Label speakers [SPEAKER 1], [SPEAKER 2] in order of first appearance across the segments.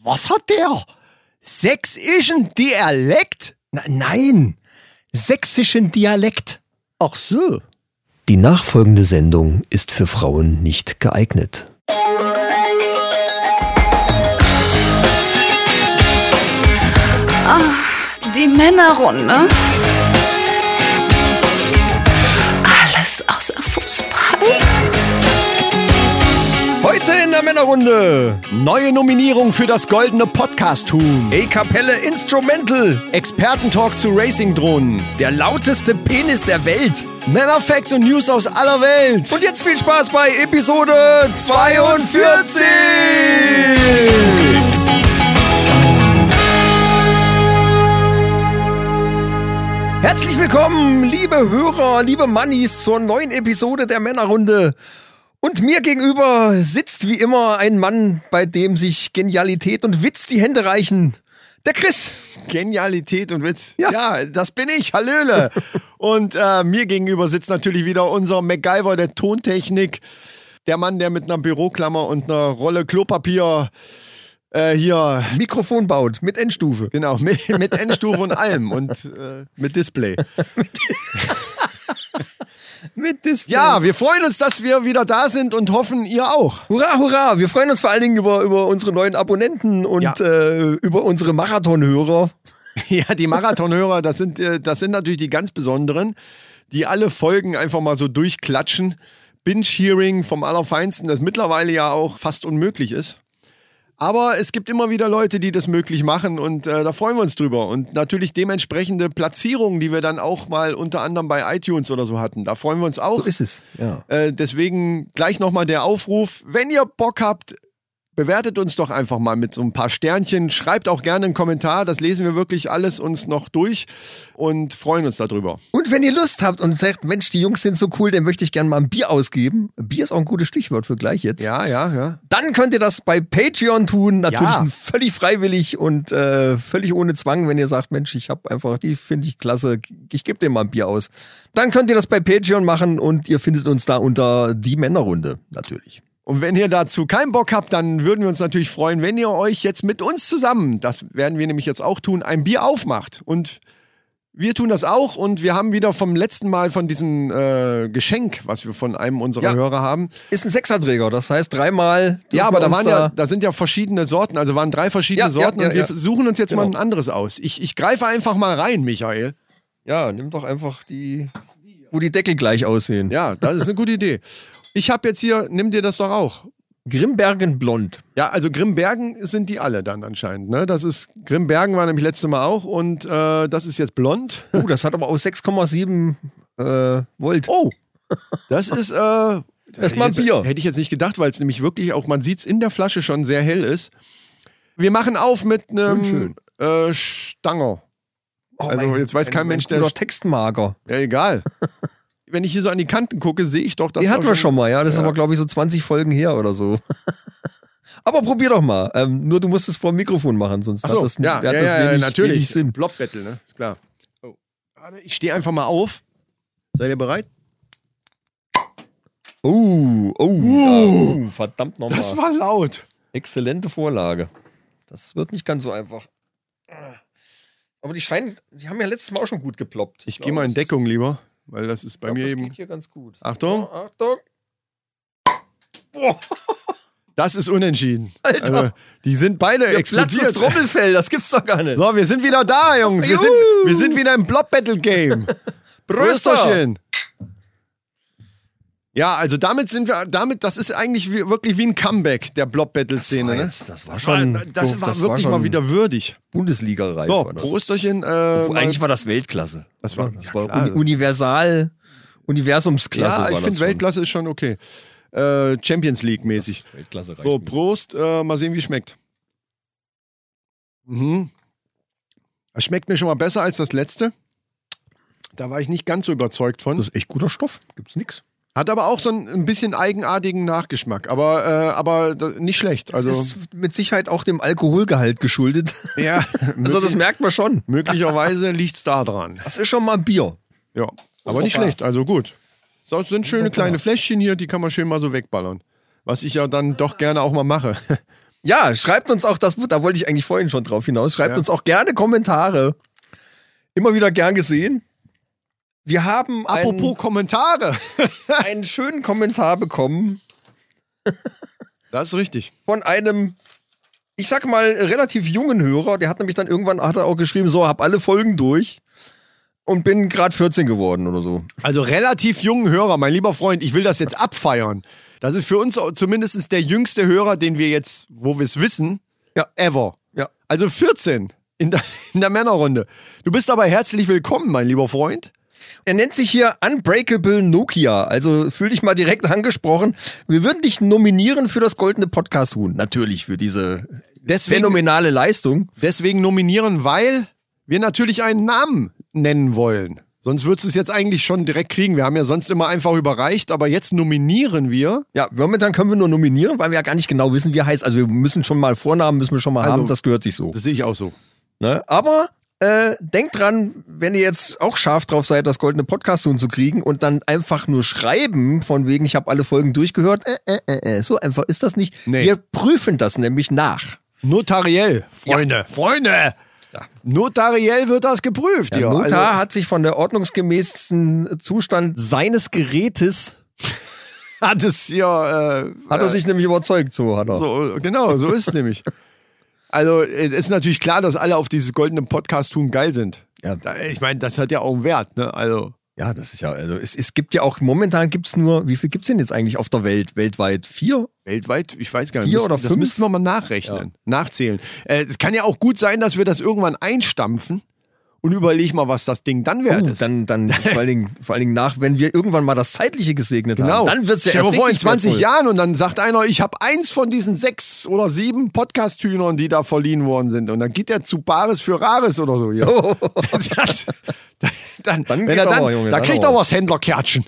[SPEAKER 1] Was hat der? Sächsischen Dialekt?
[SPEAKER 2] Na, nein, sächsischen Dialekt.
[SPEAKER 1] Ach so.
[SPEAKER 3] Die nachfolgende Sendung ist für Frauen nicht geeignet.
[SPEAKER 4] Die Männerrunde. Alles außer Fußball.
[SPEAKER 1] Heute in der Männerrunde. Neue Nominierung für das goldene Podcast-Huhn.
[SPEAKER 2] E Kapelle Instrumental,
[SPEAKER 1] Expertentalk zu Racing-Drohnen.
[SPEAKER 2] der lauteste Penis der Welt.
[SPEAKER 1] Männerfacts und News aus aller Welt.
[SPEAKER 2] Und jetzt viel Spaß bei Episode 42. Herzlich willkommen, liebe Hörer, liebe Mannis, zur neuen Episode der Männerrunde. Und mir gegenüber sitzt wie immer ein Mann, bei dem sich Genialität und Witz die Hände reichen. Der Chris.
[SPEAKER 1] Genialität und Witz.
[SPEAKER 2] Ja.
[SPEAKER 1] Ja, das bin ich, Hallöle. und äh, mir gegenüber sitzt natürlich wieder unser MacGyver der Tontechnik. Der Mann, der mit einer Büroklammer und einer Rolle Klopapier äh, hier,
[SPEAKER 2] Mikrofon baut mit Endstufe.
[SPEAKER 1] genau, mit, mit Endstufe und allem und äh, mit Display.
[SPEAKER 2] Mit Display. Ja,
[SPEAKER 1] Ja, wir freuen uns, dass wir wieder da sind und hoffen, ihr auch.
[SPEAKER 2] Hurra, hurra! Wir freuen uns vor allen Dingen über, über unsere neuen Abonnenten und
[SPEAKER 1] Ja.
[SPEAKER 2] äh, über unsere Marathonhörer.
[SPEAKER 1] Ja, die Marathonhörer, das sind, äh, das sind natürlich die ganz besonderen, die alle Folgen einfach mal so durchklatschen. Binge-Hearing vom Allerfeinsten, das mittlerweile ja auch fast unmöglich ist. Aber es gibt immer wieder Leute, die das möglich machen und äh, da freuen wir uns drüber. Und natürlich dementsprechende Platzierungen, die wir dann auch mal unter anderem bei iTunes oder so hatten. Da freuen wir uns auch.
[SPEAKER 2] es, ja.
[SPEAKER 1] Äh, deswegen gleich nochmal der Aufruf. Wenn ihr Bock habt, bewertet uns doch einfach mal mit so ein paar Sternchen. Schreibt auch gerne einen Kommentar. Das lesen wir wirklich alles uns noch durch und freuen uns darüber.
[SPEAKER 2] Und wenn ihr Lust habt und sagt, Mensch, die Jungs sind so cool, dann möchte ich gerne mal ein Bier ausgeben. Bier ist auch ein gutes Stichwort für gleich jetzt.
[SPEAKER 1] Ja, ja, ja.
[SPEAKER 2] Dann könnt ihr das bei Patreon tun, natürlich
[SPEAKER 1] Ja.
[SPEAKER 2] völlig freiwillig und äh, völlig ohne Zwang, wenn ihr sagt, Mensch, ich habe einfach, die finde ich klasse, ich gebe dem mal ein Bier aus. Dann könnt ihr das bei Patreon machen und ihr findet uns da unter die Männerrunde natürlich.
[SPEAKER 1] Und wenn ihr dazu keinen Bock habt, dann würden wir uns natürlich freuen, wenn ihr euch jetzt mit uns zusammen, das werden wir nämlich jetzt auch tun, ein Bier aufmacht. Und wir tun das auch und wir haben wieder vom letzten Mal von diesem äh, Geschenk, was wir von einem unserer
[SPEAKER 2] Ja.
[SPEAKER 1] Hörer haben,
[SPEAKER 2] Ist ein Sechserträger, das heißt dreimal.
[SPEAKER 1] Ja, aber da
[SPEAKER 2] dürfen wir
[SPEAKER 1] waren ja,
[SPEAKER 2] uns
[SPEAKER 1] da sind ja verschiedene Sorten, also waren drei verschiedene
[SPEAKER 2] Ja, ja,
[SPEAKER 1] Sorten
[SPEAKER 2] ja,
[SPEAKER 1] und wir
[SPEAKER 2] ja.
[SPEAKER 1] suchen uns jetzt mal ein
[SPEAKER 2] Genau.
[SPEAKER 1] anderes aus. Ich, ich greife einfach mal rein, Michael.
[SPEAKER 2] Ja, nimm doch einfach die, wo die Deckel gleich aussehen.
[SPEAKER 1] Ja, das ist eine gute Idee. Ich habe jetzt hier, nimm dir das doch auch.
[SPEAKER 2] Grimbergen Blond.
[SPEAKER 1] Ja, also Grimbergen sind die alle dann anscheinend. Ne? Das ist Grimbergen war nämlich letztes Mal auch und äh, das ist jetzt blond.
[SPEAKER 2] Oh, das hat aber auch 6,7 äh, Volt.
[SPEAKER 1] Oh, das ist äh, das hätte ich
[SPEAKER 2] mal ein
[SPEAKER 1] jetzt,
[SPEAKER 2] Bier.
[SPEAKER 1] Hätte ich jetzt nicht gedacht, weil es nämlich wirklich auch man sieht es in der Flasche schon sehr hell ist. Wir machen auf mit einem
[SPEAKER 2] Unschön.
[SPEAKER 1] äh, Stanger.
[SPEAKER 2] Oh,
[SPEAKER 1] also jetzt weiß kein Mensch, der-
[SPEAKER 2] der Textmarker.
[SPEAKER 1] Ja, egal. Wenn ich hier so an die Kanten gucke, sehe ich doch, dass.
[SPEAKER 2] Den
[SPEAKER 1] da
[SPEAKER 2] hatten wir schon mal, ja. Das ist
[SPEAKER 1] Ja.
[SPEAKER 2] aber, glaube ich, so 20 Folgen her oder so. aber probier doch mal. Ähm, nur du musst es vor dem Mikrofon machen, sonst
[SPEAKER 1] Achso,
[SPEAKER 2] hat das,
[SPEAKER 1] ja,
[SPEAKER 2] hat
[SPEAKER 1] ja,
[SPEAKER 2] das
[SPEAKER 1] ja,
[SPEAKER 2] wenig,
[SPEAKER 1] natürlich.
[SPEAKER 2] wenig Sinn.
[SPEAKER 1] Blockbattle, ne? Ist klar. Oh. Warte, Ich stehe einfach mal auf. Seid ihr bereit?
[SPEAKER 2] Oh, oh, ja, oh verdammt
[SPEAKER 1] Uh. Das
[SPEAKER 2] nochmal.
[SPEAKER 1] war laut.
[SPEAKER 2] Exzellente Vorlage. Das wird nicht ganz so einfach. Aber die scheinen, die haben ja letztes Mal auch schon gut geploppt.
[SPEAKER 1] Ich gehe
[SPEAKER 2] glaube,
[SPEAKER 1] mal in
[SPEAKER 2] das ist-
[SPEAKER 1] Deckung lieber, weil das ist bei
[SPEAKER 2] glaub,
[SPEAKER 1] mir
[SPEAKER 2] das
[SPEAKER 1] eben.
[SPEAKER 2] geht Oh. hier ganz gut.
[SPEAKER 1] Achtung.
[SPEAKER 2] Ja, Achtung.
[SPEAKER 1] Das ist unentschieden.
[SPEAKER 2] Alter.
[SPEAKER 1] Also, die sind beide
[SPEAKER 2] Ihr platzes
[SPEAKER 1] explodiert.
[SPEAKER 2] Trommelfell, das gibt's doch gar nicht.
[SPEAKER 1] So, wir sind wieder da, Jungs. Wir sind,
[SPEAKER 2] Juhu.
[SPEAKER 1] wir sind wieder im Blockbattle-Game.
[SPEAKER 2] Brösterchen.
[SPEAKER 1] Brösterchen. Ja, also damit sind wir, damit, das ist eigentlich wie, wirklich wie ein Comeback der Blob-Battle-Szene, ne?
[SPEAKER 2] Jetzt, das war
[SPEAKER 1] Das war,
[SPEAKER 2] schon.
[SPEAKER 1] das war wirklich mal wieder würdig.
[SPEAKER 2] Bundesliga-reif.
[SPEAKER 1] So,
[SPEAKER 2] war das.
[SPEAKER 1] Prosterchen. Äh,
[SPEAKER 2] Obwohl,
[SPEAKER 1] mal-
[SPEAKER 2] Eigentlich war das Weltklasse.
[SPEAKER 1] Das war-
[SPEAKER 2] das
[SPEAKER 1] ja,
[SPEAKER 2] war
[SPEAKER 1] klar.
[SPEAKER 2] uni universal, Universumsklasse.
[SPEAKER 1] ja, ich
[SPEAKER 2] war das
[SPEAKER 1] finde
[SPEAKER 2] schon.
[SPEAKER 1] Weltklasse ist schon okay. Äh, Champions League mäßig.
[SPEAKER 2] Das Weltklasse reicht
[SPEAKER 1] So,
[SPEAKER 2] mir.
[SPEAKER 1] Prost, äh, mal sehen, wie schmeckt. Mhm. Das schmeckt mir schon mal besser als das letzte. Da war ich nicht ganz so überzeugt von.
[SPEAKER 2] Das ist echt guter Stoff. Gibt's nix.
[SPEAKER 1] Hat aber auch so einen, ein bisschen eigenartigen Nachgeschmack. Aber, äh, aber da, nicht schlecht.
[SPEAKER 2] Das
[SPEAKER 1] Also,
[SPEAKER 2] ist mit Sicherheit auch dem Alkoholgehalt geschuldet.
[SPEAKER 1] ja,
[SPEAKER 2] Also das merkt man schon.
[SPEAKER 1] möglicherweise liegt es da dran.
[SPEAKER 2] Das ist schon mal ein Bier.
[SPEAKER 1] Ja, aber nicht
[SPEAKER 2] Wunderbar.
[SPEAKER 1] schlecht, also gut. Das sind schöne kleine Fläschchen hier, die kann man schön mal so wegballern. Was ich ja dann doch gerne auch mal mache.
[SPEAKER 2] Ja, schreibt uns auch, das, da wollte ich eigentlich vorhin schon drauf hinaus, schreibt
[SPEAKER 1] Ja.
[SPEAKER 2] uns auch gerne Kommentare. Immer wieder gern gesehen. Wir haben
[SPEAKER 1] Apropos
[SPEAKER 2] einen,
[SPEAKER 1] Kommentare.
[SPEAKER 2] einen schönen Kommentar bekommen
[SPEAKER 1] Das ist richtig.
[SPEAKER 2] von einem, ich sag mal, relativ jungen Hörer. Der hat nämlich dann irgendwann hat er auch geschrieben, so, hab alle Folgen durch und bin gerade 14 geworden oder so.
[SPEAKER 1] Also relativ jungen Hörer, mein lieber Freund, ich will das jetzt abfeiern. Das ist für uns zumindest der jüngste Hörer, den wir jetzt, wo wir es wissen,
[SPEAKER 2] Ja.
[SPEAKER 1] ever.
[SPEAKER 2] Ja.
[SPEAKER 1] Also 14 in der, in der Männerrunde. Du bist aber herzlich willkommen, mein lieber Freund.
[SPEAKER 2] Er nennt sich hier Unbreakable Nokia. Also fühl dich mal direkt angesprochen. Wir würden dich nominieren für das goldene Podcast-Huhn. Natürlich für diese
[SPEAKER 1] Deswegen-
[SPEAKER 2] phänomenale Leistung.
[SPEAKER 1] Deswegen nominieren, weil wir natürlich einen Namen nennen wollen. Sonst würdest du es jetzt eigentlich schon direkt kriegen. Wir haben ja sonst immer einfach überreicht, aber jetzt nominieren wir.
[SPEAKER 2] Ja, momentan können wir nur nominieren, weil wir ja gar nicht genau wissen, wie er heißt. Also wir müssen schon mal Vornamen, müssen wir schon mal
[SPEAKER 1] Also-
[SPEAKER 2] haben. Das gehört sich so.
[SPEAKER 1] Das sehe ich auch so.
[SPEAKER 2] Ne? Aber äh, denkt dran, wenn ihr jetzt auch scharf drauf seid, das goldene Podcast-Huhn zu kriegen und dann einfach nur schreiben, von wegen, ich habe alle Folgen durchgehört. Äh, äh, äh, äh. So einfach ist das nicht.
[SPEAKER 1] Nee.
[SPEAKER 2] Wir prüfen das nämlich nach.
[SPEAKER 1] Notariell, Freunde, Freunde! Notariell wird das geprüft, ja.
[SPEAKER 2] Der Notar
[SPEAKER 1] Also,
[SPEAKER 2] hat sich von der ordnungsgemäßen Zustand seines Gerätes
[SPEAKER 1] hat es ja. Äh,
[SPEAKER 2] hat er sich nämlich überzeugt, so hat er.
[SPEAKER 1] so, genau, so ist es nämlich. Also, es ist natürlich klar, dass alle auf dieses goldene Podcast tun geil sind.
[SPEAKER 2] Ja.
[SPEAKER 1] Da- Ich meine, das hat ja auch einen Wert, ne? Also,
[SPEAKER 2] Ja, das ist ja, also es, es gibt ja auch, momentan gibt's nur, wie viel gibt's denn jetzt eigentlich auf der Welt, weltweit? Vier?
[SPEAKER 1] weltweit, ich weiß gar nicht.
[SPEAKER 2] Vier
[SPEAKER 1] müssen-
[SPEAKER 2] oder
[SPEAKER 1] Das
[SPEAKER 2] fünf?
[SPEAKER 1] müssten wir mal nachrechnen, nachzählen. Äh, es kann ja auch gut sein, dass wir das irgendwann einstampfen und überleg mal, was das Ding dann wert
[SPEAKER 2] Oh,
[SPEAKER 1] ist.
[SPEAKER 2] dann, dann vor, allen Dingen, vor allen Dingen nach, wenn wir irgendwann mal das Zeitliche gesegnet
[SPEAKER 1] Genau.
[SPEAKER 2] haben, dann wird's ja
[SPEAKER 1] Stell dir
[SPEAKER 2] erst
[SPEAKER 1] vor, in
[SPEAKER 2] richtig
[SPEAKER 1] 20
[SPEAKER 2] wertvoll.
[SPEAKER 1] Jahren und dann sagt einer, ich habe eins von diesen sechs oder sieben Podcast-Hühnern, die da verliehen worden sind. Und dann geht er zu Bares für Rares oder so. Ja. Das- dann,
[SPEAKER 2] Dann
[SPEAKER 1] wenn
[SPEAKER 2] geht
[SPEAKER 1] er dann,
[SPEAKER 2] aber, Junge,
[SPEAKER 1] da
[SPEAKER 2] dann
[SPEAKER 1] kriegt
[SPEAKER 2] aber.
[SPEAKER 1] er aber das Händlerkärtchen.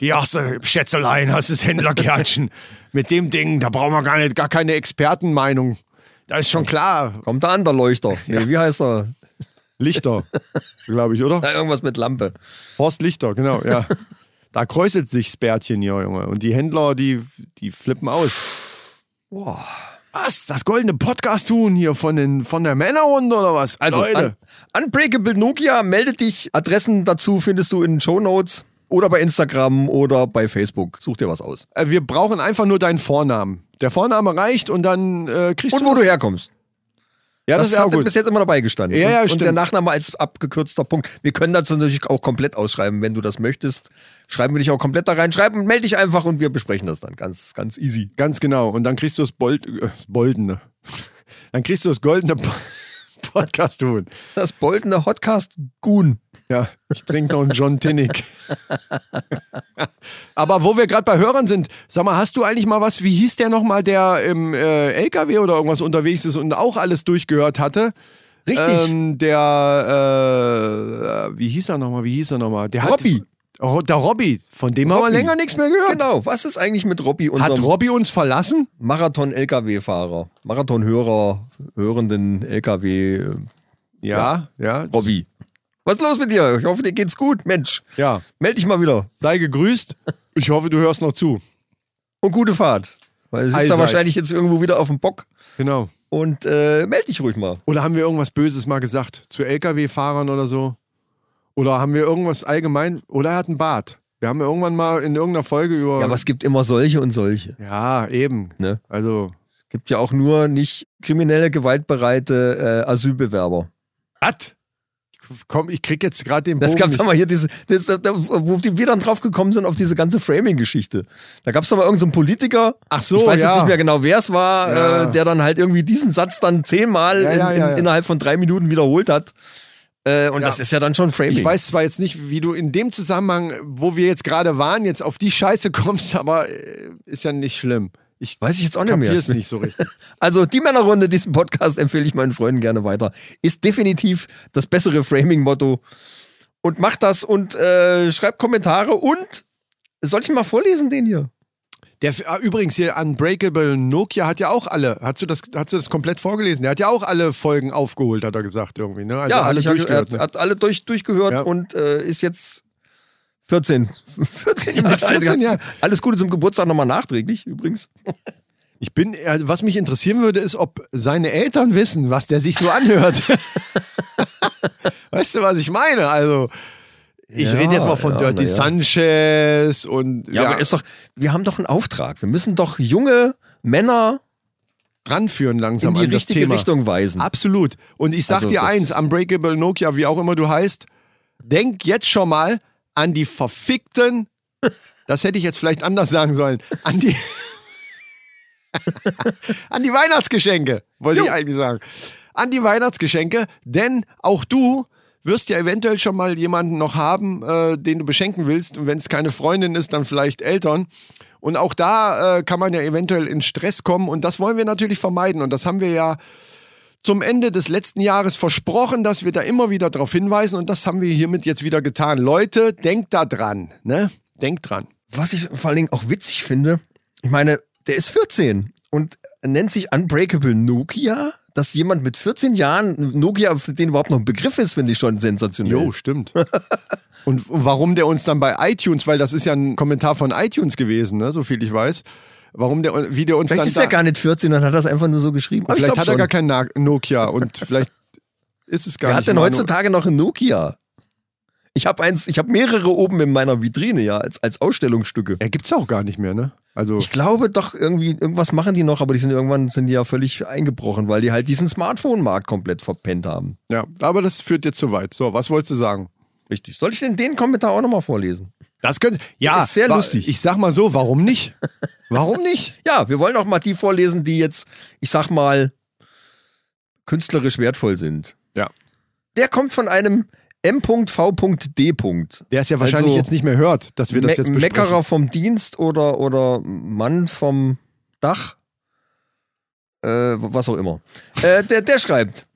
[SPEAKER 1] Hier hast du, Schätzelein, hast du das Händlerkärtchen. Mit dem Ding, da brauchen wir gar, nicht, gar keine Expertenmeinung. Da ist schon klar,
[SPEAKER 2] Kommt da an, der Leuchter. Nee, wie heißt er?
[SPEAKER 1] Lichter, glaube ich, oder?
[SPEAKER 2] Na, irgendwas mit Lampe.
[SPEAKER 1] Horst Lichter, genau, ja. Da kräuselt sich's Bärtchen hier, Junge. Und die Händler, die, die flippen aus. Was? Das goldene Podcast tun hier von, den, von der Männerrunde oder was?
[SPEAKER 2] Also,
[SPEAKER 1] Leute.
[SPEAKER 2] Un Unbreakable Nokia, melde dich. Adressen dazu findest du in den Show Notes oder bei Instagram oder bei Facebook. Such dir was aus.
[SPEAKER 1] Äh, wir brauchen einfach nur deinen Vornamen. Der Vorname reicht und dann äh, kriegst
[SPEAKER 2] Und
[SPEAKER 1] du.
[SPEAKER 2] wo du
[SPEAKER 1] das-
[SPEAKER 2] herkommst.
[SPEAKER 1] Ja, das,
[SPEAKER 2] Das,
[SPEAKER 1] ist auch
[SPEAKER 2] hat
[SPEAKER 1] gut.
[SPEAKER 2] bis jetzt immer dabei gestanden. ne?
[SPEAKER 1] Ja, ja,
[SPEAKER 2] und, und
[SPEAKER 1] stimmt.
[SPEAKER 2] der Nachname als abgekürzter Punkt. Wir können dazu natürlich auch komplett ausschreiben, wenn du das möchtest. Schreiben wir dich auch komplett da rein. Schreib und melde dich einfach und wir besprechen das dann. Ganz, ganz easy.
[SPEAKER 1] Ganz genau. Und dann kriegst du das, Bold, äh, das Boldene. Dann kriegst du das goldene Podcast tun.
[SPEAKER 2] Das boldene Hotcast Goon.
[SPEAKER 1] Ja, ich trinke noch einen John Tinnick. Aber wo wir gerade bei Hörern sind, sag mal, hast du eigentlich mal was, wie hieß der nochmal, der im äh, LKW oder irgendwas unterwegs ist und auch alles durchgehört hatte? Ähm, der, äh, wie hieß er nochmal, wie hieß er nochmal? Der hat-
[SPEAKER 2] Robby.
[SPEAKER 1] Oh, der Robby, von dem haben wir
[SPEAKER 2] Robby.
[SPEAKER 1] länger nichts mehr gehört.
[SPEAKER 2] genau. Was ist eigentlich mit Robby,
[SPEAKER 1] Hat
[SPEAKER 2] unserem
[SPEAKER 1] Robby uns verlassen?
[SPEAKER 2] Marathon-LKW-Fahrer? Marathon-Hörer, hörenden LKW,
[SPEAKER 1] Ja, ja,
[SPEAKER 2] äh, Robby. Was ist los mit dir? Ich hoffe, dir geht's gut, Mensch.
[SPEAKER 1] ja.
[SPEAKER 2] Meld dich mal wieder.
[SPEAKER 1] Sei gegrüßt. Ich hoffe, du hörst noch zu.
[SPEAKER 2] Und gute Fahrt. Weil du sitzt
[SPEAKER 1] Allseits.
[SPEAKER 2] da wahrscheinlich jetzt irgendwo wieder auf dem Bock.
[SPEAKER 1] Genau.
[SPEAKER 2] Und äh, meld dich ruhig mal.
[SPEAKER 1] Oder haben wir irgendwas Böses mal gesagt zu LKW-Fahrern oder so? Oder haben wir irgendwas allgemein? Oder er hat einen Bart. Wir haben ja irgendwann mal in irgendeiner Folge über.
[SPEAKER 2] Ja, aber es gibt immer solche und solche.
[SPEAKER 1] Ja, eben.
[SPEAKER 2] Ne?
[SPEAKER 1] Also.
[SPEAKER 2] Es gibt ja auch nur nicht kriminelle, gewaltbereite äh, Asylbewerber.
[SPEAKER 1] Was? Komm, ich krieg jetzt gerade den
[SPEAKER 2] Das
[SPEAKER 1] Bogen.
[SPEAKER 2] gab's doch
[SPEAKER 1] nicht.
[SPEAKER 2] mal hier diese, das, da, da- wo die- wir dann drauf gekommen sind auf diese ganze Framing-Geschichte. Da gab's doch mal irgendeinen so einen Politiker.
[SPEAKER 1] Ach so,
[SPEAKER 2] Ich weiß
[SPEAKER 1] ja.
[SPEAKER 2] jetzt nicht mehr genau, wer es war,
[SPEAKER 1] Ja.
[SPEAKER 2] äh, der dann halt irgendwie diesen Satz dann zehnmal
[SPEAKER 1] Ja,
[SPEAKER 2] in,
[SPEAKER 1] ja,
[SPEAKER 2] in,
[SPEAKER 1] ja, ja.
[SPEAKER 2] innerhalb von drei Minuten wiederholt hat. Äh, und
[SPEAKER 1] Ja.
[SPEAKER 2] das ist ja dann schon Framing.
[SPEAKER 1] ich weiß zwar jetzt nicht, wie du in dem Zusammenhang, wo wir jetzt gerade waren, jetzt auf die Scheiße kommst, aber äh, ist ja nicht schlimm. Ich
[SPEAKER 2] Weiß ich jetzt auch nicht mehr.
[SPEAKER 1] kapier's nicht so richtig.
[SPEAKER 2] Also die Männerrunde, diesen Podcast empfehle ich meinen Freunden gerne weiter. Ist definitiv das bessere Framing-Motto. Und macht das und äh, schreibt Kommentare und soll ich mal vorlesen den hier?
[SPEAKER 1] Der ah, übrigens hier Unbreakable Nokia hat ja auch alle, hast du das, hast du das komplett vorgelesen? Der hat ja auch alle Folgen aufgeholt, hat er gesagt irgendwie, ne? Also
[SPEAKER 2] ja,
[SPEAKER 1] alle
[SPEAKER 2] hat, er,
[SPEAKER 1] durchgehört,
[SPEAKER 2] hat,
[SPEAKER 1] ne?
[SPEAKER 2] hat alle durch, durchgehört
[SPEAKER 1] Ja.
[SPEAKER 2] und äh, ist jetzt 14. 14
[SPEAKER 1] 14 Jahren.
[SPEAKER 2] Alles Gute zum Geburtstag nochmal nachträglich übrigens.
[SPEAKER 1] Ich bin, also was mich interessieren würde, ist, ob seine Eltern wissen, was der sich so anhört. weißt du, was ich meine? Also, ich
[SPEAKER 2] Ja,
[SPEAKER 1] rede jetzt mal von
[SPEAKER 2] ja,
[SPEAKER 1] Dirty
[SPEAKER 2] na ja.
[SPEAKER 1] Sanchez und
[SPEAKER 2] Ja, aber ist doch, wir haben doch einen Auftrag. Wir müssen doch junge Männer
[SPEAKER 1] ranführen langsam
[SPEAKER 2] in die
[SPEAKER 1] an das
[SPEAKER 2] richtige
[SPEAKER 1] Thema.
[SPEAKER 2] Richtung weisen.
[SPEAKER 1] Absolut. Und ich sag
[SPEAKER 2] Also
[SPEAKER 1] dir
[SPEAKER 2] das-
[SPEAKER 1] eins, Unbreakable Nokia, wie auch immer du heißt, denk jetzt schon mal an die verfickten, das hätte ich jetzt vielleicht anders sagen sollen, an die, an die Weihnachtsgeschenke, wollte ich eigentlich sagen. An die Weihnachtsgeschenke, denn auch du wirst ja eventuell schon mal jemanden noch haben, äh, den du beschenken willst. Und wenn es keine Freundin ist, dann vielleicht Eltern. Und auch da äh, kann man ja eventuell in Stress kommen. Und das wollen wir natürlich vermeiden. Und das haben wir ja zum Ende des letzten Jahres versprochen, dass wir da immer wieder darauf hinweisen und das haben wir hiermit jetzt wieder getan. Leute, denkt da dran, ne? Denkt dran.
[SPEAKER 2] Was ich vor allen Dingen auch witzig finde, ich meine, der ist 14 und nennt sich Unbreakable Nokia. Dass jemand mit 14 Jahren Nokia, für den überhaupt noch ein Begriff ist, finde ich schon sensationell.
[SPEAKER 1] Jo, stimmt. und warum der uns dann bei iTunes, weil das ist ja ein Kommentar von iTunes gewesen, ne? So viel ich weiß. Warum der, wie der uns
[SPEAKER 2] Vielleicht
[SPEAKER 1] dann
[SPEAKER 2] ist er
[SPEAKER 1] da,
[SPEAKER 2] gar nicht 14, dann hat er es einfach nur so geschrieben. Aber ich
[SPEAKER 1] vielleicht
[SPEAKER 2] glaub
[SPEAKER 1] hat er
[SPEAKER 2] schon.
[SPEAKER 1] gar kein Na- Nokia und vielleicht ist es gar
[SPEAKER 2] Wer
[SPEAKER 1] nicht.
[SPEAKER 2] hat denn
[SPEAKER 1] mal
[SPEAKER 2] heutzutage noch ein Nokia? Ich habe eins, ich habe mehrere oben in meiner Vitrine ja als, als Ausstellungsstücke.
[SPEAKER 1] Ja, gibt's auch gar nicht mehr, ne? Also
[SPEAKER 2] Ich glaube doch irgendwie irgendwas machen die noch, aber die sind irgendwann sind die ja völlig eingebrochen, weil die halt diesen Smartphone-Markt komplett verpennt haben.
[SPEAKER 1] ja, aber das führt jetzt zu weit. So, was wolltest du sagen?
[SPEAKER 2] Richtig. Soll ich denn den Kommentar auch nochmal vorlesen?
[SPEAKER 1] Das könnte ja
[SPEAKER 2] Ist sehr
[SPEAKER 1] wa-
[SPEAKER 2] lustig.
[SPEAKER 1] Ich sag mal so, warum nicht? Warum nicht?
[SPEAKER 2] Ja, wir wollen auch mal die vorlesen, die jetzt, ich sag mal, künstlerisch wertvoll sind.
[SPEAKER 1] Ja.
[SPEAKER 2] Der kommt von einem M.V.D.
[SPEAKER 1] Der es ja wahrscheinlich
[SPEAKER 2] Also,
[SPEAKER 1] jetzt nicht mehr hört, dass wir das
[SPEAKER 2] Me
[SPEAKER 1] jetzt besprechen.
[SPEAKER 2] Meckerer vom Dienst oder, oder Mann vom Dach. Äh, was auch immer. Äh, der, der schreibt.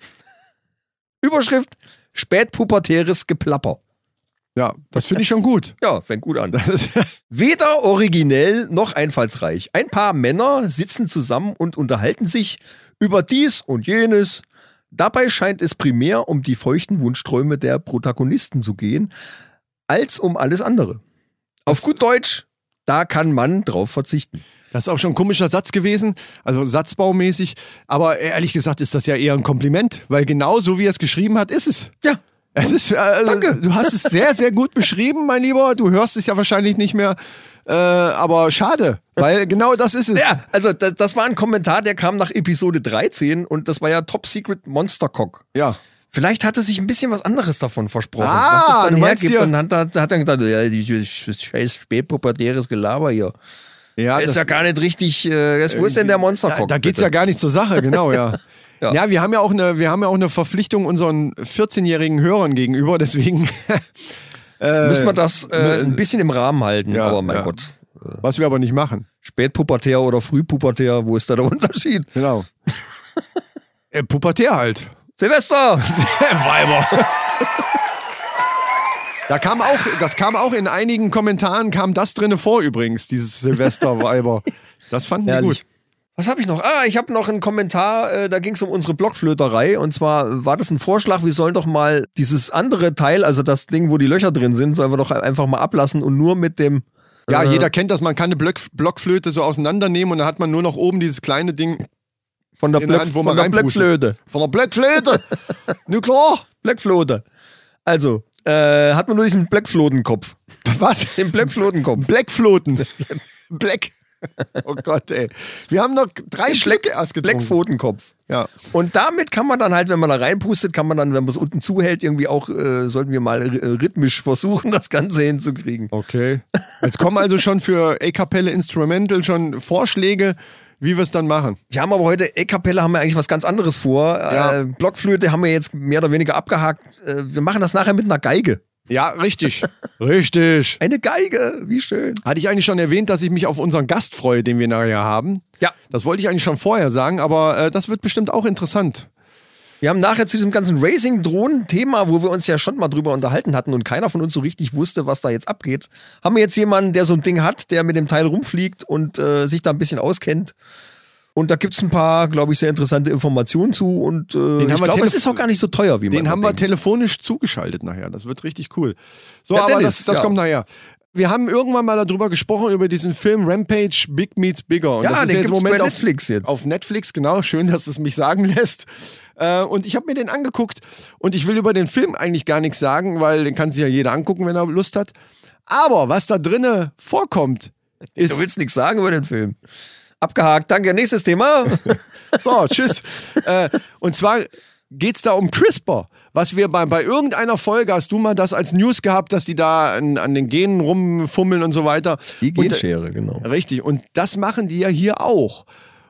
[SPEAKER 2] Überschrift: Spätpubertäres Geplapper.
[SPEAKER 1] Ja, das finde ich schon gut.
[SPEAKER 2] Ja, fängt gut an.
[SPEAKER 1] Das ist,
[SPEAKER 2] Weder originell noch einfallsreich. Ein paar Männer sitzen zusammen und unterhalten sich über dies und jenes. Dabei scheint es primär um die feuchten Wunschträume der Protagonisten zu gehen, als um alles andere. Auf gut Deutsch, da kann man drauf verzichten.
[SPEAKER 1] das ist auch schon ein komischer Satz gewesen, also satzbaumäßig. Aber ehrlich gesagt ist das ja eher ein Kompliment, weil genau so wie er es geschrieben hat, ist es.
[SPEAKER 2] Ja,
[SPEAKER 1] Es ist, äh,
[SPEAKER 2] Danke.
[SPEAKER 1] Du hast es sehr, sehr gut beschrieben, mein Lieber. Du hörst es ja wahrscheinlich nicht mehr. Äh, aber schade, weil genau das ist es.
[SPEAKER 2] ja also das, das war ein Kommentar, der kam nach Episode 13 und das war ja Top Secret Monstercock.
[SPEAKER 1] ja.
[SPEAKER 2] Vielleicht hat er sich ein bisschen was anderes davon versprochen,
[SPEAKER 1] Ah,
[SPEAKER 2] was es dann
[SPEAKER 1] du meinst
[SPEAKER 2] hergibt.
[SPEAKER 1] hier-
[SPEAKER 2] Und hat, hat, hat dann gedacht, ja, dieses scheiß spätpubertäres Gelaber hier.
[SPEAKER 1] ja
[SPEAKER 2] ist ja gar nicht richtig. Äh, das, wo ist denn der
[SPEAKER 1] Da,
[SPEAKER 2] Monstercock?
[SPEAKER 1] da geht's
[SPEAKER 2] bitte?
[SPEAKER 1] ja gar nicht zur Sache, genau, ja.
[SPEAKER 2] Ja.
[SPEAKER 1] ja. wir haben ja auch eine, wir haben ja auch eine Verpflichtung unseren 14-jährigen Hörern gegenüber, deswegen
[SPEAKER 2] Müssen wir das äh, ein bisschen im Rahmen halten,
[SPEAKER 1] Ja,
[SPEAKER 2] aber mein
[SPEAKER 1] ja.
[SPEAKER 2] Gott.
[SPEAKER 1] Was wir aber nicht machen.
[SPEAKER 2] Spätpubertär oder Frühpubertär, wo ist da der Unterschied?
[SPEAKER 1] Genau. äh, Pubertär halt.
[SPEAKER 2] Silvester!
[SPEAKER 1] Weiber. Da kam auch, das kam auch in einigen Kommentaren, kam das drinne vor übrigens, dieses Silvesterweiber. Das fanden wir
[SPEAKER 2] Herrlich.
[SPEAKER 1] gut.
[SPEAKER 2] Was habe ich noch? Ah, ich habe noch einen Kommentar, äh, da ging es um unsere Blockflöterei. Und zwar war das ein Vorschlag, wir sollen doch mal dieses andere Teil, also das Ding, wo die Löcher drin sind, sollen wir doch einfach mal ablassen und nur mit dem.
[SPEAKER 1] Ja,
[SPEAKER 2] äh,
[SPEAKER 1] jeder kennt das, man kann eine Block, Blockflöte so auseinandernehmen und dann hat man nur noch oben dieses kleine Ding
[SPEAKER 2] Von der,
[SPEAKER 1] in der
[SPEAKER 2] Blöck,
[SPEAKER 1] Hand, wo
[SPEAKER 2] von
[SPEAKER 1] man
[SPEAKER 2] der
[SPEAKER 1] reinpustet.
[SPEAKER 2] Blöckflöte.
[SPEAKER 1] von der Blockflöte. Nur klar.
[SPEAKER 2] Blöckflöte. Also, äh, hat man nur diesen Blöckflotenkopf.
[SPEAKER 1] Was?
[SPEAKER 2] Den Blöckflotenkopf.
[SPEAKER 1] Blackfloten. Black. Oh Gott, ey. Wir haben noch drei Schlecke erst getrunken.
[SPEAKER 2] Blackpfotenkopf.
[SPEAKER 1] Ja.
[SPEAKER 2] Und damit kann man dann halt, wenn man da reinpustet, kann man dann, wenn man es unten zuhält, irgendwie auch, äh, sollten wir mal ri- äh, rhythmisch versuchen, das Ganze hinzukriegen.
[SPEAKER 1] Okay. Jetzt kommen also schon für A-Kapelle Instrumental schon Vorschläge, wie wir es dann machen.
[SPEAKER 2] Wir haben aber heute E-Kapelle, haben wir eigentlich was ganz anderes vor.
[SPEAKER 1] Ja.
[SPEAKER 2] Äh, Blockflöte haben wir jetzt mehr oder weniger abgehakt. Äh, wir machen das nachher mit einer Geige.
[SPEAKER 1] Ja, richtig. richtig.
[SPEAKER 2] Eine Geige, wie schön.
[SPEAKER 1] Hatte ich eigentlich schon erwähnt, dass ich mich auf unseren Gast freue, den wir nachher haben.
[SPEAKER 2] Ja.
[SPEAKER 1] Das wollte ich eigentlich schon vorher sagen, aber äh, das wird bestimmt auch interessant.
[SPEAKER 2] Wir haben nachher zu diesem ganzen Racing-Drohnen-Thema, wo wir uns ja schon mal drüber unterhalten hatten und keiner von uns so richtig wusste, was da jetzt abgeht, haben wir jetzt jemanden, der so ein Ding hat, der mit dem Teil rumfliegt und äh, sich da ein bisschen auskennt. Und da gibt's ein paar, glaube ich, sehr interessante Informationen zu. Und äh,
[SPEAKER 1] haben
[SPEAKER 2] ich
[SPEAKER 1] wir
[SPEAKER 2] glaube,
[SPEAKER 1] tele-
[SPEAKER 2] es ist auch gar nicht so teuer, wie man
[SPEAKER 1] Den
[SPEAKER 2] da
[SPEAKER 1] haben wir
[SPEAKER 2] denkt.
[SPEAKER 1] telefonisch zugeschaltet nachher. Das wird richtig cool. So,
[SPEAKER 2] Der
[SPEAKER 1] aber
[SPEAKER 2] Dennis,
[SPEAKER 1] das, das
[SPEAKER 2] ja.
[SPEAKER 1] kommt nachher. Wir haben irgendwann mal darüber gesprochen, über diesen Film Rampage Big Meets Bigger. Und
[SPEAKER 2] Ja,
[SPEAKER 1] das ist
[SPEAKER 2] den
[SPEAKER 1] ja jetzt im
[SPEAKER 2] gibt's
[SPEAKER 1] Moment
[SPEAKER 2] bei
[SPEAKER 1] auf-
[SPEAKER 2] Netflix jetzt.
[SPEAKER 1] Auf Netflix, genau. Schön, dass es mich sagen lässt. Äh, Und ich habe mir den angeguckt und ich will über den Film eigentlich gar nichts sagen, weil den kann sich ja jeder angucken, wenn er Lust hat. Aber was da drinne vorkommt,
[SPEAKER 2] Du
[SPEAKER 1] ist
[SPEAKER 2] willst nichts sagen über den Film. Abgehakt, danke. Nächstes Thema.
[SPEAKER 1] so tschüss. äh, und zwar geht's da um CRISPR, was wir bei, bei irgendeiner Folge hast du mal das als News gehabt, dass die da an, an den Genen rumfummeln und so weiter.
[SPEAKER 2] Die
[SPEAKER 1] Und, äh,
[SPEAKER 2] Genschere, genau.
[SPEAKER 1] Richtig, und das machen die ja hier auch.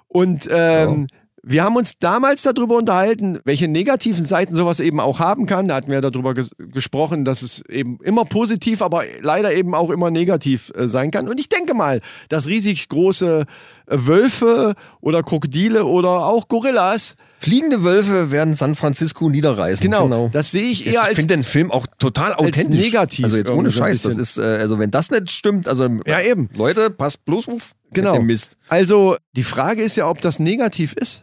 [SPEAKER 1] Und ähm, wir haben uns damals darüber unterhalten, welche negativen Seiten sowas eben auch haben kann. Da hatten wir ja darüber ges gesprochen, dass es eben immer positiv, aber leider eben auch immer negativ äh, sein kann. Und ich denke mal, dass riesig große äh, Wölfe oder Krokodile oder auch Gorillas,
[SPEAKER 2] Fliegende Wölfe werden San Francisco niederreißen.
[SPEAKER 1] genau, das sehe ich
[SPEAKER 2] Das-
[SPEAKER 1] eher
[SPEAKER 2] ich
[SPEAKER 1] als
[SPEAKER 2] finde den Film auch total authentisch.
[SPEAKER 1] negativ
[SPEAKER 2] Also jetzt ohne
[SPEAKER 1] irgendwie so ein
[SPEAKER 2] Scheiß. Das
[SPEAKER 1] bisschen.
[SPEAKER 2] ist, äh, also wenn das nicht stimmt, also
[SPEAKER 1] Ja, eben.
[SPEAKER 2] Leute, passt bloß auf
[SPEAKER 1] Genau.
[SPEAKER 2] mit dem Mist.
[SPEAKER 1] Also die Frage ist ja, ob das negativ ist.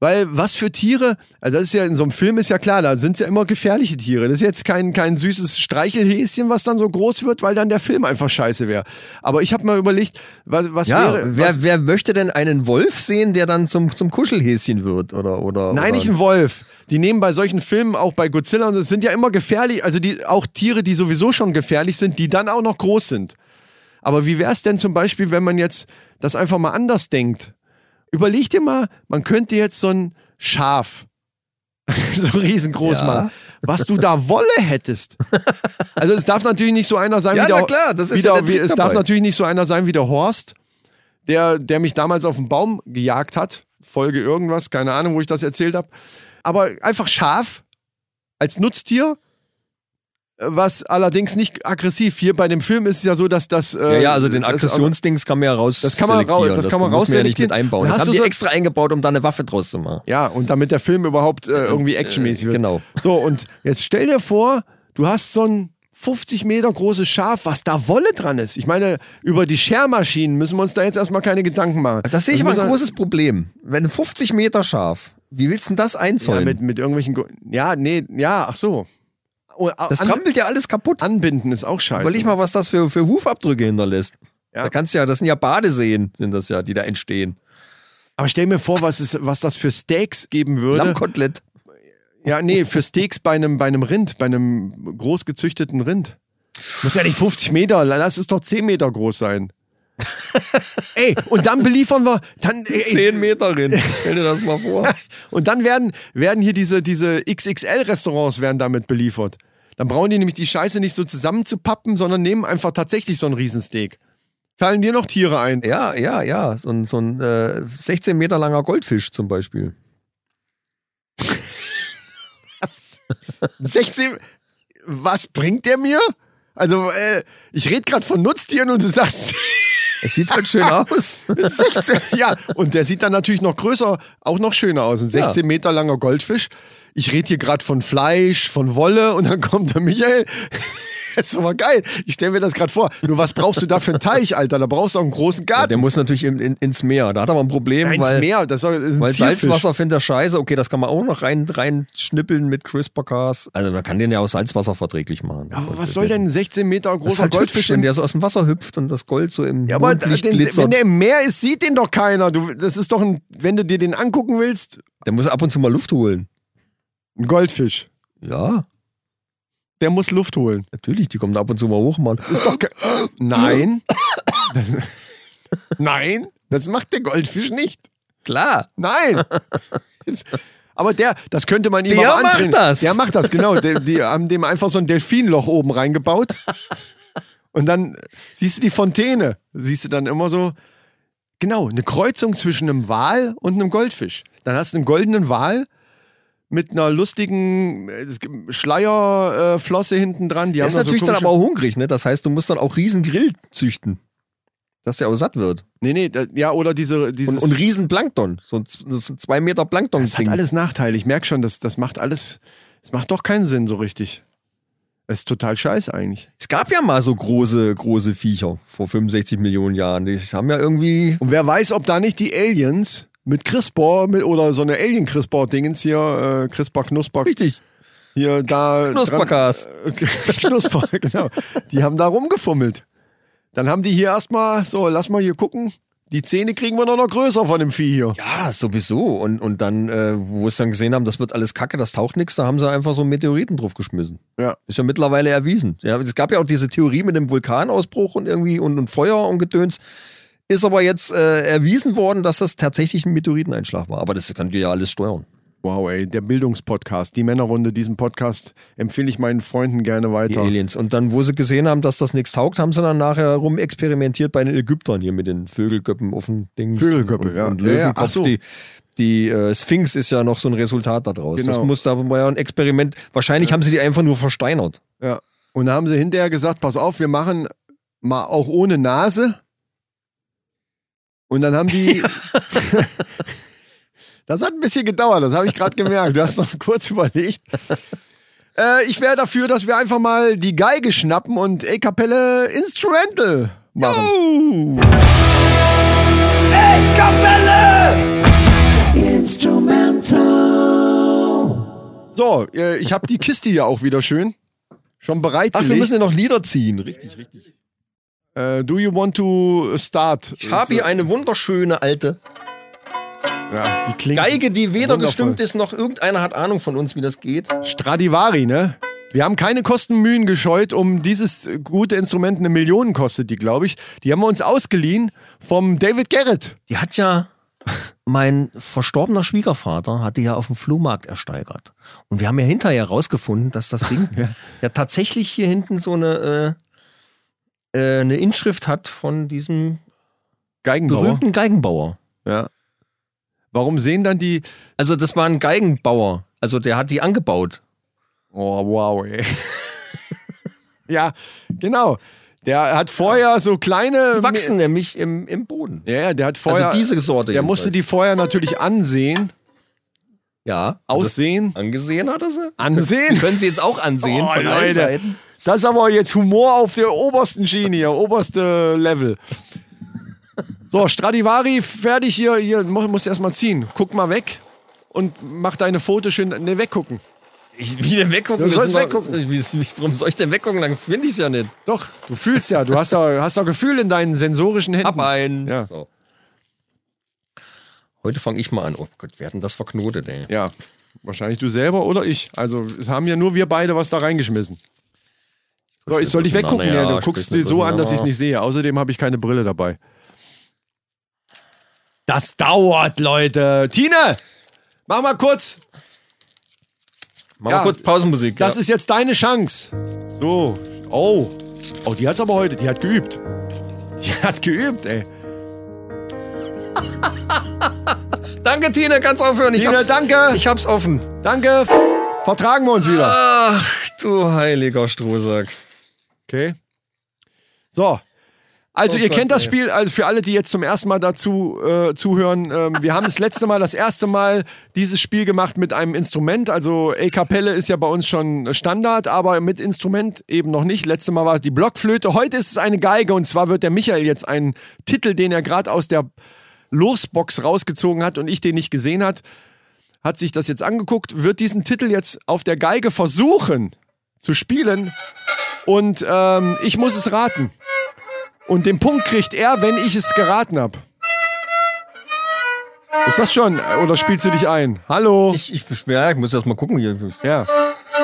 [SPEAKER 1] Weil was für Tiere, also das ist ja in so einem Film ist ja klar, da sind es ja immer gefährliche Tiere. Das ist jetzt kein, kein süßes Streichelhäschen, was dann so groß wird, weil dann der Film einfach scheiße wäre. Aber ich habe mal überlegt, was, was
[SPEAKER 2] Ja,
[SPEAKER 1] wäre. was,
[SPEAKER 2] wer, wer möchte denn einen Wolf sehen, der dann zum, zum Kuschelhäschen wird? Oder, oder,
[SPEAKER 1] Nein,
[SPEAKER 2] oder
[SPEAKER 1] nicht ein Wolf. Die nehmen bei solchen Filmen, auch bei Godzilla, und es sind ja immer gefährlich, also die, auch Tiere, die sowieso schon gefährlich sind, die dann auch noch groß sind. Aber wie wäre es denn zum Beispiel, wenn man jetzt das einfach mal anders denkt? Überleg dir mal, man könnte jetzt so ein Schaf, so riesengroß
[SPEAKER 2] Ja.
[SPEAKER 1] machen, was du da Wolle hättest. Also es darf natürlich nicht so einer sein
[SPEAKER 2] Ja,
[SPEAKER 1] wie der,
[SPEAKER 2] na klar, das ist
[SPEAKER 1] wie der,
[SPEAKER 2] ja der
[SPEAKER 1] wie,
[SPEAKER 2] Trick
[SPEAKER 1] Es darf
[SPEAKER 2] dabei.
[SPEAKER 1] natürlich nicht so einer sein wie der Horst, der, der mich damals auf den Baum gejagt hat. Folge irgendwas, keine Ahnung, wo ich das erzählt habe. Aber einfach scharf als Nutztier, äh, was allerdings nicht aggressiv. Hier bei dem Film ist es ja so, dass das. äh,
[SPEAKER 2] Ja, ja, also den
[SPEAKER 1] das-
[SPEAKER 2] Aggressionsdings kann man ja raus.
[SPEAKER 1] Das kann man rau-
[SPEAKER 2] selektieren.
[SPEAKER 1] das kann man
[SPEAKER 2] muss ja nicht
[SPEAKER 1] rausselektieren.
[SPEAKER 2] mit einbauen.
[SPEAKER 1] Dann
[SPEAKER 2] Das
[SPEAKER 1] hast
[SPEAKER 2] haben
[SPEAKER 1] du
[SPEAKER 2] die
[SPEAKER 1] so-
[SPEAKER 2] extra eingebaut, um da eine Waffe draus zu machen.
[SPEAKER 1] Ja, und damit der Film überhaupt äh, irgendwie actionmäßig wird.
[SPEAKER 2] Genau.
[SPEAKER 1] So, und jetzt stell dir vor, du hast so ein 50 Meter großes Schaf, was da Wolle dran ist. Ich meine, über die Schermaschinen müssen wir uns da jetzt erstmal keine Gedanken machen. Also
[SPEAKER 2] Das sehe ich mal
[SPEAKER 1] muss
[SPEAKER 2] ein
[SPEAKER 1] man-
[SPEAKER 2] großes Problem. Wenn 50 Meter scharf, wie willst du denn das
[SPEAKER 1] Ja,
[SPEAKER 2] einzäunen?
[SPEAKER 1] mit, mit irgendwelchen. Go ja, nee, ja, ach so. Oh, a-
[SPEAKER 2] das
[SPEAKER 1] an-
[SPEAKER 2] trampelt ja alles kaputt.
[SPEAKER 1] Anbinden ist auch scheiße.
[SPEAKER 2] Überleg mal, was das für, für Hufabdrücke hinterlässt.
[SPEAKER 1] Ja.
[SPEAKER 2] Da kannst du ja, das sind ja Badeseen, sind das ja, die da entstehen.
[SPEAKER 1] Aber stell mir vor, was, es, was das für Steaks geben würde.
[SPEAKER 2] Lammkotelett.
[SPEAKER 1] Ja, nee, für Steaks bei einem, bei einem Rind, bei einem groß gezüchteten Rind. Muss ja nicht 50 Meter, lass es doch 10 Meter groß sein. Ey, und dann beliefern wir, dann, ey,
[SPEAKER 2] 10 Meter hin. Stell dir das mal vor.
[SPEAKER 1] und dann werden, werden hier diese, diese XXL-Restaurants werden damit beliefert. Dann brauchen die nämlich die Scheiße nicht so zusammenzupappen, sondern nehmen einfach tatsächlich so einen Riesensteak. Fallen dir noch Tiere ein?
[SPEAKER 2] Ja, ja, ja. So ein, so ein äh, 16 Meter langer Goldfisch zum Beispiel.
[SPEAKER 1] 16, was bringt der mir? Also, äh, ich rede gerade von Nutztieren und du sagst
[SPEAKER 2] Es sieht halt schön aus.
[SPEAKER 1] 16, ja, und der sieht dann natürlich noch größer, auch noch schöner aus. Ein 16 Meter langer Goldfisch. Ich rede hier gerade von Fleisch, von Wolle und dann kommt der Michael. Das ist aber geil. Ich stelle mir das gerade vor. Nur was brauchst du da für einen Teich, Alter? Da brauchst du auch einen großen
[SPEAKER 2] Ja, der
[SPEAKER 1] Garten.
[SPEAKER 2] muss natürlich in, in, ins Meer. Da hat er aber ein Problem,
[SPEAKER 1] Eins
[SPEAKER 2] weil,
[SPEAKER 1] mehr. Das ist doch- das ist ein
[SPEAKER 2] weil
[SPEAKER 1] Zierfisch.
[SPEAKER 2] Salzwasser findet er scheiße. Okay, das kann man auch noch rein, rein schnippeln mit CRISPR-Cas. Also man kann den ja auch Salzwasser verträglich machen.
[SPEAKER 1] Aber was soll denn ein 16 Meter
[SPEAKER 2] Das ist
[SPEAKER 1] großer
[SPEAKER 2] halt
[SPEAKER 1] Goldfisch?
[SPEAKER 2] Goldfisch,
[SPEAKER 1] in-
[SPEAKER 2] wenn der so aus dem Wasser hüpft und das Gold so im
[SPEAKER 1] Ja, aber den,
[SPEAKER 2] Mondlicht
[SPEAKER 1] wenn
[SPEAKER 2] glitzert.
[SPEAKER 1] der im Meer ist, sieht den doch keiner. Du, das ist doch ein, wenn du dir den angucken willst,
[SPEAKER 2] Der muss ab und zu mal Luft holen.
[SPEAKER 1] ein Goldfisch.
[SPEAKER 2] Ja,
[SPEAKER 1] Der muss Luft holen.
[SPEAKER 2] natürlich, die kommen ab und zu mal hoch, Mann.
[SPEAKER 1] Ist doch. ge- Nein. Das, nein, das macht der Goldfisch nicht.
[SPEAKER 2] Klar.
[SPEAKER 1] Nein. Jetzt- Aber der, das könnte man ihm
[SPEAKER 2] Der
[SPEAKER 1] auch
[SPEAKER 2] macht
[SPEAKER 1] antrainieren.
[SPEAKER 2] das.
[SPEAKER 1] Der macht das, genau. Die, die haben dem einfach so ein Delfinloch oben reingebaut. Und dann siehst du die Fontäne. Siehst du dann immer so, genau, eine Kreuzung zwischen einem Wal und einem Goldfisch. Dann hast du einen goldenen Wal mit einer lustigen äh, es gibt Schleierflosse äh, Flosse hinten dran. Die
[SPEAKER 2] Der
[SPEAKER 1] haben
[SPEAKER 2] ist
[SPEAKER 1] da so
[SPEAKER 2] natürlich dann
[SPEAKER 1] komische-
[SPEAKER 2] aber auch hungrig, ne? Das heißt, du musst dann auch riesen Grill züchten, dass der auch satt wird.
[SPEAKER 1] Nee, nee, da, ja, oder diese,
[SPEAKER 2] Und,
[SPEAKER 1] dieses
[SPEAKER 2] und riesen Plankton, so ein, z- so ein zwei Meter
[SPEAKER 1] Das hat
[SPEAKER 2] Plankton-Ding.
[SPEAKER 1] alles Nachteile. Ich merke schon, das, das macht alles, das macht doch keinen Sinn so richtig. Das ist total scheiße eigentlich.
[SPEAKER 2] Es gab ja mal so große, große Viecher vor 65 Millionen Jahren. Die haben ja irgendwie.
[SPEAKER 1] Und wer weiß, ob da nicht die Aliens mit CRISPR mit, oder so eine Alien-CRISPR-Dingens hier, äh, CRISPR-Knusper,
[SPEAKER 2] Richtig.
[SPEAKER 1] hier da.
[SPEAKER 2] Knuspergas.
[SPEAKER 1] dran- äh, Knusper, genau. Die haben da rumgefummelt. Dann haben die hier erstmal, so, lass mal hier gucken. Die Zähne kriegen wir doch noch größer von dem Vieh hier.
[SPEAKER 2] Ja, sowieso. Und, und dann, äh, wo es dann gesehen haben, das wird alles kacke, das taucht nichts, da haben sie einfach so einen Meteoriten draufgeschmissen.
[SPEAKER 1] Ja.
[SPEAKER 2] Ist ja mittlerweile erwiesen. Ja, es gab ja auch diese Theorie mit dem Vulkanausbruch und irgendwie und, und Feuer und Gedöns. Ist aber jetzt äh, erwiesen worden, dass das tatsächlich ein Meteoriteneinschlag war. Aber das könnt ihr ja alles steuern.
[SPEAKER 1] Wow, ey, der Bildungspodcast, die Männerrunde, diesen Podcast empfehle ich meinen Freunden gerne
[SPEAKER 2] Die
[SPEAKER 1] weiter.
[SPEAKER 2] Aliens. Und dann, wo sie gesehen haben, dass das nichts taugt, haben sie dann nachher rumexperimentiert bei den Ägyptern hier mit den Vögelköppen auf den Dings.
[SPEAKER 1] Vögelköppe,
[SPEAKER 2] und,
[SPEAKER 1] ja.
[SPEAKER 2] Und
[SPEAKER 1] Ja, ja, ach
[SPEAKER 2] Löwenkopf.
[SPEAKER 1] so.
[SPEAKER 2] Die, die äh, Sphinx ist ja noch so ein Resultat daraus.
[SPEAKER 1] Genau.
[SPEAKER 2] Das muss, da war ja ein Experiment. Wahrscheinlich haben sie die einfach nur versteinert.
[SPEAKER 1] Ja. Und da haben sie hinterher gesagt, pass auf, wir machen mal auch ohne Nase. Und dann haben die. das hat ein bisschen gedauert, das habe ich gerade gemerkt. Du hast noch kurz überlegt. Äh, ich wäre dafür, dass wir einfach mal die Geige schnappen und E Kapelle Instrumental machen. So, äh, ich habe die Kiste hier auch wieder schön. Schon
[SPEAKER 2] Ach,
[SPEAKER 1] bereitgelegt.
[SPEAKER 2] wir müssen ja noch Lieder ziehen. Richtig, richtig.
[SPEAKER 1] äh, do you want to start?
[SPEAKER 2] Ich habe hier eine wunderschöne alte
[SPEAKER 1] ja, die klingt
[SPEAKER 2] Geige, die weder
[SPEAKER 1] Wundervoll.
[SPEAKER 2] gestimmt ist, noch irgendeiner hat Ahnung von uns, wie das geht.
[SPEAKER 1] Stradivari, ne? Wir haben keine Kostenmühen gescheut, um dieses äh, gute Instrument eine Million kostet, die glaube ich. Die haben wir uns ausgeliehen vom David Garrett.
[SPEAKER 2] Die hat ja, mein verstorbener Schwiegervater hat die ja auf dem Flohmarkt ersteigert. Und wir haben ja hinterher rausgefunden, dass das Ding ja. tatsächlich hier hinten so eine, äh, äh, eine Inschrift hat von diesem
[SPEAKER 1] Geigenbauer.
[SPEAKER 2] berühmten Geigenbauer.
[SPEAKER 1] Ja. Warum sehen dann die.
[SPEAKER 2] Also das war ein Geigenbauer. Also der hat die angebaut.
[SPEAKER 1] Oh, wow, ey. ja, genau. Der hat vorher so kleine.
[SPEAKER 2] Die wachsen nämlich im, im Boden.
[SPEAKER 1] Ja, ja, der hat vorher.
[SPEAKER 2] also diese Sorte.
[SPEAKER 1] der musste
[SPEAKER 2] jedenfalls.
[SPEAKER 1] die vorher natürlich ansehen,
[SPEAKER 2] ja, also
[SPEAKER 1] aussehen,
[SPEAKER 2] angesehen hat er sie. Die
[SPEAKER 1] ansehen.
[SPEAKER 2] können sie jetzt auch ansehen
[SPEAKER 1] Oh,
[SPEAKER 2] von allen
[SPEAKER 1] Leute.
[SPEAKER 2] Seiten.
[SPEAKER 1] Das ist aber jetzt Humor auf der obersten Schiene hier, oberste Level. So, Stradivari, fertig hier. Hier mu- musst erstmal ziehen. Guck mal weg und mach deine Pfote schön. Ne, weggucken.
[SPEAKER 2] Ich, wie denn weggucken?
[SPEAKER 1] Du
[SPEAKER 2] Wir
[SPEAKER 1] sollst
[SPEAKER 2] sind doch-
[SPEAKER 1] weggucken.
[SPEAKER 2] Ich, ich, warum soll ich denn weggucken? Dann finde ich es ja nicht.
[SPEAKER 1] Doch, du fühlst ja. Du hast ja, hast ja Gefühl in deinen sensorischen Händen.
[SPEAKER 2] Hab einen.
[SPEAKER 1] Ja.
[SPEAKER 2] So. Heute fange ich mal an. Oh Gott, wir hatten das verknotet, ey.
[SPEAKER 1] Ja, wahrscheinlich du selber oder ich. Also es haben ja nur wir beide was da reingeschmissen. So, ich soll ich weggucken? Ja, du
[SPEAKER 2] ich
[SPEAKER 1] guckst
[SPEAKER 2] weiß
[SPEAKER 1] dir
[SPEAKER 2] nicht,
[SPEAKER 1] so an, dass ich es
[SPEAKER 2] was-
[SPEAKER 1] nicht sehe. Außerdem habe ich keine Brille dabei. Das dauert, Leute. Tine, mach mal kurz.
[SPEAKER 2] Mach
[SPEAKER 1] Ja.
[SPEAKER 2] mal kurz Pausenmusik.
[SPEAKER 1] Das
[SPEAKER 2] ja.
[SPEAKER 1] ist jetzt deine Chance. So. Oh. Oh, die hat's aber heute. Die hat geübt. Die hat geübt, ey.
[SPEAKER 2] Danke, Tine, kannst aufhören. Ich,
[SPEAKER 1] Tine,
[SPEAKER 2] hab's,
[SPEAKER 1] danke.
[SPEAKER 2] ich hab's offen.
[SPEAKER 1] Danke. Vertragen wir uns wieder.
[SPEAKER 2] Ach, du heiliger Strohsack.
[SPEAKER 1] Okay. So. Also
[SPEAKER 2] Oh
[SPEAKER 1] ihr
[SPEAKER 2] Gott,
[SPEAKER 1] kennt das
[SPEAKER 2] ey.
[SPEAKER 1] Spiel, also für alle, die jetzt zum ersten Mal dazu äh, zuhören, ähm, wir haben das letzte Mal, das erste Mal dieses Spiel gemacht mit einem Instrument, also E Kapelle ist ja bei uns schon Standard, aber mit Instrument eben noch nicht. Letztes Mal war es die Blockflöte, heute ist es eine Geige und zwar wird der Michael jetzt einen Titel, den er gerade aus der Losbox rausgezogen hat und ich den nicht gesehen hat, hat sich das jetzt angeguckt, wird diesen Titel jetzt auf der Geige versuchen zu spielen und ähm, ich muss es raten. Und den Punkt kriegt er, wenn ich es geraten habe. Ist das schon? äh, Oder spielst du dich ein? Hallo?
[SPEAKER 2] Ich, ich, ja, ich muss erst mal gucken. hier. Ich
[SPEAKER 1] ja.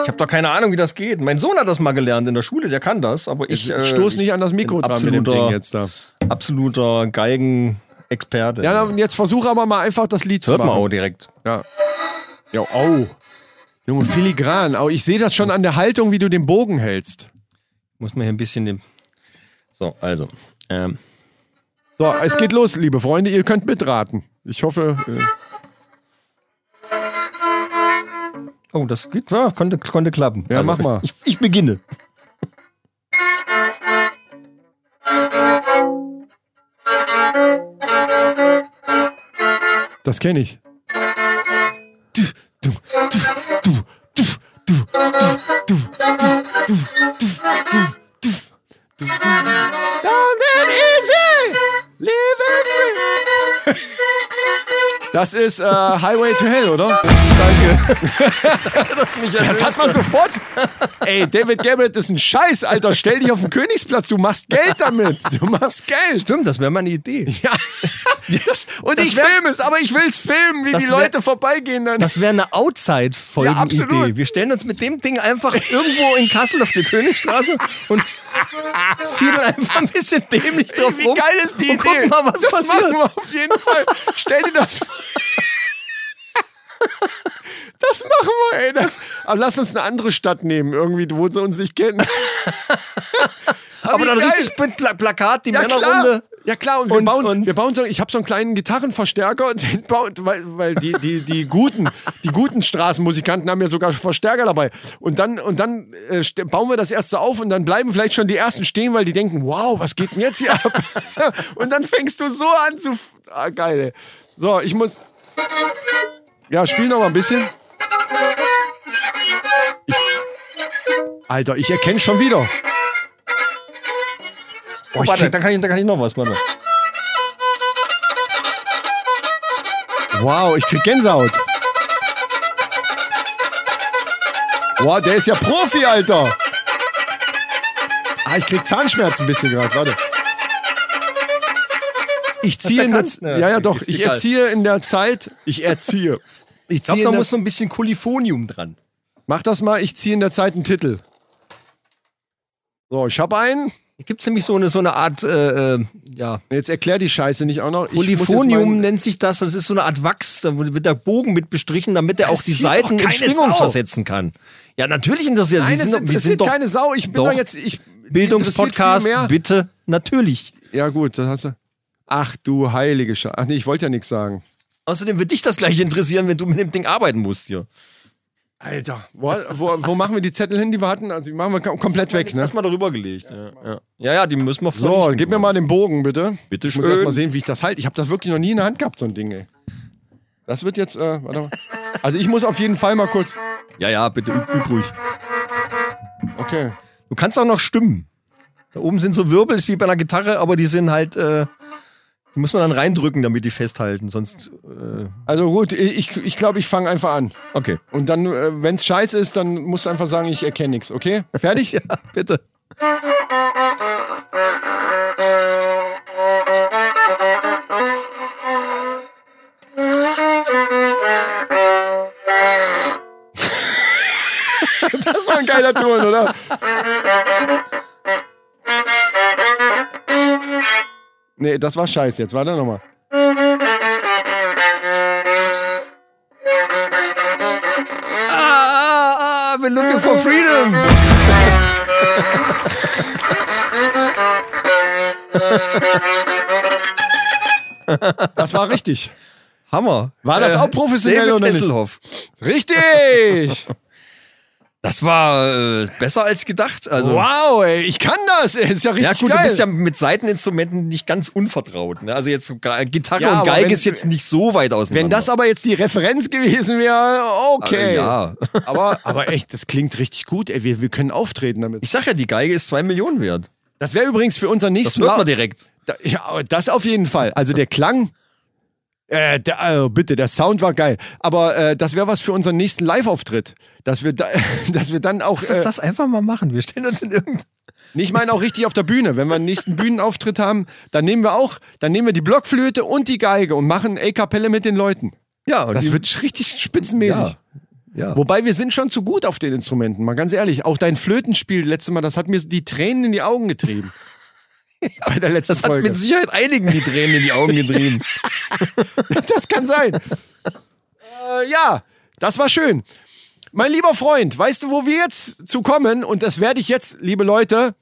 [SPEAKER 2] habe doch keine Ahnung, wie das geht. Mein Sohn hat das mal gelernt in der Schule, der kann das, aber ich. Äh,
[SPEAKER 1] Stoß nicht an das Mikro
[SPEAKER 2] bin
[SPEAKER 1] dran mit dem
[SPEAKER 2] absoluter-
[SPEAKER 1] Ding jetzt da.
[SPEAKER 2] Absoluter Geigenexperte.
[SPEAKER 1] Ja, dann jetzt versuch aber mal einfach das Lied
[SPEAKER 2] Das hört
[SPEAKER 1] zu
[SPEAKER 2] man auch
[SPEAKER 1] machen.
[SPEAKER 2] direkt.
[SPEAKER 1] Ja. Ja, au. Junge, filigran. Au, ich sehe das schon an der Haltung, wie du den Bogen hältst.
[SPEAKER 2] Muss man hier ein bisschen den. So, also. Ähm,
[SPEAKER 1] So, es geht los, liebe Freunde. Ihr könnt mitraten. Ich hoffe. Äh,
[SPEAKER 2] oh, das geht. Ja, konnte, konnte klappen. Also,
[SPEAKER 1] Ja, mach mal.
[SPEAKER 2] Ich, ich beginne.
[SPEAKER 1] das kenne ich. Long and easy, live and free. Das ist äh, Highway to Hell, oder?
[SPEAKER 2] Das, mich
[SPEAKER 1] Das
[SPEAKER 2] erlöst.
[SPEAKER 1] hat man sofort. Ey, David Garrett ist ein Scheiß, Alter. Stell dich auf den Königsplatz. Du machst Geld damit. Du machst Geld.
[SPEAKER 2] Stimmt, das wäre mal eine Idee.
[SPEAKER 1] Ja. Das, und
[SPEAKER 2] Das
[SPEAKER 1] ich
[SPEAKER 2] wär-
[SPEAKER 1] filme es, aber ich will es filmen, wie
[SPEAKER 2] Das
[SPEAKER 1] die
[SPEAKER 2] wär-
[SPEAKER 1] Leute vorbeigehen dann.
[SPEAKER 2] Das wäre eine
[SPEAKER 1] Ja,
[SPEAKER 2] Outside-Folgen-Idee.
[SPEAKER 1] absolut.
[SPEAKER 2] Wir stellen uns mit dem Ding einfach irgendwo in Kassel auf der Königstraße und fiedeln einfach ein bisschen dämlich drauf
[SPEAKER 1] Wie
[SPEAKER 2] rum.
[SPEAKER 1] geil ist die
[SPEAKER 2] und
[SPEAKER 1] Idee?
[SPEAKER 2] gucken mal, was
[SPEAKER 1] das
[SPEAKER 2] passiert.
[SPEAKER 1] machen wir auf jeden Fall. Stell dir das vor. Das machen wir, ey. Das, aber lass uns eine andere Stadt nehmen, irgendwie, wo sie uns nicht kennen.
[SPEAKER 2] Aber
[SPEAKER 1] wie
[SPEAKER 2] dann
[SPEAKER 1] geil.
[SPEAKER 2] richtig mit Pla Plakat, die
[SPEAKER 1] Ja, klar.
[SPEAKER 2] Männerrunde.
[SPEAKER 1] Ja klar, und wir
[SPEAKER 2] Und-
[SPEAKER 1] bauen,
[SPEAKER 2] und-
[SPEAKER 1] wir bauen so, ich habe so einen kleinen Gitarrenverstärker, den baut, weil, weil die, die, die guten, die guten Straßenmusikanten haben ja sogar Verstärker dabei. Und dann, und dann äh, st- bauen wir das erste auf und dann bleiben vielleicht schon die ersten stehen, weil die denken, wow, was geht denn jetzt hier ab? und dann fängst du so an zu. f- Ah, geil, ey. So, ich muss. Ja, spiel noch mal ein bisschen. Ich, Alter, ich erkenne schon wieder. Oh, ich
[SPEAKER 2] Warte,
[SPEAKER 1] krieg,
[SPEAKER 2] da kann, ich, da kann ich noch was machen.
[SPEAKER 1] Wow, ich krieg Gänsehaut. Wow, der ist ja Profi, Alter. Ah, ich krieg Zahnschmerzen ein bisschen gerade, warte. Ich ziehe in der
[SPEAKER 2] kannst-
[SPEAKER 1] Z-
[SPEAKER 2] Ja,
[SPEAKER 1] ja, ja
[SPEAKER 2] okay,
[SPEAKER 1] doch,
[SPEAKER 2] ne? ist
[SPEAKER 1] ich
[SPEAKER 2] egal.
[SPEAKER 1] erziehe in der Zeit, ich erziehe. Ich
[SPEAKER 2] Ich glaube,
[SPEAKER 1] ziehe
[SPEAKER 2] da
[SPEAKER 1] in der,
[SPEAKER 2] muss noch ein bisschen Kolifonium dran.
[SPEAKER 1] mach das mal, ich ziehe in der Zeit einen Titel. So, ich hab einen.
[SPEAKER 2] Hier gibt es nämlich so eine, so eine Art, äh, äh, ja,
[SPEAKER 1] Jetzt erklär die Scheiße nicht auch noch. Ich muss jetzt
[SPEAKER 2] Polyphonium
[SPEAKER 1] meinen-
[SPEAKER 2] nennt sich das. Das ist so eine Art Wachs, da wird der Bogen mit bestrichen, damit er auch die
[SPEAKER 1] sieht doch
[SPEAKER 2] Seiten in
[SPEAKER 1] keine
[SPEAKER 2] Schwingung
[SPEAKER 1] Sau.
[SPEAKER 2] versetzen kann. Ja, natürlich interessiert.
[SPEAKER 1] Nein,
[SPEAKER 2] wir
[SPEAKER 1] es
[SPEAKER 2] sind, doch- wir
[SPEAKER 1] interessiert
[SPEAKER 2] sind doch
[SPEAKER 1] keine Sau. Ich bin
[SPEAKER 2] Doch.
[SPEAKER 1] doch jetzt. Ich, interessiert
[SPEAKER 2] Bildungspodcast,
[SPEAKER 1] viel mehr-
[SPEAKER 2] bitte. Natürlich.
[SPEAKER 1] Ja, gut, das hast du. Ach du heilige Scheiße. Ach nee, ich wollte ja nichts sagen.
[SPEAKER 2] Außerdem wird dich das gleich interessieren, wenn du mit dem Ding arbeiten musst hier.
[SPEAKER 1] Alter. Wo, wo, wo machen wir die Zettel hin, die wir hatten? Also, die machen wir kom- komplett weg, ne?
[SPEAKER 2] Erstmal darüber gelegt. Ja, ja. ja, ja, die müssen wir
[SPEAKER 1] So,
[SPEAKER 2] vernichten.
[SPEAKER 1] gib mir mal den Bogen, bitte.
[SPEAKER 2] Bitte
[SPEAKER 1] ich muss
[SPEAKER 2] schön.
[SPEAKER 1] erst mal sehen, wie ich das halte. Ich habe das wirklich noch nie in der Hand gehabt, so ein Ding, ey. Das wird jetzt, äh, warte mal. Also ich muss auf jeden Fall mal kurz.
[SPEAKER 2] Ja, ja, bitte üb, üb ruhig.
[SPEAKER 1] Okay.
[SPEAKER 2] Du kannst auch noch stimmen. Da oben sind so Wirbel, ist wie bei einer Gitarre, aber die sind halt, äh, die muss man dann reindrücken, damit die festhalten. Sonst, äh,
[SPEAKER 1] Also gut, ich glaube, ich, glaub, ich fange einfach an.
[SPEAKER 2] okay.
[SPEAKER 1] Und dann, äh, wenn es scheiße ist, dann musst du einfach sagen, ich erkenne nichts, okay? Fertig?
[SPEAKER 2] Ja, bitte.
[SPEAKER 1] Das war ein geiler Ton, oder? Nee, das war scheiße jetzt. Warte nochmal.
[SPEAKER 2] Ah, ah, ah, we're looking for freedom.
[SPEAKER 1] Das war richtig.
[SPEAKER 2] Hammer. Äh,
[SPEAKER 1] War das auch professionell
[SPEAKER 2] David
[SPEAKER 1] oder nicht?
[SPEAKER 2] Hasselhoff.
[SPEAKER 1] Richtig!
[SPEAKER 2] Das war äh, besser als gedacht. Also,
[SPEAKER 1] Wow, ey, ich kann das. Ey. Ist ja
[SPEAKER 2] Ja
[SPEAKER 1] richtig
[SPEAKER 2] gut,
[SPEAKER 1] geil.
[SPEAKER 2] du bist ja mit Seiteninstrumenten nicht ganz unvertraut. Ne? Also jetzt so Ge- Gitarre
[SPEAKER 1] Ja,
[SPEAKER 2] und
[SPEAKER 1] aber
[SPEAKER 2] Geige
[SPEAKER 1] wenn-
[SPEAKER 2] ist jetzt nicht so weit auseinander.
[SPEAKER 1] Wenn das aber jetzt die Referenz gewesen wäre, okay.
[SPEAKER 2] Äh, ja.
[SPEAKER 1] Aber, aber echt, das klingt richtig gut. Ey, wir, wir können auftreten damit.
[SPEAKER 2] Ich sag ja, die Geige ist zwei Millionen wert.
[SPEAKER 1] Das wäre übrigens für unseren
[SPEAKER 2] Das
[SPEAKER 1] nächsten
[SPEAKER 2] hört man
[SPEAKER 1] Lauf.
[SPEAKER 2] direkt.
[SPEAKER 1] Da- Ja, aber das auf jeden Fall. Also der Klang. Äh, der, also bitte, der Sound war geil. Aber äh, das wäre was für unseren nächsten Live-Auftritt. Dass wir, da, dass wir dann auch. Äh,
[SPEAKER 2] das einfach mal machen. Wir stellen uns in irgendein...
[SPEAKER 1] nee, ich meine auch richtig auf der Bühne. Wenn wir einen nächsten Bühnenauftritt haben, dann nehmen wir auch, dann nehmen wir die Blockflöte und die Geige und machen A-Kapelle mit den Leuten.
[SPEAKER 2] Ja, und
[SPEAKER 1] Das
[SPEAKER 2] die-
[SPEAKER 1] wird sch- richtig spitzenmäßig.
[SPEAKER 2] Ja, ja.
[SPEAKER 1] Wobei wir sind schon zu gut auf den Instrumenten, mal ganz ehrlich. Auch dein Flötenspiel letztes Mal, das hat mir die Tränen in die Augen getrieben. Bei der letzten
[SPEAKER 2] das hat
[SPEAKER 1] Folge.
[SPEAKER 2] mit Sicherheit einigen die Tränen in die Augen getrieben.
[SPEAKER 1] Das kann sein. äh, ja, das war schön. Mein lieber Freund, weißt du, wo wir jetzt zu kommen? Und das werde ich jetzt, liebe Leute,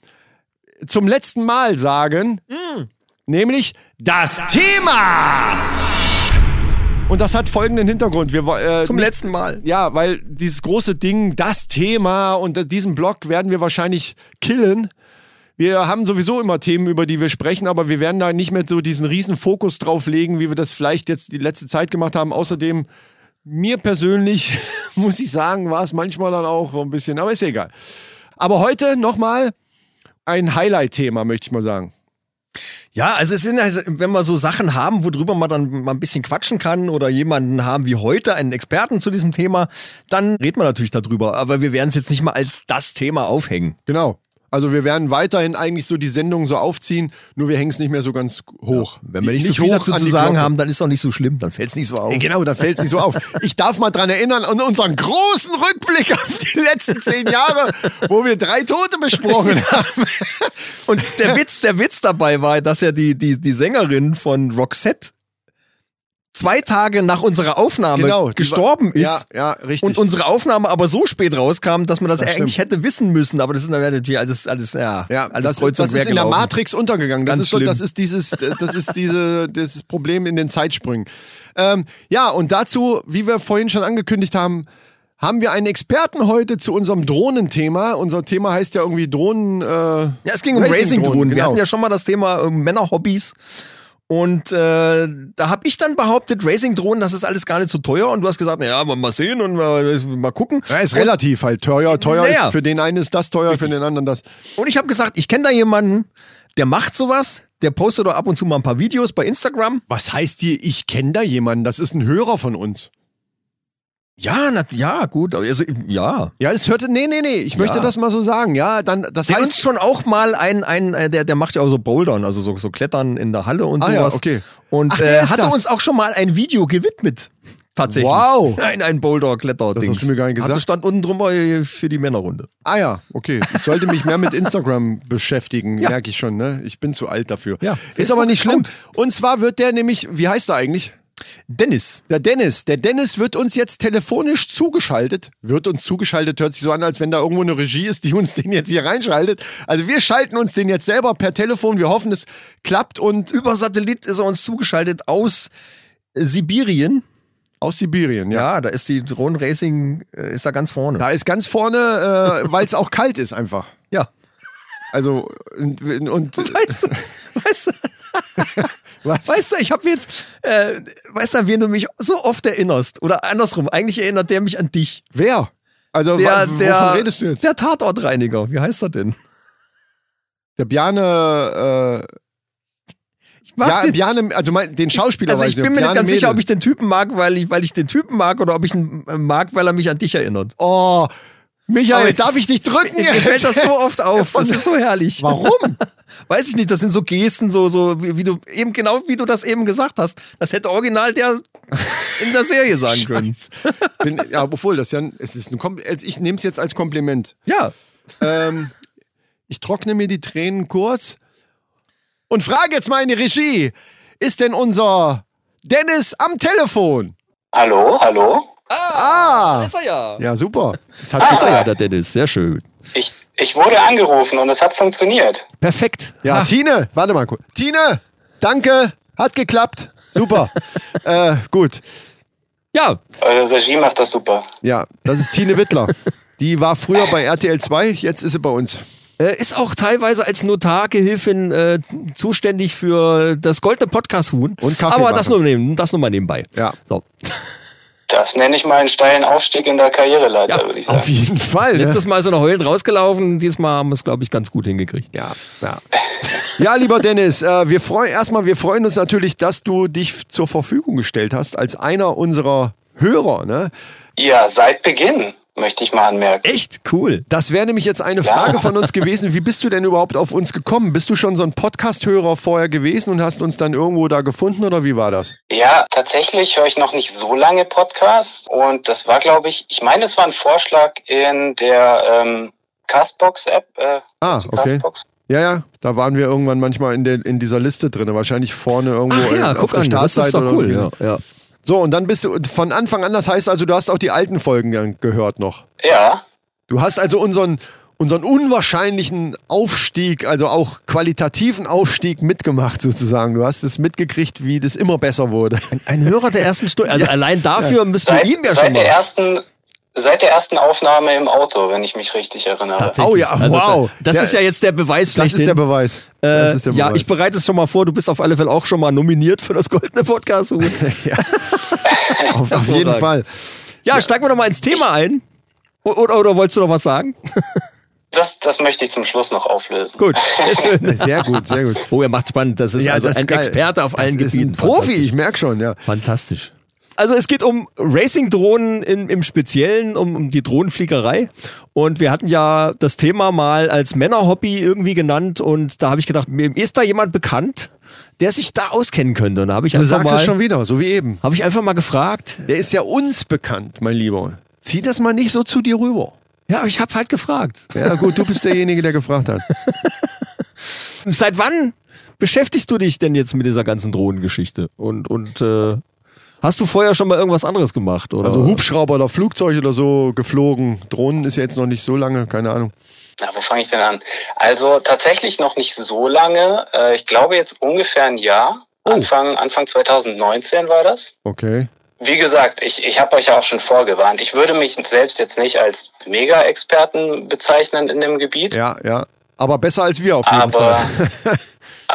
[SPEAKER 1] zum letzten Mal sagen. Nämlich das Thema. Und das hat folgenden Hintergrund. Wir, wo- äh,
[SPEAKER 2] Zum
[SPEAKER 1] nicht-
[SPEAKER 2] letzten Mal.
[SPEAKER 1] Ja, weil dieses große Ding, das Thema und äh, diesen Blog werden wir wahrscheinlich killen. Wir haben sowieso immer Themen, über die wir sprechen, aber wir werden da nicht mehr so diesen riesen Fokus drauf legen, wie wir das vielleicht jetzt die letzte Zeit gemacht haben. Außerdem, mir persönlich, muss ich sagen, war es manchmal dann auch so ein bisschen, aber ist ja egal. Aber heute nochmal ein Highlight-Thema, möchte ich mal sagen.
[SPEAKER 2] Ja, also es sind halt, wenn wir so Sachen haben, worüber man dann mal ein bisschen quatschen kann oder jemanden haben wie heute, einen Experten zu diesem Thema, dann reden wir natürlich darüber. Aber wir werden es jetzt nicht mal als das Thema aufhängen.
[SPEAKER 1] Genau. Also wir werden weiterhin eigentlich so die Sendung so aufziehen, nur wir hängen es nicht mehr so ganz hoch.
[SPEAKER 2] Wenn wir nicht, so viel
[SPEAKER 1] hoch
[SPEAKER 2] dazu
[SPEAKER 1] an
[SPEAKER 2] zu
[SPEAKER 1] die
[SPEAKER 2] sagen
[SPEAKER 1] Glocke.
[SPEAKER 2] haben, dann ist auch nicht so schlimm, dann fällt es nicht so auf.
[SPEAKER 1] Äh, Genau, da fällt es nicht so auf. Ich darf mal dran erinnern an unseren großen Rückblick auf die letzten zehn Jahre, wo wir drei Tote besprochen haben.
[SPEAKER 2] Und der Witz, der Witz dabei war, dass ja die, die, die Sängerin von Roxette zwei Tage nach unserer Aufnahme
[SPEAKER 1] Genau, die
[SPEAKER 2] gestorben
[SPEAKER 1] war-
[SPEAKER 2] ist.
[SPEAKER 1] ja, ja, richtig.
[SPEAKER 2] Und unsere Aufnahme aber so spät rauskam, dass man das,
[SPEAKER 1] Das
[SPEAKER 2] eigentlich
[SPEAKER 1] stimmt.
[SPEAKER 2] hätte wissen müssen. Aber das ist dann natürlich alles, alles, ja,
[SPEAKER 1] Ja,
[SPEAKER 2] alles
[SPEAKER 1] das,
[SPEAKER 2] kreuz
[SPEAKER 1] das
[SPEAKER 2] und
[SPEAKER 1] ist
[SPEAKER 2] quer
[SPEAKER 1] in der
[SPEAKER 2] gelaufen.
[SPEAKER 1] Matrix untergegangen. Das
[SPEAKER 2] Ganz
[SPEAKER 1] ist so,
[SPEAKER 2] schlimm.
[SPEAKER 1] das ist dieses, das ist diese, dieses Problem in den Zeitsprüngen. Ähm, ja, und dazu, wie wir vorhin schon angekündigt haben, haben wir einen Experten heute zu unserem Drohnenthema. Unser Thema heißt ja irgendwie Drohnen. Äh, genau.
[SPEAKER 2] Ja, es ging um Racing-Drohnen. Wir hatten ja schon mal das Thema äh, Männer-Hobbys. Und äh, da habe ich dann behauptet, Racing-Drohnen, das ist alles gar nicht so teuer. Und du hast gesagt, na ja, mal- mal sehen und mal, mal gucken.
[SPEAKER 1] Ja, ist relativ halt teuer. Teuer
[SPEAKER 2] Naja.
[SPEAKER 1] ist für den einen ist das teuer, für den anderen das.
[SPEAKER 2] Und ich habe gesagt, ich kenne da jemanden, der macht sowas, der postet doch ab und zu mal ein paar Videos bei Instagram.
[SPEAKER 1] Was heißt hier, ich kenne da jemanden? Das ist ein Hörer von uns.
[SPEAKER 2] Ja, na, ja, gut, aber also, ja.
[SPEAKER 1] Ja, es hörte, nee, nee, nee, ich möchte
[SPEAKER 2] Ja.
[SPEAKER 1] das mal so sagen. Ja, dann, das
[SPEAKER 2] Der ist
[SPEAKER 1] heißt,
[SPEAKER 2] schon auch mal ein, ein äh, der, der macht ja auch so Bouldern, also so, so Klettern in der Halle und
[SPEAKER 1] Ah ja,
[SPEAKER 2] sowas.
[SPEAKER 1] okay.
[SPEAKER 2] Und
[SPEAKER 1] Ach, der
[SPEAKER 2] äh,
[SPEAKER 1] ist
[SPEAKER 2] hatte
[SPEAKER 1] das.
[SPEAKER 2] uns auch schon mal ein Video gewidmet. Tatsächlich.
[SPEAKER 1] Wow.
[SPEAKER 2] Nein, ein Boulder-Kletter.
[SPEAKER 1] Das hast du mir gar nicht gesagt.
[SPEAKER 2] stand unten drüber äh, für die Männerrunde.
[SPEAKER 1] ah ja, okay. Ich sollte mich mehr mit Instagram beschäftigen, merke ich schon, ne? Ich bin zu alt dafür.
[SPEAKER 2] Ja,
[SPEAKER 1] ist aber
[SPEAKER 2] Facebook
[SPEAKER 1] nicht
[SPEAKER 2] ist
[SPEAKER 1] schlimm.
[SPEAKER 2] gut.
[SPEAKER 1] Und zwar wird der nämlich, wie heißt er eigentlich?
[SPEAKER 2] Dennis.
[SPEAKER 1] Der Dennis, der Dennis wird uns jetzt telefonisch zugeschaltet. Wird uns zugeschaltet, hört sich so an, als wenn da irgendwo eine Regie ist, die uns den jetzt hier reinschaltet. Also wir schalten uns den jetzt selber per Telefon. Wir hoffen, es klappt und
[SPEAKER 2] Über Satellit ist er uns zugeschaltet aus äh, Sibirien.
[SPEAKER 1] aus Sibirien, ja.
[SPEAKER 2] Ja, da ist die Drone Racing, äh, ist da ganz vorne.
[SPEAKER 1] Da ist ganz vorne, äh, weil es auch kalt ist einfach.
[SPEAKER 2] Ja.
[SPEAKER 1] Also und, und
[SPEAKER 2] Weißt du, weißt du,
[SPEAKER 1] was?
[SPEAKER 2] weißt du ich habe jetzt, äh, weißt du, an wen du mich so oft erinnerst? Oder andersrum, eigentlich erinnert der mich an dich.
[SPEAKER 1] wer? Also
[SPEAKER 2] Der,
[SPEAKER 1] wa- wovon
[SPEAKER 2] der,
[SPEAKER 1] redest du jetzt?
[SPEAKER 2] Der Tatortreiniger, wie heißt er denn?
[SPEAKER 1] Der Bjane, äh,
[SPEAKER 2] Ich mag
[SPEAKER 1] ja,
[SPEAKER 2] den,
[SPEAKER 1] Bjane, also mein, den Schauspieler.
[SPEAKER 2] also
[SPEAKER 1] weiß
[SPEAKER 2] ich bin mir
[SPEAKER 1] Bjane
[SPEAKER 2] nicht ganz sicher, ob
[SPEAKER 1] Mädel.
[SPEAKER 2] ich den Typen mag, weil ich, weil ich den Typen mag oder ob ich ihn äh, mag, weil er mich an dich erinnert.
[SPEAKER 1] Oh,
[SPEAKER 2] Aber
[SPEAKER 1] Michael,
[SPEAKER 2] jetzt-
[SPEAKER 1] darf ich dich drücken?
[SPEAKER 2] Mir fällt das so oft auf. Das ist so herrlich.
[SPEAKER 1] Warum?
[SPEAKER 2] Weiß ich nicht, das sind so Gesten, so, so, wie, wie du eben, genau wie du das eben gesagt hast. Das hätte original der in der Serie sagen können.
[SPEAKER 1] Bin, ja, obwohl das ja, ein- es ist ein Kompl also ich nehme es jetzt als Kompliment.
[SPEAKER 2] Ja.
[SPEAKER 1] Ähm, ich trockne mir die Tränen kurz und frage jetzt mal in die Regie: Ist denn unser Dennis am Telefon?
[SPEAKER 5] Hallo, hallo.
[SPEAKER 1] Ah,
[SPEAKER 2] Ist er ja.
[SPEAKER 1] ja super. Jetzt hat
[SPEAKER 3] Ist er ja, der Dennis. Sehr schön.
[SPEAKER 5] Ich, ich wurde angerufen und es hat funktioniert.
[SPEAKER 3] Perfekt.
[SPEAKER 1] Ja,
[SPEAKER 3] Ah,
[SPEAKER 1] Tine, warte mal kurz. Tine, danke, hat geklappt. Super. äh, gut.
[SPEAKER 3] ja.
[SPEAKER 5] Eure Regie macht das super.
[SPEAKER 1] Ja, das ist Tine Wittler. Die war früher bei RTL 2, jetzt ist sie bei uns.
[SPEAKER 3] Äh, Ist auch teilweise als Notargehilfin äh, zuständig für das goldene Podcast-Huhn.
[SPEAKER 1] Und Kaffee
[SPEAKER 3] Aber
[SPEAKER 1] machen.
[SPEAKER 3] das nur, neben, das nur mal nebenbei.
[SPEAKER 1] Ja.
[SPEAKER 3] So.
[SPEAKER 5] Das nenne ich mal einen steilen Aufstieg in der Karriereleiter,
[SPEAKER 3] Ja,
[SPEAKER 5] würde ich
[SPEAKER 1] Auf
[SPEAKER 5] sagen.
[SPEAKER 1] jeden Fall. Ne?
[SPEAKER 3] Letztes Mal ist er noch heulend rausgelaufen. Diesmal haben wir es, glaube ich, ganz gut hingekriegt.
[SPEAKER 1] Ja, ja. ja, lieber Dennis, äh, wir freuen erstmal, wir freuen uns natürlich, dass du dich zur Verfügung gestellt hast als einer unserer Hörer. Ne?
[SPEAKER 5] Ja, seit Beginn, möchte ich mal anmerken.
[SPEAKER 3] Echt cool.
[SPEAKER 1] Das wäre nämlich jetzt eine Frage von uns gewesen. Wie bist du denn überhaupt auf uns gekommen? Bist du schon so ein Podcast-Hörer vorher gewesen und hast uns dann irgendwo da gefunden oder wie war das?
[SPEAKER 5] Ja, tatsächlich höre ich noch nicht so lange Podcasts und das war, glaube ich, ich meine, es war ein Vorschlag in der ähm, Castbox-App. Äh,
[SPEAKER 1] Ah,
[SPEAKER 5] die
[SPEAKER 1] okay.
[SPEAKER 5] Castbox.
[SPEAKER 1] Ja, ja, da waren wir irgendwann manchmal in, der, in dieser Liste drin. Wahrscheinlich vorne irgendwo
[SPEAKER 3] Ach ja,
[SPEAKER 1] auf
[SPEAKER 3] guck
[SPEAKER 1] der
[SPEAKER 3] an, das
[SPEAKER 1] Startseite.
[SPEAKER 3] ist doch
[SPEAKER 1] oder
[SPEAKER 3] cool.
[SPEAKER 1] so.
[SPEAKER 3] Ja, ja.
[SPEAKER 1] So, und dann bist du von Anfang an, das heißt also, du hast auch die alten Folgen dann gehört noch.
[SPEAKER 5] Ja,
[SPEAKER 1] Du hast also unseren, unseren unwahrscheinlichen Aufstieg, also auch qualitativen Aufstieg mitgemacht sozusagen. Du hast es mitgekriegt, wie das immer besser wurde.
[SPEAKER 3] Ein Hörer der ersten Stunde. Also allein dafür müssen wir
[SPEAKER 5] seit,
[SPEAKER 3] ihm ja schon
[SPEAKER 5] seit, der
[SPEAKER 3] mal.
[SPEAKER 5] ersten, seit der ersten Aufnahme im Auto, wenn ich mich richtig erinnere.
[SPEAKER 3] Tatsächlich.
[SPEAKER 1] Oh ja,
[SPEAKER 3] Also,
[SPEAKER 1] wow.
[SPEAKER 3] Das
[SPEAKER 1] Der-
[SPEAKER 3] ist ja jetzt der Beweis
[SPEAKER 1] Das ist
[SPEAKER 3] schlechthin.
[SPEAKER 1] der Beweis.
[SPEAKER 3] Äh,
[SPEAKER 1] Das ist der
[SPEAKER 3] ja,
[SPEAKER 1] Beweis.
[SPEAKER 3] ich bereite es schon mal vor. Du bist auf alle Fälle auch schon mal nominiert für das Goldene Podcast. ja,
[SPEAKER 1] auf, auf jeden
[SPEAKER 3] hervorragend.
[SPEAKER 1] Fall.
[SPEAKER 3] steigen wir doch mal ins Thema ein. O- Oder, oder wolltest du noch was sagen?
[SPEAKER 5] das, das möchte ich zum Schluss noch auflösen.
[SPEAKER 2] Gut, sehr schön.
[SPEAKER 1] Sehr gut, sehr gut.
[SPEAKER 2] Oh, er macht spannend. Das ist also
[SPEAKER 1] das
[SPEAKER 2] ein
[SPEAKER 1] geil.
[SPEAKER 2] Experte auf
[SPEAKER 1] das
[SPEAKER 2] allen
[SPEAKER 1] ist
[SPEAKER 2] Gebieten.
[SPEAKER 1] Ein Profi, ich merke schon, ja.
[SPEAKER 2] Fantastisch. Also es geht um Racing-Drohnen in- im Speziellen, um, um die Drohnenfliegerei. Und wir hatten ja das Thema mal als Männerhobby irgendwie genannt. Und da habe ich gedacht, mir ist da jemand bekannt, der sich da auskennen könnte. Und da habe ich,
[SPEAKER 1] Du
[SPEAKER 2] einfach
[SPEAKER 1] sagst es schon
[SPEAKER 2] mal-
[SPEAKER 1] wieder, so wie eben.
[SPEAKER 2] habe ich einfach mal gefragt.
[SPEAKER 1] Der ist ja uns bekannt, mein Lieber. Zieh das mal nicht so zu dir rüber.
[SPEAKER 2] Ja, ich habe halt gefragt.
[SPEAKER 1] Ja gut, du bist derjenige, der gefragt hat.
[SPEAKER 2] Seit wann beschäftigst du dich denn jetzt mit dieser ganzen Drohnengeschichte? Und, und äh, hast du vorher schon mal irgendwas anderes gemacht? Oder?
[SPEAKER 1] Also Hubschrauber oder Flugzeug oder so geflogen. Drohnen ist ja jetzt noch nicht so lange, keine Ahnung.
[SPEAKER 5] Na, wo fange ich denn an? Also tatsächlich noch nicht so lange. Äh, ich glaube jetzt ungefähr ein Jahr. Anfang, Anfang 2019 war das.
[SPEAKER 1] Okay.
[SPEAKER 5] Wie gesagt, ich, ich habe euch ja auch schon vorgewarnt. Ich würde mich selbst jetzt nicht als Mega-Experten bezeichnen in dem Gebiet.
[SPEAKER 1] Ja, ja. Aber besser als wir auf jeden
[SPEAKER 5] Aber,
[SPEAKER 1] Fall.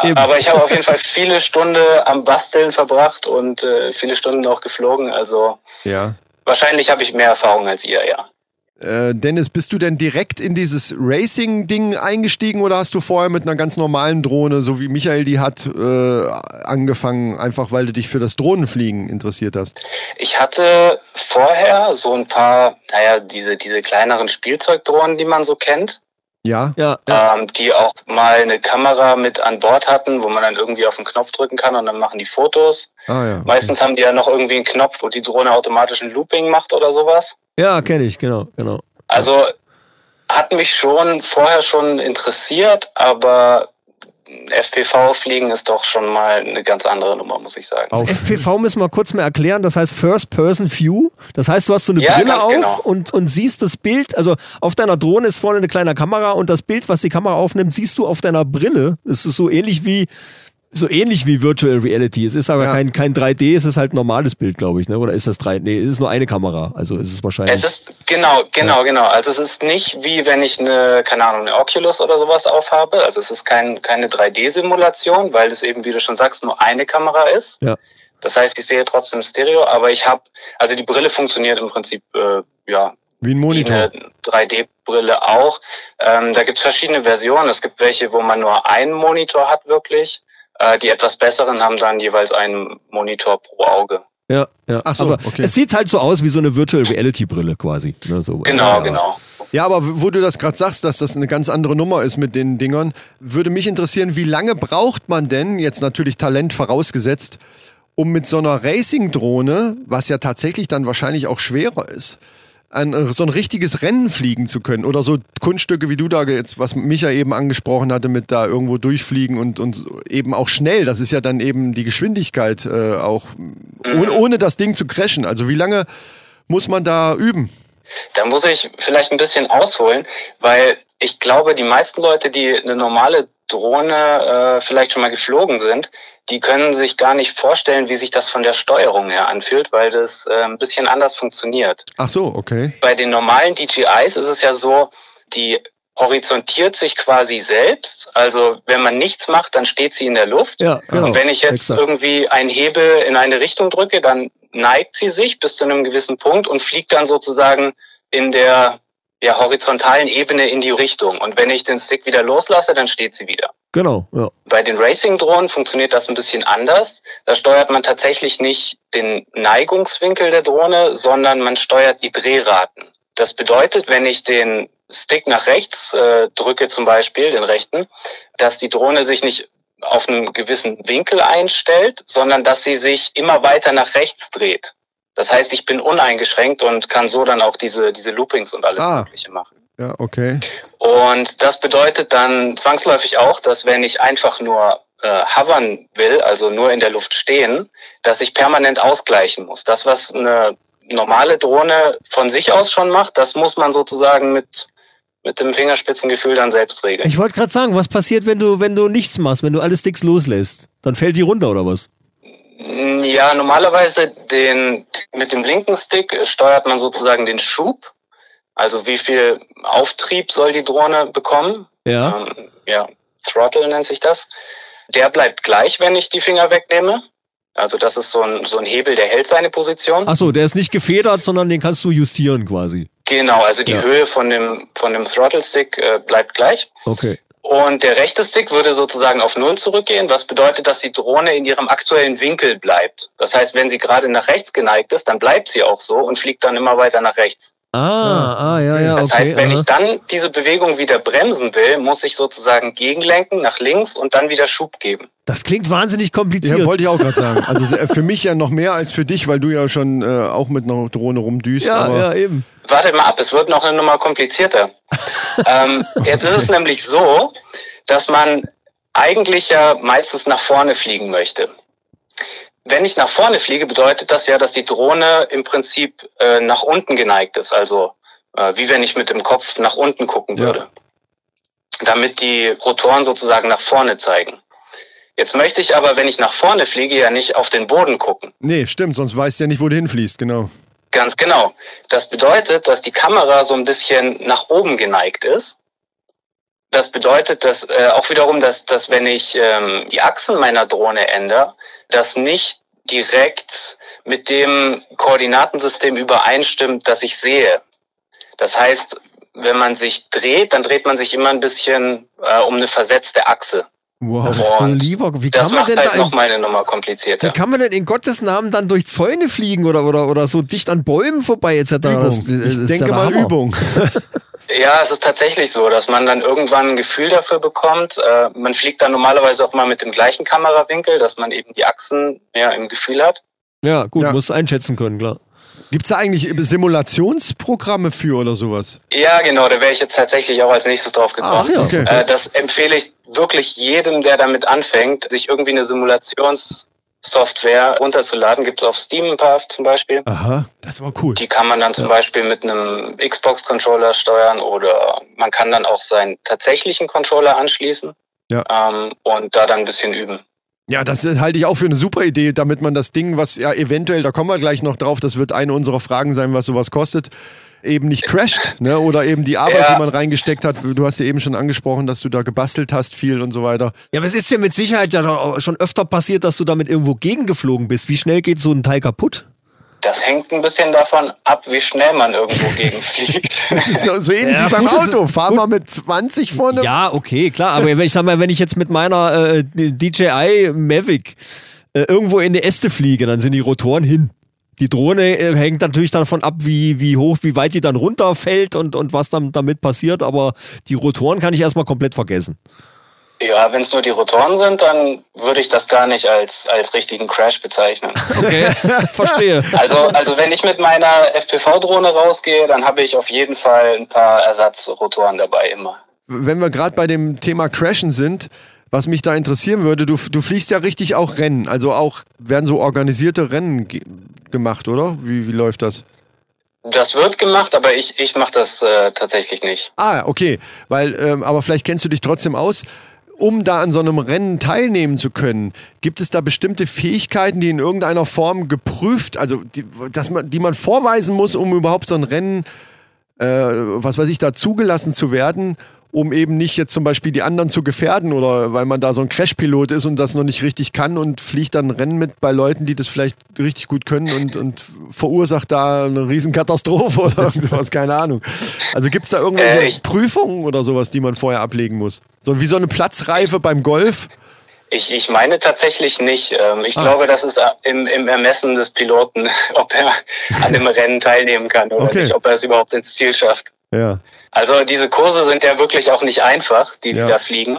[SPEAKER 2] Eben.
[SPEAKER 5] aber ich habe auf jeden Fall viele Stunden am Basteln verbracht und äh, viele Stunden auch geflogen. Also
[SPEAKER 1] Ja.
[SPEAKER 5] wahrscheinlich habe ich mehr Erfahrung als ihr, ja.
[SPEAKER 1] Äh, Dennis, bist du denn direkt in dieses Racing-Ding eingestiegen oder hast du vorher mit einer ganz normalen Drohne, so wie Michael die hat, äh, angefangen, einfach weil du dich für das Drohnenfliegen interessiert hast?
[SPEAKER 5] Ich hatte vorher so ein paar, naja, diese, diese kleineren Spielzeugdrohnen, die man so kennt.
[SPEAKER 1] Ja?
[SPEAKER 2] ja, ja.
[SPEAKER 5] ähm, die auch mal eine Kamera mit an Bord hatten, wo man dann irgendwie auf den Knopf drücken kann und dann machen die Fotos.
[SPEAKER 1] Ah ja.
[SPEAKER 5] Meistens haben die ja noch irgendwie einen Knopf, wo die Drohne automatisch ein Looping macht oder sowas.
[SPEAKER 2] ja kenne ich, genau, genau.
[SPEAKER 5] Also hat mich schon vorher schon interessiert, aber FPV-Fliegen ist doch schon mal eine ganz andere Nummer, muss ich sagen.
[SPEAKER 1] Auf-
[SPEAKER 2] FPV müssen wir kurz mal erklären, das heißt First Person View. Das heißt, du hast so eine
[SPEAKER 5] Ja,
[SPEAKER 2] Brille
[SPEAKER 5] ganz
[SPEAKER 2] auf
[SPEAKER 5] genau.
[SPEAKER 2] und, und siehst das Bild, also auf deiner Drohne ist vorne eine kleine Kamera und das Bild, was die Kamera aufnimmt, siehst du auf deiner Brille. Es ist so ähnlich wie so ähnlich wie Virtual Reality. Es ist aber
[SPEAKER 1] Ja.
[SPEAKER 2] kein, kein 3D, es ist halt ein normales Bild, glaube ich, ne? Oder ist das 3D? Nee, es ist nur eine Kamera. Also es ist wahrscheinlich.
[SPEAKER 5] Es ist, genau, genau, genau. Also es ist nicht wie wenn ich eine, keine Ahnung, eine Oculus oder sowas aufhabe. Also es ist kein, keine 3D-Simulation, weil es eben, wie du schon sagst, nur eine Kamera ist.
[SPEAKER 2] Ja.
[SPEAKER 5] Das heißt, ich sehe trotzdem Stereo, aber ich habe, also die Brille funktioniert im Prinzip, äh, ja,
[SPEAKER 1] Wie ein
[SPEAKER 5] wie
[SPEAKER 1] Monitor.
[SPEAKER 5] eine 3D-Brille auch. Ähm, da gibt es verschiedene Versionen. Es gibt welche, wo man nur einen Monitor hat wirklich. Äh, die etwas besseren haben dann jeweils einen Monitor pro Auge.
[SPEAKER 2] ja, ja.
[SPEAKER 1] Ach so,
[SPEAKER 2] aber
[SPEAKER 1] okay.
[SPEAKER 2] es sieht halt so aus wie so eine Virtual Reality Brille quasi. Ne? So,
[SPEAKER 5] Genau,
[SPEAKER 2] ja.
[SPEAKER 5] genau.
[SPEAKER 1] Ja, aber wo du das gerade sagst, dass das eine ganz andere Nummer ist mit den Dingern, würde mich interessieren, wie lange braucht man denn, jetzt natürlich Talent vorausgesetzt, um mit so einer Racing-Drohne, was ja tatsächlich dann wahrscheinlich auch schwerer ist, ein, äh, so ein richtiges Rennen fliegen zu können oder so Kunststücke wie du da jetzt, was Micha eben angesprochen hatte, mit da irgendwo durchfliegen und, und eben auch schnell, das ist ja dann eben die Geschwindigkeit äh, auch, ohne, ohne das Ding zu crashen. Also wie lange muss man da üben?
[SPEAKER 5] Da muss ich vielleicht ein bisschen ausholen, weil ich glaube, die meisten Leute, die eine normale Drohne äh, vielleicht schon mal geflogen sind, die können sich gar nicht vorstellen, wie sich das von der Steuerung her anfühlt, weil das äh, ein bisschen anders funktioniert.
[SPEAKER 1] Ach so, okay.
[SPEAKER 5] Bei den normalen DJIs ist es ja so, die horizontiert sich quasi selbst. Also wenn man nichts macht, dann steht sie in der Luft.
[SPEAKER 2] Ja, genau.
[SPEAKER 5] Und wenn ich jetzt
[SPEAKER 2] Exakt.
[SPEAKER 5] irgendwie einen Hebel in eine Richtung drücke, dann neigt sie sich bis zu einem gewissen Punkt und fliegt dann sozusagen in der ja, horizontalen Ebene in die Richtung. Und wenn ich den Stick wieder loslasse, dann steht sie wieder.
[SPEAKER 2] Genau, ja.
[SPEAKER 5] Bei den Racing-Drohnen funktioniert das ein bisschen anders. Da steuert man tatsächlich nicht den Neigungswinkel der Drohne, sondern man steuert die Drehraten. Das bedeutet, wenn ich den Stick nach rechts äh, drücke, zum Beispiel den rechten, dass die Drohne sich nicht auf einen gewissen Winkel einstellt, sondern dass sie sich immer weiter nach rechts dreht. Das heißt, ich bin uneingeschränkt und kann so dann auch diese, diese Loopings und alles
[SPEAKER 1] Ah.
[SPEAKER 5] Mögliche machen.
[SPEAKER 1] Ja, okay.
[SPEAKER 5] Und das bedeutet dann zwangsläufig auch, dass wenn ich einfach nur äh, hovern will, also nur in der Luft stehen, dass ich permanent ausgleichen muss. Das, was eine normale Drohne von sich aus schon macht, das muss man sozusagen mit, mit dem Fingerspitzengefühl dann selbst regeln.
[SPEAKER 2] Ich wollte gerade sagen, was passiert, wenn du, wenn du nichts machst, wenn du alle Sticks loslässt? Dann fällt die runter oder was?
[SPEAKER 5] Ja, normalerweise den, mit dem linken Stick steuert man sozusagen den Schub. Also wie viel Auftrieb soll die Drohne bekommen?
[SPEAKER 2] Ja.
[SPEAKER 5] Ähm, ja, Throttle nennt sich das. Der bleibt gleich, wenn ich die Finger wegnehme. Also das ist so ein, so ein Hebel, der hält seine Position.
[SPEAKER 3] Achso, der ist nicht gefedert, sondern den kannst du justieren quasi.
[SPEAKER 5] Genau, also die
[SPEAKER 3] Ja.
[SPEAKER 5] Höhe von dem, von dem Throttle Stick äh, bleibt gleich.
[SPEAKER 3] Okay.
[SPEAKER 5] Und der rechte Stick würde sozusagen auf Null zurückgehen, was bedeutet, dass die Drohne in ihrem aktuellen Winkel bleibt. Das heißt, wenn sie gerade nach rechts geneigt ist, dann bleibt sie auch so und fliegt dann immer weiter nach rechts.
[SPEAKER 3] Ah, ah, ja, ja, okay.
[SPEAKER 5] Das heißt, wenn
[SPEAKER 3] aha.
[SPEAKER 5] ich dann diese Bewegung wieder bremsen will, muss ich sozusagen gegenlenken nach links und dann wieder Schub geben.
[SPEAKER 3] das klingt wahnsinnig kompliziert.
[SPEAKER 1] Ja, wollte ich auch gerade sagen. Also se- für mich ja noch mehr als für dich, weil du ja schon äh, auch mit einer Drohne rumdüst. aber
[SPEAKER 3] ja, ja, eben.
[SPEAKER 5] Wartet mal ab, es wird noch eine Nummer komplizierter. ähm, jetzt ist es nämlich so, dass man eigentlich ja meistens nach vorne fliegen möchte. Wenn ich nach vorne fliege, bedeutet das ja, dass die Drohne im Prinzip äh, nach unten geneigt ist, also äh, wie wenn ich mit dem Kopf nach unten gucken
[SPEAKER 1] Ja.
[SPEAKER 5] würde, damit die Rotoren sozusagen nach vorne zeigen. Jetzt möchte ich aber, wenn ich nach vorne fliege, ja nicht auf den Boden gucken.
[SPEAKER 1] Nee, stimmt, sonst weißt du ja nicht, wo du hinfließt, genau.
[SPEAKER 5] Ganz genau. Das bedeutet, dass die Kamera so ein bisschen nach oben geneigt ist. Das bedeutet, dass äh, auch wiederum, dass, dass wenn ich ähm, die Achsen meiner Drohne ändere, das nicht direkt mit dem Koordinatensystem übereinstimmt, das ich sehe. Das heißt, wenn man sich dreht, dann dreht man sich immer ein bisschen äh, um eine versetzte Achse.
[SPEAKER 1] Wow.
[SPEAKER 5] Boah.
[SPEAKER 2] Ach, du lieber, wie
[SPEAKER 5] Das
[SPEAKER 2] kann man
[SPEAKER 5] macht
[SPEAKER 2] denn
[SPEAKER 5] halt
[SPEAKER 2] da in,
[SPEAKER 5] noch mal eine Nummer
[SPEAKER 2] wie
[SPEAKER 5] komplizierter.
[SPEAKER 2] kann man denn in Gottes Namen dann durch Zäune fliegen oder oder oder so dicht an Bäumen vorbei etc. Das,
[SPEAKER 1] Übung.
[SPEAKER 2] das ist
[SPEAKER 1] Ich denke
[SPEAKER 2] ja der
[SPEAKER 1] mal
[SPEAKER 2] Hammer.
[SPEAKER 1] Übung.
[SPEAKER 5] Ja, es ist tatsächlich so, dass man dann irgendwann ein Gefühl dafür bekommt. Äh, man fliegt dann normalerweise auch mal mit dem gleichen Kamerawinkel, dass man eben die Achsen ja, im Gefühl hat.
[SPEAKER 3] Ja, gut,
[SPEAKER 1] Ja.
[SPEAKER 3] musst einschätzen können, klar.
[SPEAKER 1] Gibt es da eigentlich Simulationsprogramme für oder sowas?
[SPEAKER 5] Ja, genau, da wäre ich jetzt tatsächlich auch als nächstes drauf
[SPEAKER 1] Ah.
[SPEAKER 5] gekommen.
[SPEAKER 3] Ach ja.
[SPEAKER 1] Okay.
[SPEAKER 5] Äh, das empfehle ich wirklich jedem, der damit anfängt, sich irgendwie eine Simulationssoftware runterzuladen. Gibt es auf Steam ein paar zum Beispiel.
[SPEAKER 1] Aha, das war cool.
[SPEAKER 5] Die kann man dann zum Beispiel mit einem Xbox-Controller steuern oder man kann dann auch seinen tatsächlichen Controller anschließen
[SPEAKER 1] Ja.
[SPEAKER 5] ähm, und da dann ein bisschen üben.
[SPEAKER 1] Ja, das äh, halte ich auch für eine super Idee, damit man das Ding, was ja eventuell, da kommen wir gleich noch drauf, das wird eine unserer Fragen sein, was sowas kostet, eben nicht crasht, ne? Oder eben die Arbeit,
[SPEAKER 5] Ja.
[SPEAKER 1] die man reingesteckt hat. Du hast ja eben schon angesprochen, dass du da gebastelt hast viel und so weiter.
[SPEAKER 3] Ja, aber es ist ja mit Sicherheit ja doch schon öfter passiert, dass du damit irgendwo gegengeflogen bist. Wie schnell geht so ein Teil kaputt?
[SPEAKER 5] Das hängt ein bisschen davon ab, wie schnell man irgendwo gegenfliegt.
[SPEAKER 1] Das ist ja so ähnlich
[SPEAKER 3] Ja,
[SPEAKER 1] wie beim
[SPEAKER 3] gut, das ist-
[SPEAKER 1] Auto. Fahr mal mit 20 vorne.
[SPEAKER 3] Ja, okay, klar. Aber ich sag mal, wenn ich jetzt mit meiner äh, DJI Mavic äh, irgendwo in die Äste fliege, dann sind die Rotoren hin. Die Drohne äh, hängt natürlich davon ab, wie, wie hoch, wie weit die dann runterfällt und, und was dann damit passiert. Aber die Rotoren kann ich erstmal komplett vergessen.
[SPEAKER 5] ja, wenn es nur die Rotoren sind, dann würde ich das gar nicht als, als richtigen Crash bezeichnen.
[SPEAKER 3] Okay, verstehe.
[SPEAKER 5] Also, also wenn ich mit meiner FPV-Drohne rausgehe, dann habe ich auf jeden Fall ein paar Ersatzrotoren dabei immer.
[SPEAKER 1] Wenn wir gerade bei dem Thema Crashen sind, was mich da interessieren würde, du, du fliegst ja richtig auch Rennen. Also auch werden so organisierte Rennen ge gemacht, oder? Wie, wie läuft das?
[SPEAKER 5] Das wird gemacht, aber ich, ich mache das äh, tatsächlich nicht.
[SPEAKER 1] Ah, okay. Weil, ähm, aber vielleicht kennst du dich trotzdem aus. Um da an so einem Rennen teilnehmen zu können, gibt es da bestimmte Fähigkeiten, die in irgendeiner Form geprüft, also die, dass man, die man vorweisen muss, um überhaupt so ein Rennen, äh, was weiß ich, da zugelassen zu werden, um eben nicht jetzt zum Beispiel die anderen zu gefährden oder weil man da so ein Crashpilot ist und das noch nicht richtig kann und fliegt dann ein Rennen mit bei Leuten, die das vielleicht richtig gut können und, und verursacht da eine Riesenkatastrophe oder irgend sowas, keine Ahnung. Also gibt es da irgendwelche
[SPEAKER 5] Äh, ich-
[SPEAKER 1] Prüfungen oder sowas, die man vorher ablegen muss? So wie so eine Platzreife beim Golf?
[SPEAKER 5] Ich, ich meine tatsächlich nicht. Ähm, ich glaube, das ist äh, im, im Ermessen des Piloten, ob er an dem Rennen teilnehmen kann oder
[SPEAKER 1] Okay.
[SPEAKER 5] nicht, ob er es überhaupt ins Ziel schafft.
[SPEAKER 1] Ja.
[SPEAKER 5] Also diese Kurse sind ja wirklich auch nicht einfach, die,
[SPEAKER 1] Ja.
[SPEAKER 5] die da fliegen.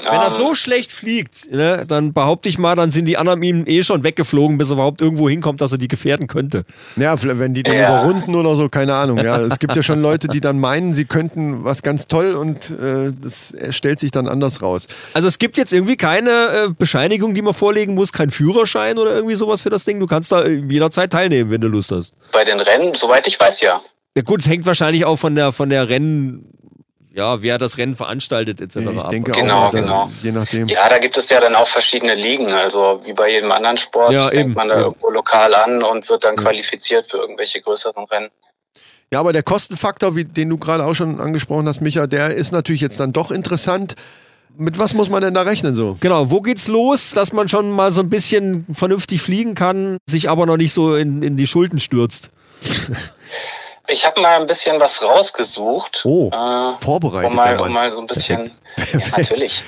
[SPEAKER 5] Ähm,
[SPEAKER 3] Wenn das so schlecht fliegt, ne, dann behaupte ich mal, dann sind die anderen ihm eh schon weggeflogen, bis er überhaupt irgendwo hinkommt, dass er die gefährden könnte.
[SPEAKER 1] Ja, vielleicht, wenn die dann
[SPEAKER 5] Ja.
[SPEAKER 1] überrunden oder so, keine Ahnung. Ja, es gibt ja schon Leute, die dann meinen, sie könnten was ganz toll und äh, das stellt sich dann anders raus.
[SPEAKER 3] Also es gibt jetzt irgendwie keine äh, Bescheinigung, die man vorlegen muss, kein Führerschein oder irgendwie sowas für das Ding. Du kannst da äh, jederzeit teilnehmen, wenn du Lust hast.
[SPEAKER 5] Bei den Rennen, soweit ich weiß, ja.
[SPEAKER 3] Ja gut, es hängt wahrscheinlich auch von der von der Rennen, ja, wer das Rennen veranstaltet etc.
[SPEAKER 1] ich
[SPEAKER 3] ab.
[SPEAKER 1] denke
[SPEAKER 5] Genau,
[SPEAKER 1] auch, da-
[SPEAKER 5] genau.
[SPEAKER 1] je nachdem.
[SPEAKER 5] Ja, da gibt es ja dann auch verschiedene Ligen. Also wie bei jedem anderen Sport
[SPEAKER 3] Ja,
[SPEAKER 5] fängt
[SPEAKER 3] eben,
[SPEAKER 5] man da
[SPEAKER 3] eben.
[SPEAKER 5] irgendwo lokal an und wird dann qualifiziert für irgendwelche größeren Rennen.
[SPEAKER 1] Ja, aber der Kostenfaktor, wie, den du gerade auch schon angesprochen hast, Micha, der ist natürlich jetzt dann doch interessant. Mit was muss man denn da rechnen so?
[SPEAKER 2] Genau, wo geht's los, dass man schon mal so ein bisschen vernünftig fliegen kann, sich aber noch nicht so in, in die Schulden stürzt?
[SPEAKER 5] Ich habe mal ein bisschen was rausgesucht.
[SPEAKER 1] Oh,
[SPEAKER 5] äh,
[SPEAKER 1] vorbereitet
[SPEAKER 5] Um mal,
[SPEAKER 1] der Mann.
[SPEAKER 5] um mal so ein bisschen, ja, natürlich,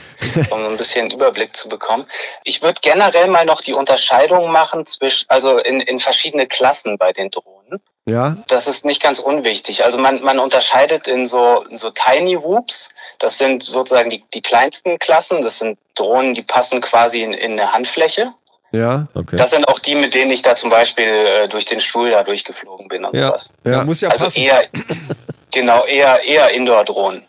[SPEAKER 5] um so ein bisschen Überblick zu bekommen. Ich würde generell mal noch die Unterscheidung machen zwischen, also in, in verschiedene Klassen bei den Drohnen.
[SPEAKER 1] Ja,
[SPEAKER 5] Das ist nicht ganz unwichtig. Also man, man unterscheidet in so, in so Tiny Whoops. Das sind sozusagen die, die kleinsten Klassen. Das sind Drohnen, die passen quasi in, in eine Handfläche.
[SPEAKER 1] ja,
[SPEAKER 2] Okay.
[SPEAKER 5] Das sind auch die, mit denen ich da zum Beispiel äh, durch den Stuhl da durchgeflogen bin und
[SPEAKER 2] Ja.
[SPEAKER 5] sowas.
[SPEAKER 1] ja.
[SPEAKER 6] muss ja
[SPEAKER 5] Also
[SPEAKER 6] passen.
[SPEAKER 5] eher, genau, eher, eher Indoor-Drohnen.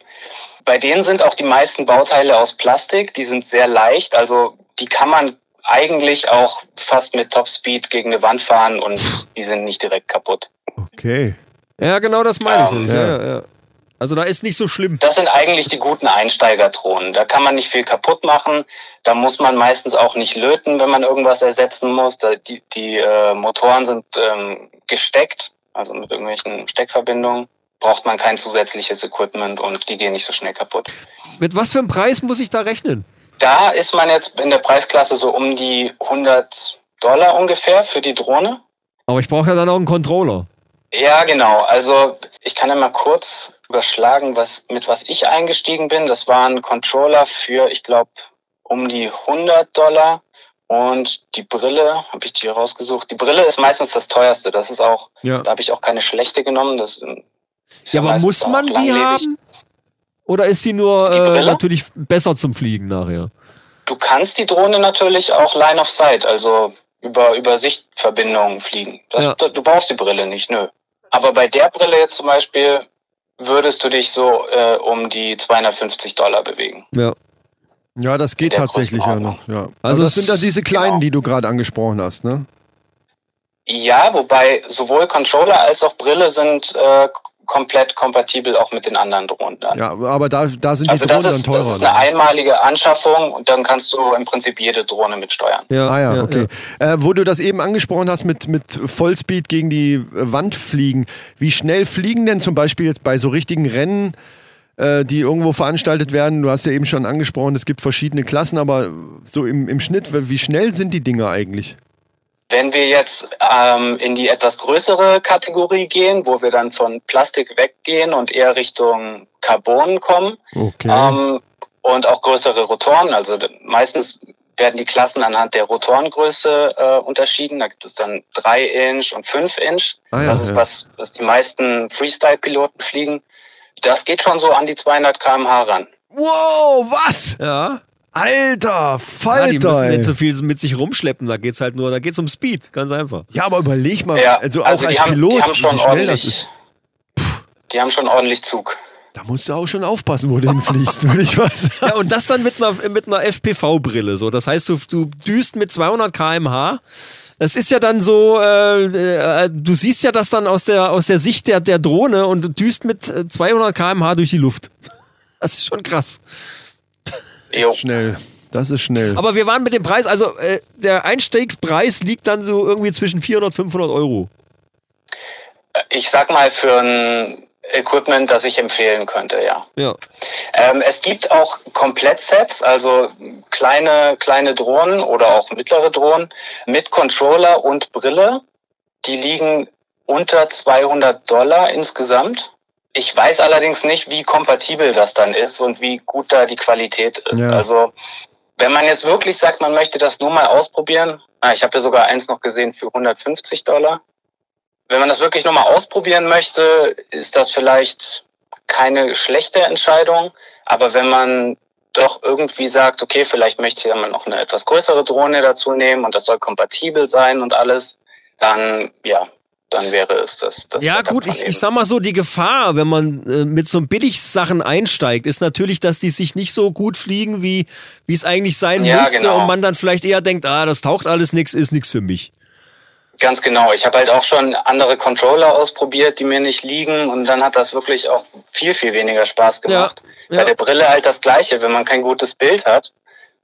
[SPEAKER 5] Bei denen sind auch die meisten Bauteile aus Plastik, die sind sehr leicht, also die kann man eigentlich auch fast mit Topspeed gegen eine Wand fahren und die sind nicht direkt kaputt.
[SPEAKER 1] okay.
[SPEAKER 2] ja, genau das meine
[SPEAKER 5] Ähm,
[SPEAKER 2] ich. Ja, ja, ja. Also da ist nicht so schlimm.
[SPEAKER 5] Das sind eigentlich die guten Einsteigerdrohnen. Da kann man nicht viel kaputt machen. Da muss man meistens auch nicht löten, wenn man irgendwas ersetzen muss. Da, die die äh, Motoren sind ähm, gesteckt, also mit irgendwelchen Steckverbindungen. Braucht man kein zusätzliches Equipment und die gehen nicht so schnell kaputt.
[SPEAKER 2] Mit was für einem Preis muss ich da rechnen?
[SPEAKER 5] Da ist man jetzt in der Preisklasse so um die 100 Dollar ungefähr für die Drohne.
[SPEAKER 2] Aber ich brauche ja dann auch einen Controller.
[SPEAKER 5] Ja, genau. Also ich kann ja mal kurz überschlagen, was, mit was ich eingestiegen bin. Das war ein Controller für, ich glaube, um die 100 Dollar. Und die Brille, habe ich die rausgesucht. Die Brille ist meistens das teuerste. Das ist auch,
[SPEAKER 1] Ja.
[SPEAKER 5] da habe ich auch keine schlechte genommen. Das ähm, ist
[SPEAKER 2] Ja, aber
[SPEAKER 5] meistens
[SPEAKER 2] muss
[SPEAKER 5] auch
[SPEAKER 2] man die
[SPEAKER 5] langlebig.
[SPEAKER 2] haben? Oder ist die nur
[SPEAKER 5] Die
[SPEAKER 2] äh,
[SPEAKER 5] Brille?
[SPEAKER 2] natürlich besser zum Fliegen nachher?
[SPEAKER 5] Du kannst die Drohne natürlich auch Line of Sight, also über, über Sichtverbindungen fliegen. Das,
[SPEAKER 2] Ja.
[SPEAKER 5] Du brauchst die Brille nicht, nö. Aber bei der Brille jetzt zum Beispiel würdest du dich so äh, um die 250 Dollar bewegen.
[SPEAKER 2] Ja.
[SPEAKER 1] Ja, das geht
[SPEAKER 5] Der
[SPEAKER 1] tatsächlich ja
[SPEAKER 5] Größenordnung.
[SPEAKER 1] noch. Ja.
[SPEAKER 2] Also
[SPEAKER 1] Also das
[SPEAKER 2] es-
[SPEAKER 1] sind ja diese kleinen,
[SPEAKER 5] genau.
[SPEAKER 1] die du gerade angesprochen hast, ne?
[SPEAKER 5] Ja, wobei sowohl Controller als auch Brille sind äh, komplett kompatibel auch mit den anderen Drohnen dann.
[SPEAKER 1] Ja, aber da, da sind
[SPEAKER 5] also
[SPEAKER 1] die Drohnen
[SPEAKER 5] das ist,
[SPEAKER 1] dann teurer.
[SPEAKER 5] das ist eine
[SPEAKER 1] ne?
[SPEAKER 5] einmalige Anschaffung und dann kannst du im Prinzip jede Drohne mit steuern.
[SPEAKER 2] Ja,
[SPEAKER 1] Ah ja, okay. Äh, wo du das eben angesprochen hast mit, mit Vollspeed gegen die äh, Wand fliegen. Wie schnell fliegen denn zum Beispiel jetzt bei so richtigen Rennen, äh, die irgendwo veranstaltet werden? Du hast ja eben schon angesprochen, es gibt verschiedene Klassen, aber so im, im Schnitt, wie schnell sind die Dinger eigentlich?
[SPEAKER 5] Wenn wir jetzt ähm, in die etwas größere Kategorie gehen, wo wir dann von Plastik weggehen und eher Richtung Carbon kommen
[SPEAKER 1] Okay.
[SPEAKER 5] ähm, und auch größere Rotoren, also d- meistens werden die Klassen anhand der Rotorengröße äh, unterschieden. Da gibt es dann 3-Inch und 5-Inch.
[SPEAKER 1] Ah ja,
[SPEAKER 5] das ist
[SPEAKER 1] ja.
[SPEAKER 5] was, was die meisten Freestyle-Piloten fliegen. Das geht schon so an die 200 km/h ran.
[SPEAKER 1] wow, was?
[SPEAKER 2] Ja.
[SPEAKER 1] Alter, Falter.
[SPEAKER 2] ja, die müssen
[SPEAKER 1] ey.
[SPEAKER 2] nicht so viel mit sich rumschleppen. Da geht's halt nur, da geht's um Speed, ganz einfach.
[SPEAKER 1] ja, aber überleg mal,
[SPEAKER 5] Ja,
[SPEAKER 1] also auch
[SPEAKER 5] die
[SPEAKER 1] als
[SPEAKER 5] haben-
[SPEAKER 1] Pilot,
[SPEAKER 5] die haben schon
[SPEAKER 1] wie schnell das
[SPEAKER 5] ordentlich,
[SPEAKER 1] ist.
[SPEAKER 5] die haben schon ordentlich Zug.
[SPEAKER 1] Da musst du auch schon aufpassen, wo du hinfliegst, würde ich mal sagen.
[SPEAKER 2] Ja, und das dann mit einer, mit einer FPV-Brille. So. Das heißt, du, du düst mit 200 km/h. Das ist ja dann so, äh, äh, du siehst ja das dann aus der, aus der Sicht der, der Drohne und du düst mit äh, 200 km/h durch die Luft. Das ist schon krass.
[SPEAKER 5] Jo.
[SPEAKER 1] Schnell. Das ist schnell.
[SPEAKER 2] Aber wir waren mit dem Preis, also äh, der Einstiegspreis liegt dann so irgendwie zwischen 400 und 500 Euro.
[SPEAKER 5] Ich sag mal für ein Equipment, das ich empfehlen könnte, ja.
[SPEAKER 2] Ja.
[SPEAKER 5] Ähm, es gibt auch Komplettsets, also kleine, kleine Drohnen oder auch mittlere Drohnen mit Controller und Brille. Die liegen unter 200 Dollar insgesamt. Ich weiß allerdings nicht, wie kompatibel das dann ist und wie gut da die Qualität ist.
[SPEAKER 1] Ja.
[SPEAKER 5] Also wenn man jetzt wirklich sagt, man möchte das nur mal ausprobieren, ah, ich habe ja sogar eins noch gesehen für 150 Dollar. Wenn man das wirklich nur mal ausprobieren möchte, ist das vielleicht keine schlechte Entscheidung. Aber wenn man doch irgendwie sagt, okay, vielleicht möchte ich ja mal noch eine etwas größere Drohne dazu nehmen und das soll kompatibel sein und alles, dann ja, dann wäre es das. das
[SPEAKER 2] Ja,
[SPEAKER 5] Setup
[SPEAKER 2] gut, ich,
[SPEAKER 5] daneben.
[SPEAKER 2] ich sag mal so, die Gefahr, wenn man äh, mit so Billigsachen einsteigt, ist natürlich, dass die sich nicht so gut fliegen, wie wie es eigentlich sein
[SPEAKER 5] Ja,
[SPEAKER 2] müsste
[SPEAKER 5] genau.
[SPEAKER 2] und man dann vielleicht eher denkt, ah, das taucht alles nix, ist nix für mich.
[SPEAKER 5] Ganz genau. Ich habe halt auch schon andere Controller ausprobiert, die mir nicht liegen und dann hat das wirklich auch viel, viel weniger Spaß gemacht.
[SPEAKER 2] Ja, ja.
[SPEAKER 5] Bei der Brille halt das gleiche. Wenn man kein gutes Bild hat,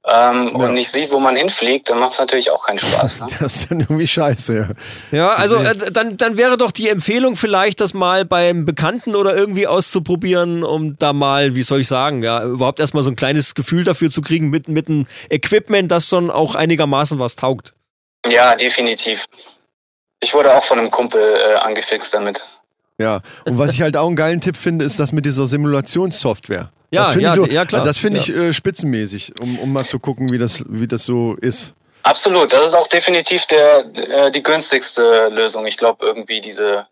[SPEAKER 5] ähm,
[SPEAKER 1] Ja.
[SPEAKER 5] und nicht sieht, wo man hinfliegt, dann macht es natürlich auch keinen Spaß. Ne?
[SPEAKER 1] Das ist dann irgendwie scheiße. Ja.
[SPEAKER 2] Ja, also äh, dann, dann wäre doch die Empfehlung vielleicht, das mal beim Bekannten oder irgendwie auszuprobieren, um da mal, wie soll ich sagen, ja, überhaupt erstmal so ein kleines Gefühl dafür zu kriegen mit, mit einem Equipment, das schon auch einigermaßen was taugt.
[SPEAKER 5] Ja, definitiv. Ich wurde auch von einem Kumpel äh, angefixt damit.
[SPEAKER 1] Ja, und was ich halt auch einen geilen Tipp finde, ist das mit dieser Simulationssoftware.
[SPEAKER 2] Ja,
[SPEAKER 1] das finde
[SPEAKER 2] ja,
[SPEAKER 1] ich so,
[SPEAKER 2] ja, klar.
[SPEAKER 1] Das finde
[SPEAKER 2] Ja.
[SPEAKER 1] ich äh, spitzenmäßig, um, um mal zu gucken, wie das, wie das so ist.
[SPEAKER 5] Absolut, das ist auch definitiv der, äh, die günstigste Lösung. Ich glaube, irgendwie diese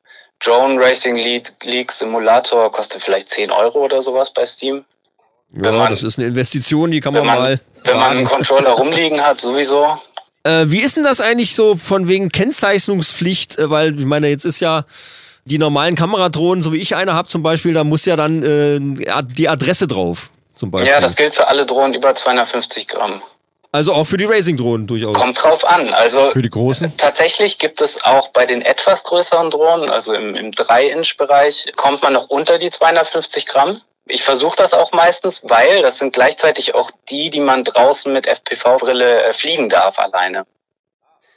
[SPEAKER 5] Drone Racing League, League Simulator kostet vielleicht 10 Euro oder sowas bei Steam. Wenn
[SPEAKER 2] Ja,
[SPEAKER 5] man-
[SPEAKER 2] das ist eine Investition, die kann man,
[SPEAKER 5] Wenn man,
[SPEAKER 2] mal.
[SPEAKER 5] wenn man einen
[SPEAKER 2] wagen.
[SPEAKER 5] Controller rumliegen hat, sowieso.
[SPEAKER 2] Äh, wie ist denn das eigentlich so von wegen Kennzeichnungspflicht? Äh, Weil, ich meine, jetzt ist ja die normalen Kameradrohnen, so wie ich eine habe zum Beispiel, da muss ja dann äh, ad- die Adresse drauf. Zum Beispiel.
[SPEAKER 5] Ja, das gilt für alle Drohnen über 250 Gramm.
[SPEAKER 2] also auch für die Racing-Drohnen durchaus.
[SPEAKER 5] Kommt drauf an. Also
[SPEAKER 1] Für die Großen?
[SPEAKER 5] Tatsächlich gibt es auch bei den etwas größeren Drohnen, also im, im 3-Inch-Bereich, kommt man noch unter die 250 Gramm. Ich versuche das auch meistens, weil das sind gleichzeitig auch die, die man draußen mit FPV-Brille äh, fliegen darf alleine.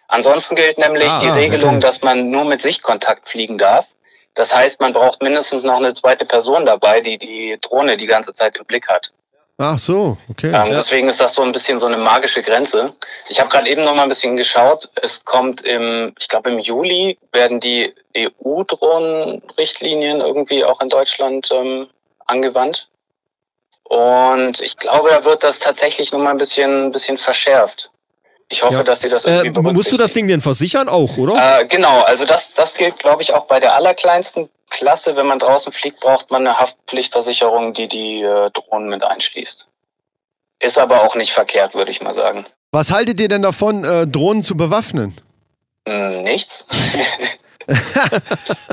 [SPEAKER 5] Ansonsten gilt nämlich
[SPEAKER 2] Ah,
[SPEAKER 5] die
[SPEAKER 2] ah,
[SPEAKER 5] Regelung,
[SPEAKER 1] okay.
[SPEAKER 5] dass man nur mit Sichtkontakt fliegen darf. Das heißt, man braucht mindestens noch eine zweite Person dabei, die die Drohne die ganze Zeit im Blick hat.
[SPEAKER 1] Ach so, okay.
[SPEAKER 5] Ähm, Deswegen ist das so ein bisschen so eine magische Grenze. Ich habe gerade eben noch mal ein bisschen geschaut. Es kommt im, ich glaube im Juli werden die EU-Drohnen-Richtlinien irgendwie auch in Deutschland ähm, angewandt. Und ich glaube, da wird das tatsächlich noch mal ein bisschen, ein bisschen verschärft. Ich hoffe,
[SPEAKER 2] Ja.
[SPEAKER 5] dass sie das irgendwie
[SPEAKER 2] Äh, musst du das Ding
[SPEAKER 5] berücksichtigen.
[SPEAKER 2] denn versichern auch, oder?
[SPEAKER 5] Äh, genau, also das, das gilt, glaube ich, auch bei der allerkleinsten Klasse. Wenn man draußen fliegt, braucht man eine Haftpflichtversicherung, die die äh, Drohnen mit einschließt. Ist aber auch nicht verkehrt, würde ich mal sagen.
[SPEAKER 1] Was haltet ihr denn davon, äh, Drohnen zu bewaffnen?
[SPEAKER 5] Hm, nichts?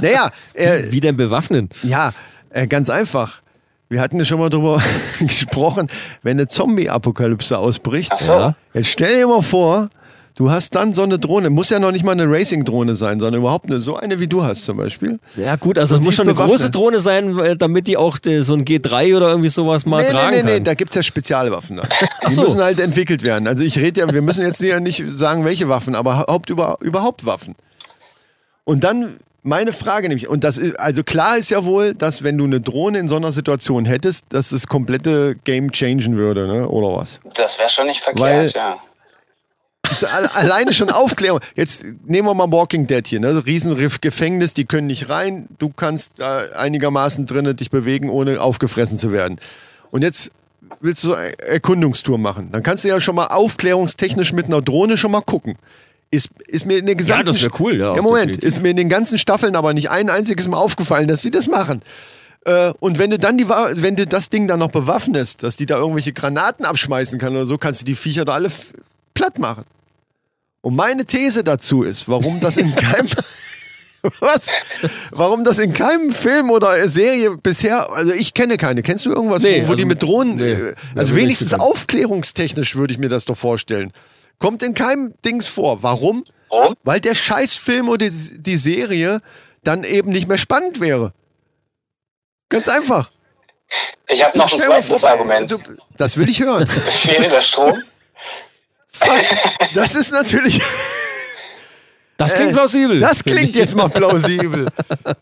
[SPEAKER 1] Naja, äh,
[SPEAKER 5] Ähm,
[SPEAKER 2] Wie denn bewaffnen?
[SPEAKER 1] ja, äh, ganz einfach. Wir hatten ja schon mal drüber gesprochen, wenn eine Zombie-Apokalypse ausbricht,
[SPEAKER 5] Ach so.
[SPEAKER 2] Ja.
[SPEAKER 1] Jetzt stell dir mal vor, du hast dann so eine Drohne, muss ja noch nicht mal eine Racing-Drohne sein, sondern überhaupt eine, so eine wie du hast zum Beispiel.
[SPEAKER 2] Ja gut, also
[SPEAKER 1] Und
[SPEAKER 2] es
[SPEAKER 1] die
[SPEAKER 2] muss
[SPEAKER 1] ist
[SPEAKER 2] schon eine
[SPEAKER 1] bewaffnet.
[SPEAKER 2] große Drohne sein, äh, damit die auch äh, so ein G3 oder irgendwie sowas mal tragen kann.
[SPEAKER 1] da gibt's ja Spezialwaffen. Da.
[SPEAKER 2] Ach
[SPEAKER 1] Die
[SPEAKER 2] so.
[SPEAKER 1] müssen halt entwickelt werden. Also ich rede ja, wir müssen jetzt ja nicht sagen, welche Waffen, aber haupt über, überhaupt Waffen. Und dann meine Frage nämlich, und das ist, also klar ist ja wohl, dass wenn du eine Drohne in so einer Situation hättest, dass das komplette Game changen würde, ne? oder was?
[SPEAKER 5] Das wäre schon nicht verkehrt,
[SPEAKER 1] Weil-
[SPEAKER 5] ja.
[SPEAKER 1] Das ist alle- Alleine schon Aufklärung. Jetzt nehmen wir mal Walking Dead hier, ne? Riesenriff Gefängnis, die können nicht rein. Du kannst äh, einigermaßen drinnen dich bewegen, ohne aufgefressen zu werden. Und jetzt willst du so eine Erkundungstour machen. Dann kannst du ja schon mal aufklärungstechnisch mit einer Drohne schon mal gucken. Ist, ist mir in den gesamten
[SPEAKER 2] das wär cool, ja,
[SPEAKER 1] Ja, Moment,
[SPEAKER 2] definitiv.
[SPEAKER 1] ist mir in den ganzen Staffeln aber nicht ein einziges Mal aufgefallen, dass sie das machen. Äh, und wenn du dann die, Wa- wenn du das Ding dann noch bewaffnest, dass die da irgendwelche Granaten abschmeißen kann oder so, kannst du die Viecher da alle f- platt machen. Und meine These dazu ist, warum das in keinem was? Warum das in keinem Film oder Serie bisher, also ich kenne keine. Kennst du irgendwas,
[SPEAKER 2] Nee,
[SPEAKER 1] wo, wo
[SPEAKER 2] also-
[SPEAKER 1] die mit Drohnen,
[SPEAKER 2] nee,
[SPEAKER 1] äh,
[SPEAKER 2] hab ich
[SPEAKER 1] also
[SPEAKER 2] nicht
[SPEAKER 1] wenigstens
[SPEAKER 2] gekannt.
[SPEAKER 1] aufklärungstechnisch würde ich mir das doch vorstellen. Kommt in keinem Dings vor. Warum?
[SPEAKER 5] Warum?
[SPEAKER 1] Weil der Scheißfilm oder die, die Serie dann eben nicht mehr spannend wäre. Ganz einfach.
[SPEAKER 5] Ich habe noch ein
[SPEAKER 1] Stell mal
[SPEAKER 5] zweites
[SPEAKER 1] vor,
[SPEAKER 5] Argument.
[SPEAKER 1] also, das will ich hören.
[SPEAKER 5] Fehlender Strom?
[SPEAKER 1] Fuck, das ist natürlich,
[SPEAKER 2] Das klingt plausibel.
[SPEAKER 1] äh, das klingt jetzt mal plausibel.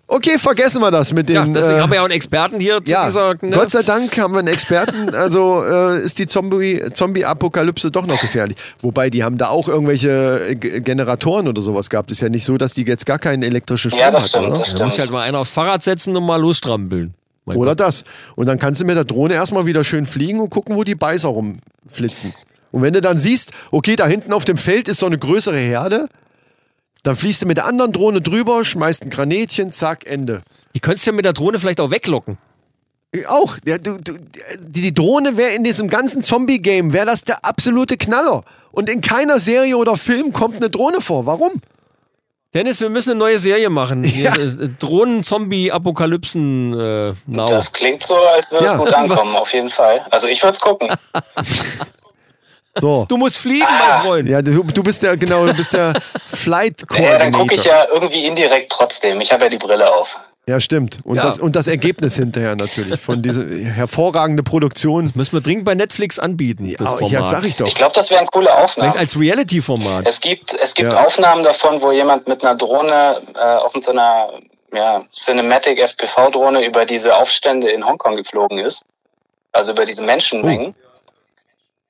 [SPEAKER 1] Okay, vergessen wir das mit dem.
[SPEAKER 2] ja, deswegen
[SPEAKER 1] äh,
[SPEAKER 2] haben wir ja auch einen Experten hier zu
[SPEAKER 1] Ja,
[SPEAKER 2] dieser, ne?
[SPEAKER 1] Gott sei Dank haben wir einen Experten, also äh, ist die Zombie- Zombie-Apokalypse doch noch gefährlich. Wobei, die haben da auch irgendwelche äh, G- Generatoren oder sowas gehabt. Ist ja nicht so, dass die jetzt gar keinen elektrischen Strom
[SPEAKER 5] Ja, das
[SPEAKER 1] hat,
[SPEAKER 5] stimmt,
[SPEAKER 1] oder?
[SPEAKER 5] das
[SPEAKER 2] Da muss ich halt
[SPEAKER 5] stimmt.
[SPEAKER 2] mal einen aufs Fahrrad setzen und mal losstrampeln. Mein
[SPEAKER 1] Oder
[SPEAKER 2] Gott.
[SPEAKER 1] das. Und dann kannst du mit der Drohne erstmal wieder schön fliegen und gucken, wo die Beißer rumflitzen. Und wenn du dann siehst, okay, da hinten auf dem Feld ist so eine größere Herde, dann fließt du mit der anderen Drohne drüber, schmeißt ein Granätchen, zack, Ende.
[SPEAKER 2] Die könntest du ja mit der Drohne vielleicht auch weglocken.
[SPEAKER 1] Auch. Ja, du, du, die, die Drohne wäre in diesem ganzen Zombie-Game, wäre das der absolute Knaller. Und in keiner Serie oder Film kommt eine Drohne vor. Warum?
[SPEAKER 2] Dennis, wir müssen eine neue Serie machen.
[SPEAKER 1] Ja.
[SPEAKER 2] Hier, äh, Drohnen-Zombie-Apokalypsen äh, now.
[SPEAKER 5] Das klingt so, als würde es
[SPEAKER 1] Ja.
[SPEAKER 5] gut ankommen,
[SPEAKER 2] Was?
[SPEAKER 5] auf jeden Fall. Also ich würde es gucken.
[SPEAKER 1] So.
[SPEAKER 2] Du musst fliegen, mein Freund.
[SPEAKER 1] Ah! Ja, du, du bist der, genau, du bist der flight
[SPEAKER 5] Naja, dann
[SPEAKER 1] koordinator
[SPEAKER 5] gucke ich ja irgendwie indirekt trotzdem. Ich habe ja die Brille auf.
[SPEAKER 1] Ja, stimmt. Und,
[SPEAKER 3] Ja.
[SPEAKER 1] Das, und das Ergebnis hinterher natürlich von dieser hervorragende Produktion. Oh,
[SPEAKER 3] Müssen wir dringend bei Netflix anbieten, das Format.
[SPEAKER 1] ja, sag ich doch.
[SPEAKER 5] Ich glaube, das wären coole Aufnahmen.
[SPEAKER 3] Vielleicht als Reality-Format.
[SPEAKER 5] Es gibt, es gibt
[SPEAKER 1] Ja.
[SPEAKER 5] Aufnahmen davon, wo jemand mit einer Drohne, äh, auch mit so einer ja, Cinematic FPV-Drohne über diese Aufstände in Hongkong geflogen ist. Also über diese Menschenmengen. Äh,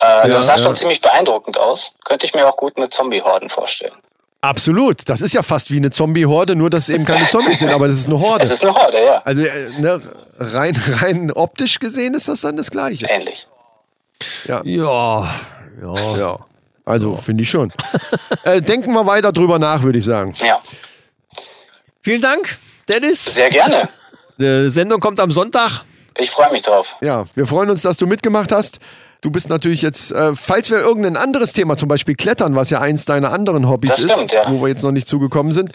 [SPEAKER 1] Oh. Ja,
[SPEAKER 5] das sah
[SPEAKER 1] ja.
[SPEAKER 5] schon ziemlich beeindruckend aus. Könnte ich mir auch gut mit Zombie-Horden vorstellen.
[SPEAKER 1] Absolut. Das ist ja fast wie eine Zombie-Horde, nur dass es eben keine Zombies sind, aber das ist eine
[SPEAKER 5] Es
[SPEAKER 1] Horde.
[SPEAKER 5] ist eine Horde, ja.
[SPEAKER 1] Also äh, ne, rein, rein optisch gesehen ist das dann das Gleiche.
[SPEAKER 5] Ähnlich.
[SPEAKER 3] Ja, ja.
[SPEAKER 1] Ja. Also, finde ich schon. äh, denken wir weiter drüber nach, würde ich sagen.
[SPEAKER 5] Ja,
[SPEAKER 3] Vielen Dank, Dennis.
[SPEAKER 5] sehr gerne.
[SPEAKER 2] Äh,
[SPEAKER 3] Die Sendung kommt am Sonntag.
[SPEAKER 5] Ich freue mich drauf.
[SPEAKER 1] Ja, wir freuen uns, dass du mitgemacht hast. Du bist natürlich jetzt, äh, falls wir irgendein anderes Thema, zum Beispiel Klettern, was ja eins deiner anderen Hobbys
[SPEAKER 5] Das
[SPEAKER 1] ist,
[SPEAKER 5] stimmt, ja.
[SPEAKER 1] wo wir jetzt noch nicht zugekommen sind,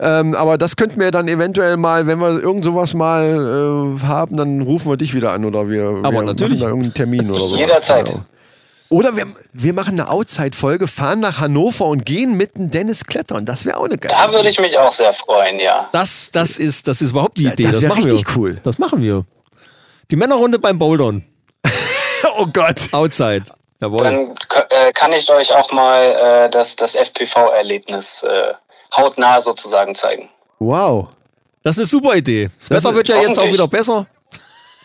[SPEAKER 1] ähm, aber das könnten wir dann eventuell mal, wenn wir irgend sowas mal äh, haben, dann rufen wir dich wieder an oder wir,
[SPEAKER 3] Aber
[SPEAKER 1] wir machen
[SPEAKER 3] natürlich.
[SPEAKER 1] da irgendeinen Termin oder sowas.
[SPEAKER 5] Jederzeit.
[SPEAKER 1] Ja. Oder wir, wir machen eine Outside-Folge, fahren nach Hannover und gehen mitten Dennis klettern. Das wäre auch eine geile
[SPEAKER 5] Da würde ich mich auch sehr freuen, ja.
[SPEAKER 3] Das, das ist, das ist überhaupt die
[SPEAKER 1] Ja,
[SPEAKER 3] Idee.
[SPEAKER 1] das wär
[SPEAKER 3] machen wir.
[SPEAKER 1] richtig cool.
[SPEAKER 3] Das machen wir. Die Männerrunde beim Bouldern.
[SPEAKER 1] Oh Gott.
[SPEAKER 3] Outside. Jawohl.
[SPEAKER 5] Dann k- äh, kann ich euch auch mal äh, das, das FPV-Erlebnis äh, hautnah sozusagen zeigen.
[SPEAKER 1] Wow.
[SPEAKER 3] das ist eine super Idee. Das, Wetter wird ja jetzt auch
[SPEAKER 5] Hoffentlich.
[SPEAKER 3] wieder besser.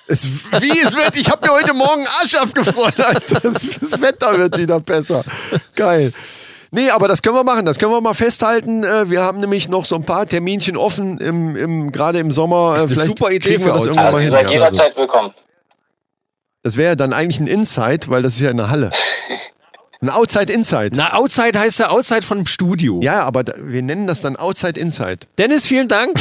[SPEAKER 1] Es, wie es wird, ich habe mir heute Morgen Arsch abgefroren, Alter. Das, das Wetter wird wieder besser. Geil. Nee, aber das können wir machen, das können wir mal festhalten. Äh, Wir haben nämlich noch so ein paar Terminchen offen, im, im, gerade im Sommer.
[SPEAKER 3] Ist
[SPEAKER 1] Äh,
[SPEAKER 3] eine
[SPEAKER 1] Vielleicht
[SPEAKER 3] super Idee
[SPEAKER 1] kriegen
[SPEAKER 3] für
[SPEAKER 1] wir das
[SPEAKER 3] uns.
[SPEAKER 1] irgendwann mal
[SPEAKER 5] Also ihr
[SPEAKER 1] hin.
[SPEAKER 5] seid
[SPEAKER 1] Ja.
[SPEAKER 5] jederzeit willkommen.
[SPEAKER 1] Das wäre ja dann eigentlich ein Inside, weil das ist ja in der Halle. Ein Outside-Inside.
[SPEAKER 3] Na, Outside heißt ja Outside vom Studio.
[SPEAKER 1] Ja, aber da, wir nennen das dann Outside-Inside.
[SPEAKER 3] Dennis, vielen Dank.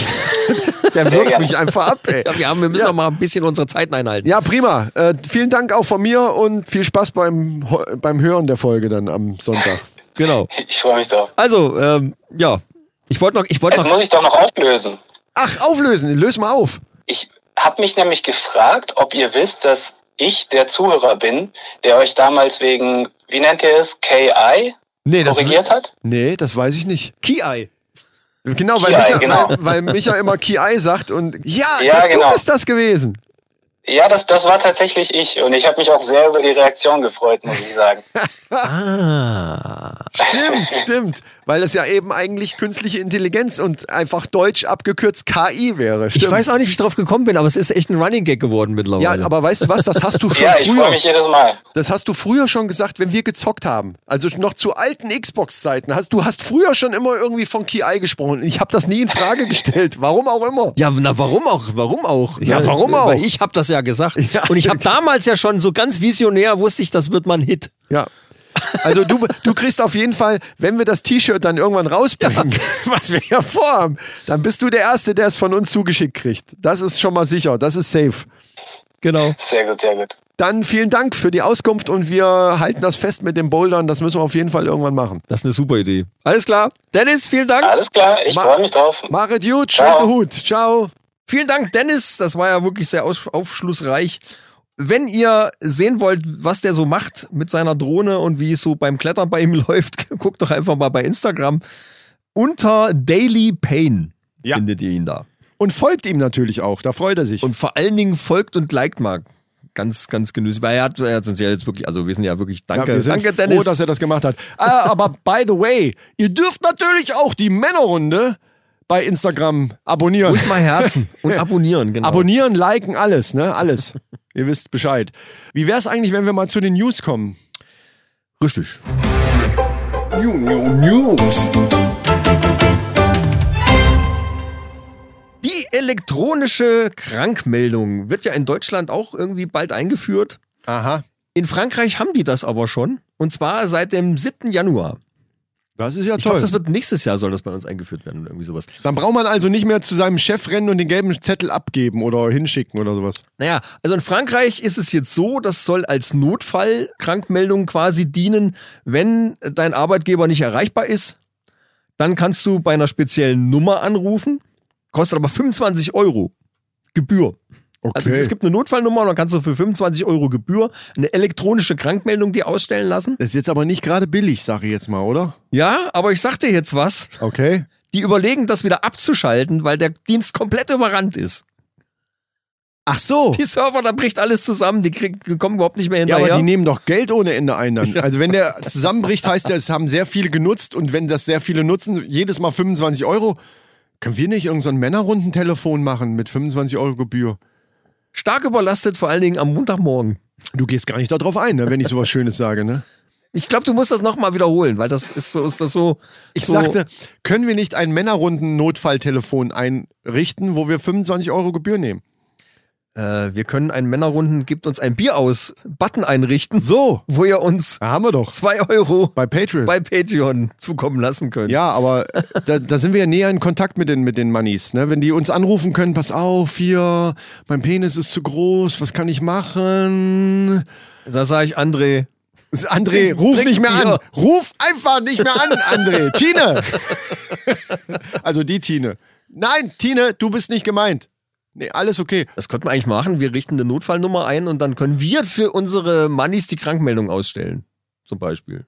[SPEAKER 1] Der wirkt
[SPEAKER 5] gerne.
[SPEAKER 1] mich einfach ab, ey.
[SPEAKER 3] Ja, wir, haben, wir müssen auch mal ein bisschen unsere Zeiten einhalten.
[SPEAKER 1] Ja, prima. Äh, vielen Dank auch von mir und viel Spaß beim, Ho- beim Hören der Folge dann am Sonntag.
[SPEAKER 3] Genau.
[SPEAKER 5] Ich freue mich drauf.
[SPEAKER 3] Also, ähm, ja. Ich wollte noch, ich wollte
[SPEAKER 5] Jetzt
[SPEAKER 3] noch,
[SPEAKER 5] muss ich doch noch auflösen.
[SPEAKER 1] Ach, auflösen, löse mal auf.
[SPEAKER 5] Ich habe mich nämlich gefragt, ob ihr wisst, dass ich der Zuhörer bin, der euch damals wegen, wie nennt ihr es, KI
[SPEAKER 1] Nee, das,
[SPEAKER 5] korrigiert hat.
[SPEAKER 1] nee, das weiß ich nicht.
[SPEAKER 3] Ki-Ei.
[SPEAKER 1] Genau, weil,
[SPEAKER 5] Ki-Ei,
[SPEAKER 1] Micha,
[SPEAKER 5] genau.
[SPEAKER 1] Weil, weil Micha immer Ki-Ei sagt und ja,
[SPEAKER 5] Ja,
[SPEAKER 1] da-
[SPEAKER 5] genau.
[SPEAKER 1] du bist das gewesen.
[SPEAKER 5] Ja, das, das war tatsächlich ich und ich habe mich auch sehr über die Reaktion gefreut, muss ich sagen.
[SPEAKER 3] Ah.
[SPEAKER 1] Stimmt, stimmt. Weil das ja eben eigentlich künstliche Intelligenz und einfach deutsch abgekürzt KI wäre. Stimmt.
[SPEAKER 3] Ich weiß auch nicht, wie ich drauf gekommen bin, aber es ist echt ein Running Gag geworden
[SPEAKER 1] ja,
[SPEAKER 3] mittlerweile.
[SPEAKER 1] aber weißt du was, das hast du schon
[SPEAKER 5] Ja, ich freue
[SPEAKER 1] früher.
[SPEAKER 5] mich jedes Mal.
[SPEAKER 1] Das hast du früher schon gesagt, wenn wir gezockt haben. Also noch zu alten Xbox-Zeiten. Hast, du hast früher schon immer irgendwie von Ki-Ei gesprochen. Ich habe das nie in Frage gestellt. Warum auch immer.
[SPEAKER 3] Ja, na warum auch? Warum auch?
[SPEAKER 1] Ja,
[SPEAKER 3] Ne?
[SPEAKER 1] warum auch?
[SPEAKER 3] Weil ich habe das ja gesagt.
[SPEAKER 1] Ja.
[SPEAKER 3] Und ich habe damals ja schon so ganz visionär wusste ich, das wird mal ein Hit.
[SPEAKER 1] Ja. Also du, du kriegst auf jeden Fall, wenn wir das T-Shirt dann irgendwann rausbringen, was wir ja vorhaben, dann bist du der Erste, der es von uns zugeschickt kriegt. Das ist schon mal sicher, das ist safe.
[SPEAKER 3] Genau.
[SPEAKER 5] Sehr gut, sehr gut.
[SPEAKER 1] Dann vielen Dank für die Auskunft und wir halten das fest mit dem Bouldern. Das müssen wir auf jeden Fall irgendwann machen.
[SPEAKER 3] Das ist eine super Idee. Alles klar. Dennis, vielen Dank.
[SPEAKER 5] Alles klar, ich
[SPEAKER 1] Ma-
[SPEAKER 5] freue mich drauf.
[SPEAKER 1] Maret gut,
[SPEAKER 5] Ciao.
[SPEAKER 1] schwenke Hut. Ciao.
[SPEAKER 2] Vielen Dank, Dennis. Das war ja wirklich sehr aus- aufschlussreich. Wenn ihr sehen wollt, was der so macht mit seiner Drohne und wie es so beim Klettern bei ihm läuft, guckt doch einfach mal bei Instagram. Unter Daily Pain
[SPEAKER 1] Ja.
[SPEAKER 2] findet ihr ihn da.
[SPEAKER 1] Und folgt ihm natürlich auch, da freut er sich.
[SPEAKER 2] Und vor allen Dingen folgt und liked mal. Ganz, ganz genüsslich. Weil er hat, er hat uns ja jetzt wirklich, also wir sind ja wirklich,
[SPEAKER 1] Ja,
[SPEAKER 2] danke,
[SPEAKER 1] wir sind
[SPEAKER 2] danke
[SPEAKER 1] froh,
[SPEAKER 2] Dennis.
[SPEAKER 1] dass er das gemacht hat. Ah, aber by the way, ihr dürft natürlich auch die Männerrunde bei Instagram abonnieren.
[SPEAKER 2] Ruhig mal Herzen und abonnieren, genau.
[SPEAKER 1] Abonnieren, liken, alles, ne? Alles. Ihr wisst Bescheid. Wie wär's eigentlich, wenn wir mal zu den News kommen?
[SPEAKER 2] Richtig. Die elektronische Krankmeldung wird ja in Deutschland auch irgendwie bald eingeführt.
[SPEAKER 1] Aha.
[SPEAKER 2] In Frankreich haben die das aber schon. Und zwar seit dem 7. Januar.
[SPEAKER 1] Das ist ja
[SPEAKER 2] Ich glaube,
[SPEAKER 1] toll.
[SPEAKER 2] das wird nächstes Jahr soll das bei uns eingeführt werden oder irgendwie sowas.
[SPEAKER 1] Dann braucht man also nicht mehr zu seinem Chef rennen und den gelben Zettel abgeben oder hinschicken oder sowas.
[SPEAKER 2] Naja, also in Frankreich ist es jetzt so, das soll als Notfallkrankmeldung quasi dienen, wenn dein Arbeitgeber nicht erreichbar ist, dann kannst du bei einer speziellen Nummer anrufen, kostet aber 25 Euro Gebühr.
[SPEAKER 1] Okay.
[SPEAKER 2] Also es gibt eine Notfallnummer und dann kannst du für 25 Euro Gebühr eine elektronische Krankmeldung dir ausstellen lassen.
[SPEAKER 1] das ist jetzt aber nicht gerade billig, sage ich jetzt mal, oder?
[SPEAKER 2] Ja, aber ich sag dir jetzt was,
[SPEAKER 1] Okay.
[SPEAKER 2] die überlegen, das wieder abzuschalten, weil der Dienst komplett überrannt ist.
[SPEAKER 1] Ach so.
[SPEAKER 2] Die Server, da bricht alles zusammen, die, kriegen, die kommen überhaupt nicht mehr
[SPEAKER 1] Ja,
[SPEAKER 2] hinterher.
[SPEAKER 1] aber die nehmen doch Geld ohne Ende ein dann. Also wenn der zusammenbricht, heißt ja, es haben sehr viele genutzt und wenn das sehr viele nutzen, jedes Mal 25 Euro, können wir nicht irgendein so ein Männerrundentelefon machen mit 25 Euro Gebühr?
[SPEAKER 2] Stark überlastet, vor allen Dingen am Montagmorgen.
[SPEAKER 1] Du gehst gar nicht darauf ein, ne, wenn ich sowas Schönes sage, ne?
[SPEAKER 2] Ich glaube, du musst das nochmal wiederholen, weil das ist so, ist das so.
[SPEAKER 1] Ich
[SPEAKER 2] so,
[SPEAKER 1] sagte, können wir nicht ein Männerrunden-Notfalltelefon einrichten, wo wir 25 Euro Gebühr nehmen?
[SPEAKER 2] äh, wir können einen Männerrunden, gibt uns ein Bier aus, Button einrichten,
[SPEAKER 1] So,
[SPEAKER 2] wo ihr uns
[SPEAKER 1] da haben wir doch.
[SPEAKER 2] zwei Euro
[SPEAKER 1] Bei Patreon.
[SPEAKER 2] bei Patreon zukommen lassen könnt.
[SPEAKER 1] Ja, aber da, da sind wir ja näher in Kontakt mit den, mit den Mannis. Ne? Wenn die uns anrufen können, pass auf, hier, mein Penis ist zu groß, was kann ich machen?
[SPEAKER 2] Da sage ich André,
[SPEAKER 1] André, ruf
[SPEAKER 2] trink
[SPEAKER 1] nicht mehr
[SPEAKER 2] Bier.
[SPEAKER 1] an. Ruf einfach nicht mehr an, André. Tine. also die Tine. Nein, Tine, du bist nicht gemeint. Nee, alles okay.
[SPEAKER 2] das könnten wir eigentlich machen. Wir richten eine Notfallnummer ein und dann können wir für unsere Mannis die Krankmeldung ausstellen. Zum Beispiel.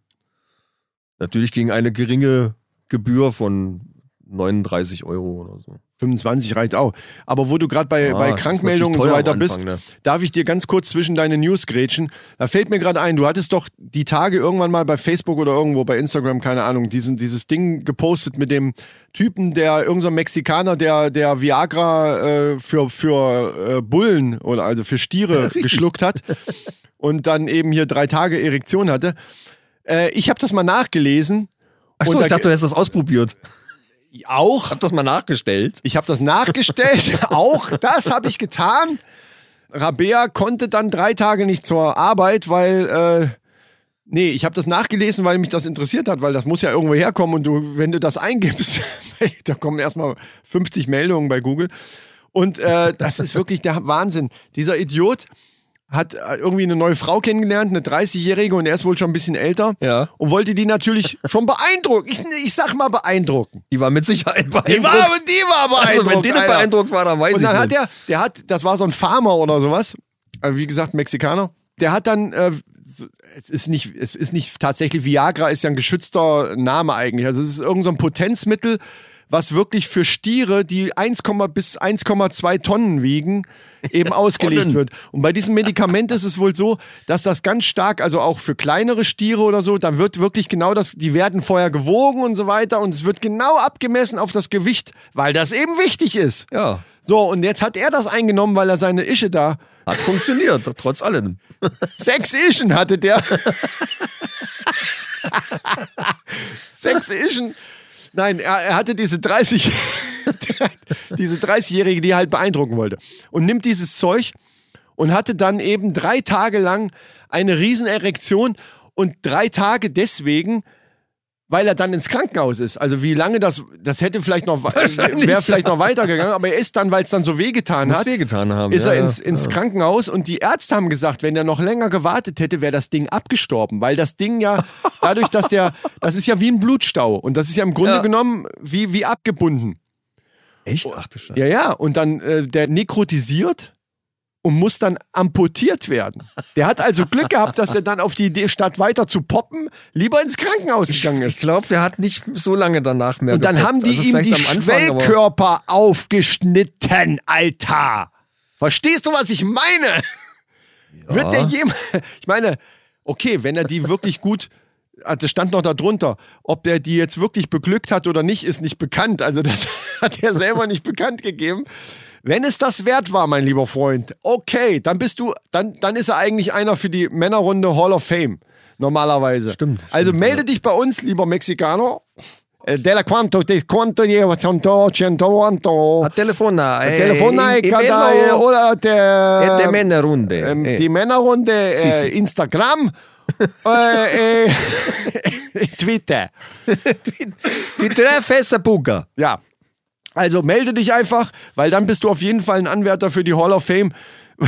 [SPEAKER 2] Natürlich gegen eine geringe Gebühr von 39 Euro oder so.
[SPEAKER 1] 25 reicht auch. Aber wo du gerade bei,
[SPEAKER 2] Ah,
[SPEAKER 1] bei
[SPEAKER 2] das ist
[SPEAKER 1] Krankmeldungen und so
[SPEAKER 2] natürlich teuer
[SPEAKER 1] weiter
[SPEAKER 2] am
[SPEAKER 1] bist,
[SPEAKER 2] Anfang, ne?
[SPEAKER 1] darf ich dir ganz kurz zwischen deine News grätschen. Da fällt mir gerade ein, du hattest doch die Tage irgendwann mal bei Facebook oder irgendwo bei Instagram, keine Ahnung, diesen, dieses Ding gepostet mit dem Typen, der irgendein so ein Mexikaner, der, der Viagra äh, für, für äh, Bullen oder also für Stiere geschluckt hat und dann eben hier drei Tage Erektion hatte. Äh, ich habe das mal nachgelesen.
[SPEAKER 2] Ach so,
[SPEAKER 1] Und
[SPEAKER 2] ich
[SPEAKER 1] da-
[SPEAKER 2] dachte, du hättest das ausprobiert.
[SPEAKER 1] auch.
[SPEAKER 2] Hab das mal nachgestellt.
[SPEAKER 1] Ich habe das nachgestellt, auch das habe ich getan. Rabea konnte dann drei Tage nicht zur Arbeit, weil, äh, nee, ich habe das nachgelesen, weil mich das interessiert hat, weil das muss ja irgendwo herkommen und du, wenn du das eingibst, da kommen erstmal 50 Meldungen bei Google. Und äh, das ist wirklich der Wahnsinn. Dieser Idiot hat äh, irgendwie eine neue Frau kennengelernt, eine 30-Jährige und er ist wohl schon ein bisschen älter
[SPEAKER 2] Ja.
[SPEAKER 1] und wollte die natürlich schon beeindrucken. Ich, ich sag mal beeindrucken.
[SPEAKER 2] Die war mit Sicherheit beeindruckt.
[SPEAKER 1] Die war, aber- die war beeindruckt.
[SPEAKER 2] also, wenn die nicht
[SPEAKER 1] Alter.
[SPEAKER 2] beeindruckt war, dann weiß
[SPEAKER 1] Und
[SPEAKER 2] ich
[SPEAKER 1] dann hat
[SPEAKER 2] nicht.
[SPEAKER 1] er, der hat, das war so ein Farmer oder sowas, also wie gesagt, Mexikaner, der hat dann, äh, so- es ist nicht, es ist nicht tatsächlich, Viagra ist ja ein geschützter Name eigentlich. Also es ist irgendein so ein Potenzmittel, was wirklich für Stiere, die 1, bis 1,2 Tonnen wiegen, eben ausgelegt
[SPEAKER 2] Tonnen.
[SPEAKER 1] wird. Und bei diesem Medikament ist es wohl so, dass das ganz stark, also auch für kleinere Stiere oder so, da wird wirklich genau das, die werden vorher gewogen und so weiter und es wird genau abgemessen auf das Gewicht, weil das eben wichtig ist.
[SPEAKER 2] ja,
[SPEAKER 1] So, und jetzt hat er das eingenommen, weil er seine Ische da.
[SPEAKER 2] hat funktioniert, trotz allem.
[SPEAKER 1] Sechs Ischen hatte der. Sechs Ischen. Nein, er, er hatte diese 30, diese 30-Jährige, die er halt beeindrucken wollte. Und nimmt dieses Zeug und hatte dann eben drei Tage lang eine Riesenerektion und drei Tage deswegen, weil er dann ins Krankenhaus ist. Also wie lange das, das hätte vielleicht noch,
[SPEAKER 2] Wahrscheinlich,
[SPEAKER 1] wäre vielleicht noch weitergegangen, aber er ist dann, weil es dann so wehgetan
[SPEAKER 2] Muss
[SPEAKER 1] hat,
[SPEAKER 2] wehgetan haben.
[SPEAKER 1] ist
[SPEAKER 2] ja,
[SPEAKER 1] er ins,
[SPEAKER 2] ja.
[SPEAKER 1] ins Krankenhaus und die Ärzte haben gesagt, wenn er noch länger gewartet hätte, wäre das Ding abgestorben, weil das Ding ja dadurch, dass der, das ist ja wie ein Blutstau und das ist ja im Grunde
[SPEAKER 2] Ja.
[SPEAKER 1] genommen wie, wie abgebunden.
[SPEAKER 2] Echt? Ach du Scheiße.
[SPEAKER 1] Ja, ja, und dann äh, der nekrotisiert und muss dann amputiert werden. Der hat also Glück gehabt, dass der dann auf die Idee, statt weiter zu poppen, lieber ins Krankenhaus gegangen
[SPEAKER 2] Ich
[SPEAKER 1] ist.
[SPEAKER 2] glaube, der hat nicht so lange danach mehr
[SPEAKER 1] Und dann
[SPEAKER 2] gepackt.
[SPEAKER 1] haben die
[SPEAKER 2] Also
[SPEAKER 1] ihm
[SPEAKER 2] vielleicht
[SPEAKER 1] die
[SPEAKER 2] am Anfang, aber-
[SPEAKER 1] Schwellkörper aufgeschnitten, Alter. Verstehst du, was ich meine? Wird der jemand, ich meine, okay, wenn er die wirklich gut, ah, das stand noch da drunter, ob der die jetzt wirklich beglückt hat oder nicht, ist nicht bekannt. Also das hat er selber nicht bekannt gegeben. Wenn es das wert war, mein lieber Freund, okay, dann bist du, dann, dann ist er eigentlich einer für die Männerrunde Hall of Fame. Normalerweise.
[SPEAKER 2] Stimmt,
[SPEAKER 1] Also melde dich bei uns, lieber Mexikaner. Eh, Della quanto te quanto lleva santo centoanto.
[SPEAKER 2] Hat Telefona. ey,
[SPEAKER 1] Telefonnai
[SPEAKER 2] im- im
[SPEAKER 1] cada eh,
[SPEAKER 2] Elo-
[SPEAKER 1] oder
[SPEAKER 2] äh, der
[SPEAKER 1] der
[SPEAKER 2] Männerrunde.
[SPEAKER 1] ähm,
[SPEAKER 2] Ey.
[SPEAKER 1] die Männerrunde
[SPEAKER 2] Sie,
[SPEAKER 1] äh,
[SPEAKER 2] sie.
[SPEAKER 1] Instagram äh, äh, Twitter.
[SPEAKER 2] die drei Fässer Buga.
[SPEAKER 1] Ja. Also melde dich einfach, weil dann bist du auf jeden Fall ein Anwärter für die Hall of Fame.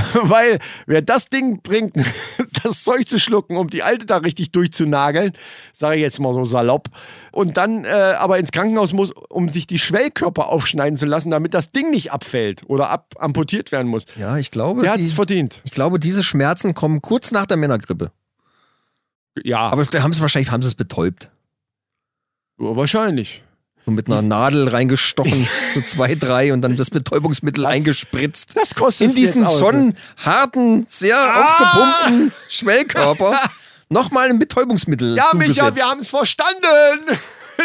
[SPEAKER 1] Weil wer das Ding bringt, das Zeug zu schlucken, um die Alte da richtig durchzunageln, sage ich jetzt mal so salopp, und dann äh, aber ins Krankenhaus muss, um sich die Schwellkörper aufschneiden zu lassen, damit das Ding nicht abfällt oder ab amputiert werden muss,
[SPEAKER 2] Ja, ich glaube,
[SPEAKER 1] der hat es
[SPEAKER 2] die-
[SPEAKER 1] verdient.
[SPEAKER 2] ich glaube, diese Schmerzen kommen kurz nach der Männergrippe.
[SPEAKER 1] Ja,
[SPEAKER 2] Aber da haben sie wahrscheinlich haben sie es betäubt.
[SPEAKER 1] wahrscheinlich.
[SPEAKER 2] So mit einer Nadel reingestochen, so zwei, drei und dann das Betäubungsmittel eingespritzt.
[SPEAKER 1] das kostet
[SPEAKER 2] In diesen
[SPEAKER 1] jetzt aus, Ah!
[SPEAKER 2] schon
[SPEAKER 1] ne?
[SPEAKER 2] harten, sehr aufgepumpten Schwellkörper nochmal ein Betäubungsmittel
[SPEAKER 1] Ja,
[SPEAKER 2] zugesetzt.
[SPEAKER 1] Micha, wir haben es verstanden.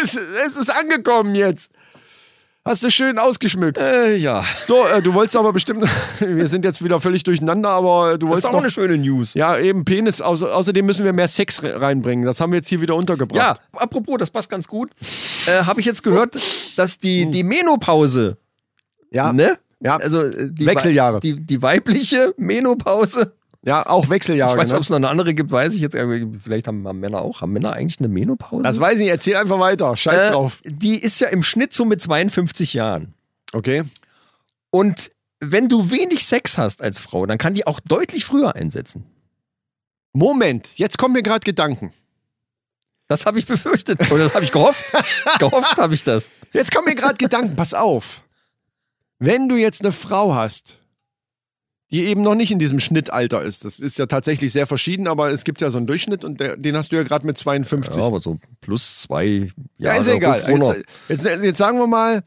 [SPEAKER 1] Es, es ist angekommen jetzt. Hast du schön ausgeschmückt.
[SPEAKER 2] äh, ja,
[SPEAKER 1] So, äh, du wolltest aber bestimmt, wir sind jetzt wieder völlig durcheinander, aber äh, du
[SPEAKER 2] das ist
[SPEAKER 1] wolltest
[SPEAKER 2] auch
[SPEAKER 1] noch,
[SPEAKER 2] eine schöne News.
[SPEAKER 1] ja eben Penis, außer, außerdem müssen wir mehr Sex re- reinbringen, das haben wir jetzt hier wieder
[SPEAKER 2] Ja,
[SPEAKER 1] untergebracht.
[SPEAKER 2] apropos, das passt ganz gut. Äh, Habe ich jetzt gehört, dass die, die Menopause,
[SPEAKER 1] Hm. Ja,
[SPEAKER 2] ne?
[SPEAKER 1] ja.
[SPEAKER 2] Also äh, die
[SPEAKER 1] Wechseljahre.
[SPEAKER 2] wei- Die, die weibliche Menopause.
[SPEAKER 1] ja auch Wechseljahre.
[SPEAKER 2] Ich weiß,
[SPEAKER 1] ne?
[SPEAKER 2] ob es noch eine andere gibt, weiß ich jetzt. irgendwie. Vielleicht haben, haben Männer auch. Haben Männer eigentlich eine Menopause?
[SPEAKER 1] Das weiß ich, erzähl einfach weiter, scheiß
[SPEAKER 2] äh,
[SPEAKER 1] drauf.
[SPEAKER 2] Die ist ja im Schnitt so mit 52 Jahren.
[SPEAKER 1] Okay,
[SPEAKER 2] Und wenn du wenig Sex hast als Frau, dann kann die auch deutlich früher einsetzen.
[SPEAKER 1] Moment, jetzt kommen mir gerade Gedanken.
[SPEAKER 2] Das habe ich befürchtet. Oder das habe ich gehofft. gehofft habe ich das.
[SPEAKER 1] Jetzt kommen mir gerade Gedanken, pass auf. Wenn du jetzt eine Frau hast, die eben noch nicht in diesem Schnittalter ist, das ist ja tatsächlich sehr verschieden, aber es gibt ja so einen Durchschnitt und der, den hast du ja gerade mit 52.
[SPEAKER 2] Ja, aber so plus zwei
[SPEAKER 1] Ja, also ist
[SPEAKER 2] Jahre.
[SPEAKER 1] egal.
[SPEAKER 2] runter.
[SPEAKER 1] Jetzt, jetzt, jetzt sagen wir mal,